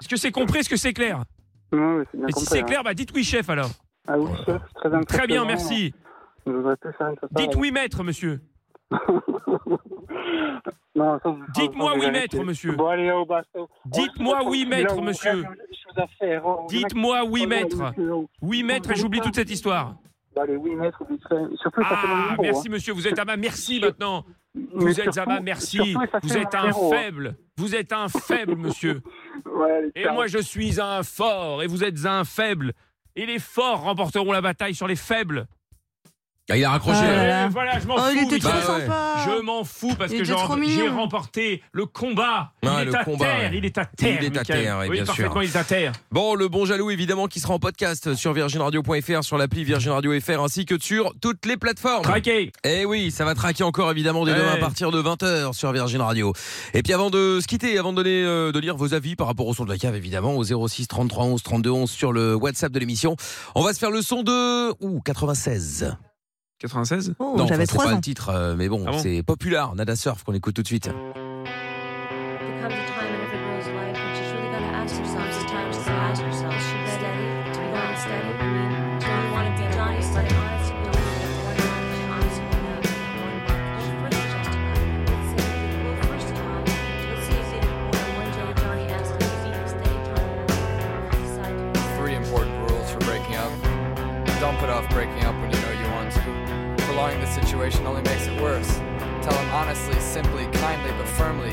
Est-ce que c'est compris Est-ce que c'est clair
Ouais, ouais, c'est bien
Et si
compris,
c'est
hein.
clair, bah dites oui, chef, alors.
Ah oui, chef, c'est très
Très bien,
impressionnant.
merci.
Je voudrais plus faire une photo
Dites
avec-
oui, maître, monsieur.
Non, ça, vous-
Dites-moi
vous- vous
oui,
arrêtez.
maître, monsieur.
Bon, allez, au bateau.
Dites-moi oui, maître,
Là,
monsieur.
vous avez des choses à faire, oh,
Dites-moi oui,
oh,
maître.
monsieur, oh.
Oui, maître, et j'oublie toute cette histoire.
Bah, allez, oui, maître, vous serez- surtout, ça fait mon
Ah,
numéro,
merci,
hein.
monsieur. Vous êtes à ma merci maintenant.
Mais
Vous êtes à ma
surtout-
merci.
surtout, ça fait
Vous êtes
un
un
zéro, hein.
faible. Vous êtes un faible, monsieur.
Ouais, allez,
Et
ciao.
moi, je suis un fort, et vous êtes un faible. Et les forts remporteront la bataille sur les faibles.
Ah, il a raccroché.
Eh,
là.
Voilà, je m'en
Oh,
fous.
il était
du
trop
duel.
sympa.
Je m'en fous parce
Il
que
était
j'ai
trop
j'ai
mignon.
remporté le combat.
Ah,
il est
le
à
combat,
terre.
ouais.
Il est à terre.
Il est à
Mickaël.
terre, ouais,
oui,
bien sûr.
parfaitement, il est à terre.
Bon, le bon jaloux, évidemment, qui sera en podcast sur virginradio.fr, sur l'appli Virgin Radio FR, ainsi que sur toutes les plateformes.
Traqué
Eh oui, ça va traquer encore, évidemment, dès
Ouais.
demain à partir de 20h sur Virgin Radio. Et puis avant de se quitter, avant de, donner, euh, de lire vos avis par rapport au son de la cave, évidemment, au 06 33 11 32 11 sur le WhatsApp de l'émission, on va se faire le son de... Ouh, 96
96
non, enfin, c'est pas le titre, euh, mais
Ah
bon, c'est Popular, Nada Surf qu'on écoute tout de suite.
There comes a time in every girl's life when she's really got to ask herself. Sometimes to ask herself, should I study? Do we not study? I mean, do we want to be honest? Like honest, no. Honest, no. First of all, let's see if it. One Joe Johnny asked, is he study time? Decide to
Three important rules for breaking up. Don't put off breaking up when you know you want to. Prolonging the situation only makes it worse. Tell him honestly, simply, kindly, but firmly.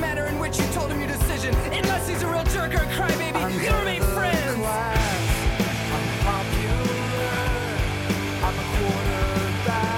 manner in which you told him your decision. Unless he's a real jerk or a crybaby, you remain friends. I'm popular. I'm a cool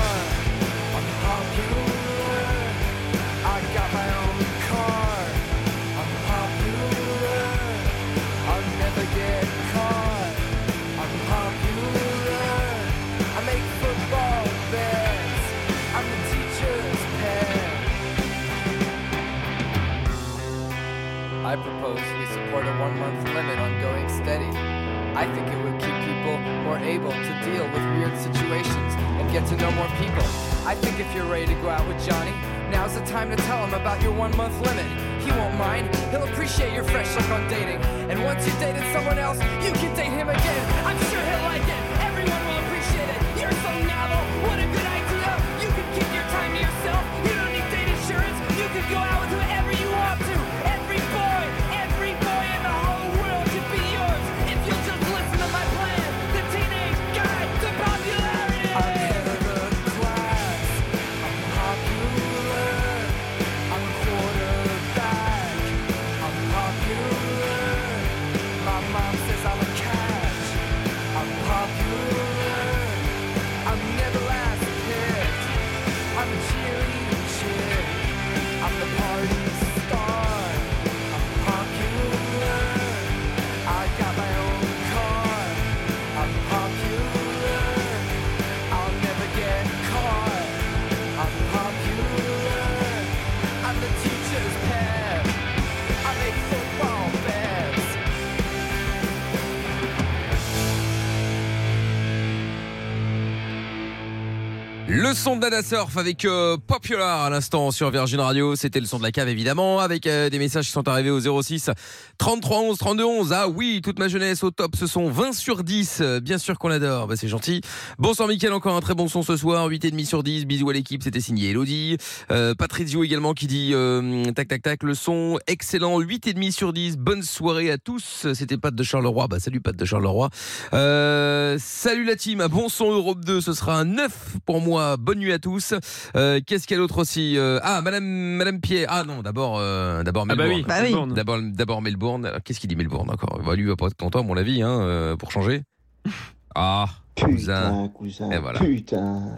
I'm popular. I got my own car. I'm popular. I'll never get caught. I'm popular. I make football bets. I'm the teacher's pet.
I propose we support a one month limit on going steady. I think it would keep people more able to deal with weird situations and get to know more people. I think if you're ready to go out with Johnny, now's the time to tell him about your one month limit. He won't mind, he'll appreciate your fresh look on dating. And once you've dated someone else, you can date him again. I'm sure he'll like it, everyone will appreciate it. You're so novel, what a good idea! You can keep your time to yourself, you don't need date insurance, you can go out with whoever you want to. Every boy, every boy in the whole world could be yours if you'll just listen to my plan. The teenage guide to popularity. I'm in a good class. I'm popular. I'm a quarterback. I'm popular. My mom says I'm a catch. I'm popular. I'm never last picked. I'm a cheerleading chick. I'm the party star. I'm popular. I got my own car. I'm popular. I'll never get caught. I'm popular. I'm the teacher's pet. I make football bets.
Le son de Nada Surf avec euh, Popular à l'instant sur Virgin Radio. C'était le son de la cave évidemment avec euh, des messages qui sont arrivés au 06 33 11 32 11. Ah oui, toute ma jeunesse au top. Ce sont 20 sur 10. Euh, bien sûr qu'on adore. Bah, c'est gentil. Bon sang Mickaël, encore un très bon son ce soir. 8,5 sur 10. Bisous à l'équipe. C'était signé Elodie. Euh, Patrizio également qui dit euh, tac tac tac. Le son excellent. 8,5 sur 10. Bonne soirée à tous. C'était Pat de Charleroi. Bah, salut Pat de Charleroi. Euh, salut la team. Un bon son Europe 2. Ce sera un 9 pour moi. Bonne nuit à tous. Euh, Qu'est-ce qu'il y a d'autre aussi Euh, Ah, Madame, Madame Pierre. Ah non, d'abord, euh, d'abord
Ah bah
Melbourne.
oui, Bah oui. Melbourne.
D'abord, d'abord Melbourne. Alors, Qu'est-ce qu'il dit Melbourne encore bah, Lui, il va pas être content, à mon avis, hein, euh, pour changer. Ah, cousin. Et voilà.
Putain.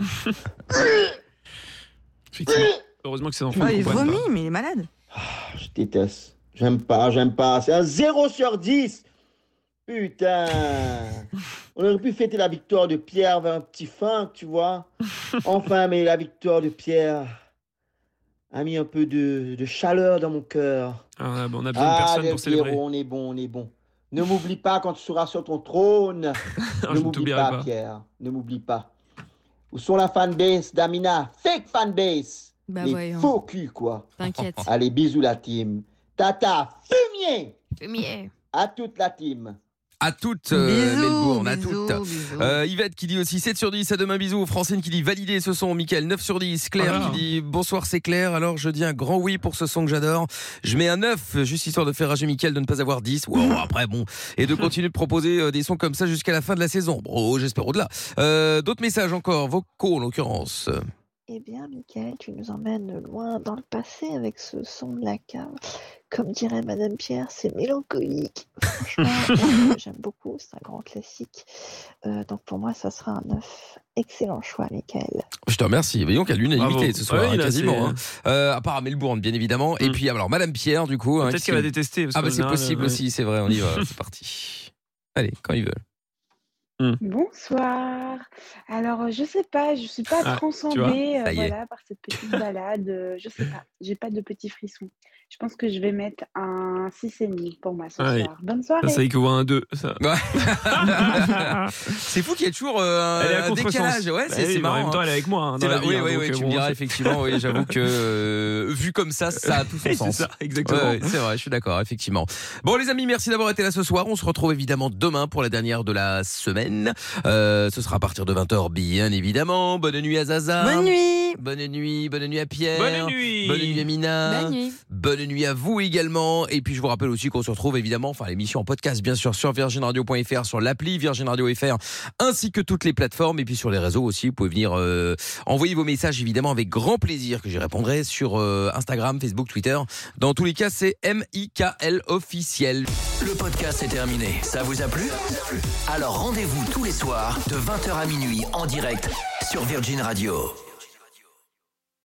Effectivement. Heureusement que c'est enfants.
Ah, il
comprennent
vomit, mais il est malade.
Je déteste. J'aime pas, j'aime pas. C'est un 0 sur 10. Putain. On aurait pu fêter la victoire de Pierre vers un petit funk, tu vois. Enfin, mais la victoire de Pierre a mis un peu de, de chaleur dans mon cœur.
pas. Ah, on a- on a besoin de personne
les
pour célébrer.
Pierrot, on est bon, on est bon. Ne m'oublie pas quand tu seras sur ton trône. ne m'oublie
t'oublierai
pas,
pas.
Pierre. Ne m'oublie pas. Où sont la fanbase d'Amina Fake fanbase
Bah
Les
voyons.
faux culs, quoi.
T'inquiète.
Allez, bisous la team. Tata, fumier
Fumier
À toute la team.
À toutes, euh,
Bisous,
Melbourne, à
bisous,
toutes.
bisous.
Euh, Yvette qui dit aussi 7 sur 10, à demain, bisous. Francine qui dit valider ce son, Michael 9 sur 10. Claire
Ah.
qui dit bonsoir, c'est Claire. Alors je dis un grand oui pour ce son que j'adore. Je mets un 9, juste histoire de faire rager Michael de ne pas avoir 10. Wow, après, bon. Et de continuer de proposer euh, des sons comme ça jusqu'à la fin de la saison. Bro, j'espère au-delà. Euh, D'autres messages encore, vocaux en l'occurrence.
Eh bien, Michael, tu nous emmènes loin dans le passé avec ce son de la cave. Comme dirait Madame Pierre, c'est mélancolique. Franchement, euh, j'aime beaucoup, c'est un grand classique. Euh, donc pour moi, ça sera un 9. Excellent choix, Michael.
Je te remercie. Voyons qu'à l'unanimité
Bravo.
ce soir,
Ouais,
hein,
il a
quasiment.
assez- Hmm.
hein. Euh, à part à Melbourne, bien évidemment. Et puis, alors, Madame Pierre, du coup. hein,
Bah, Peut-être
qui
qu'elle va
s'est-
détester, parce
Ah,
qu'en
bah, c'est
général, euh,
possible
ouais.
aussi, c'est vrai, on y va. c'est parti. Allez, quand ils veulent.
Bonsoir. Alors, euh, je sais pas, je suis pas
Ah, tu vois,
transcendée euh,
ça y est.
voilà, par cette petite balade. euh, je sais pas, j'ai pas de petits frissons. Je pense que je vais mettre un 6,5 pour moi ce
Ouais.
soir. Bonne
Ça,
soirée.
ça y est que voit un 2. Ça.
c'est fou qu'il y ait toujours euh,
Elle est à
un
contresens.
décalage. Ouais,
Bah
c'est
oui,
c'est
mais
marrant.
En même temps,
hein.
elle est avec moi. hein,
C'est
dans la
marrant,
vie,
oui,
hein,
oui,
donc,
oui,
euh,
tu
bon,
me diras
c'est-
effectivement. Oui, j'avoue que euh, vu comme ça, ça a tout son
C'est
sens.
ça, exactement.
Ouais, c'est vrai, je suis d'accord, effectivement. Bon, les amis, merci d'avoir été là ce soir. On se retrouve évidemment demain pour la dernière de la semaine. Euh, ce sera à partir de 20h, bien évidemment. Bonne nuit à Zaza.
Bonne nuit.
nuit.
Bonne nuit, bonne nuit à Pierre.
Bonne nuit.
Bonne nuit à Mina.
Bonne nuit.
Bonne nuit à vous également. Et puis je vous rappelle aussi qu'on se retrouve évidemment, enfin l'émission en podcast bien sûr sur virginradio.fr, sur l'appli Virgin Radio FR, ainsi que toutes les plateformes et puis sur les réseaux aussi. Vous pouvez venir euh, envoyer vos messages évidemment avec grand plaisir que j'y répondrai sur euh, Instagram, Facebook, Twitter. Dans tous les cas, c'est M-I-K-L officiel.
Le podcast est terminé. Ça vous a plu Alors rendez-vous tous les soirs de 20h à minuit en direct sur Virgin Radio.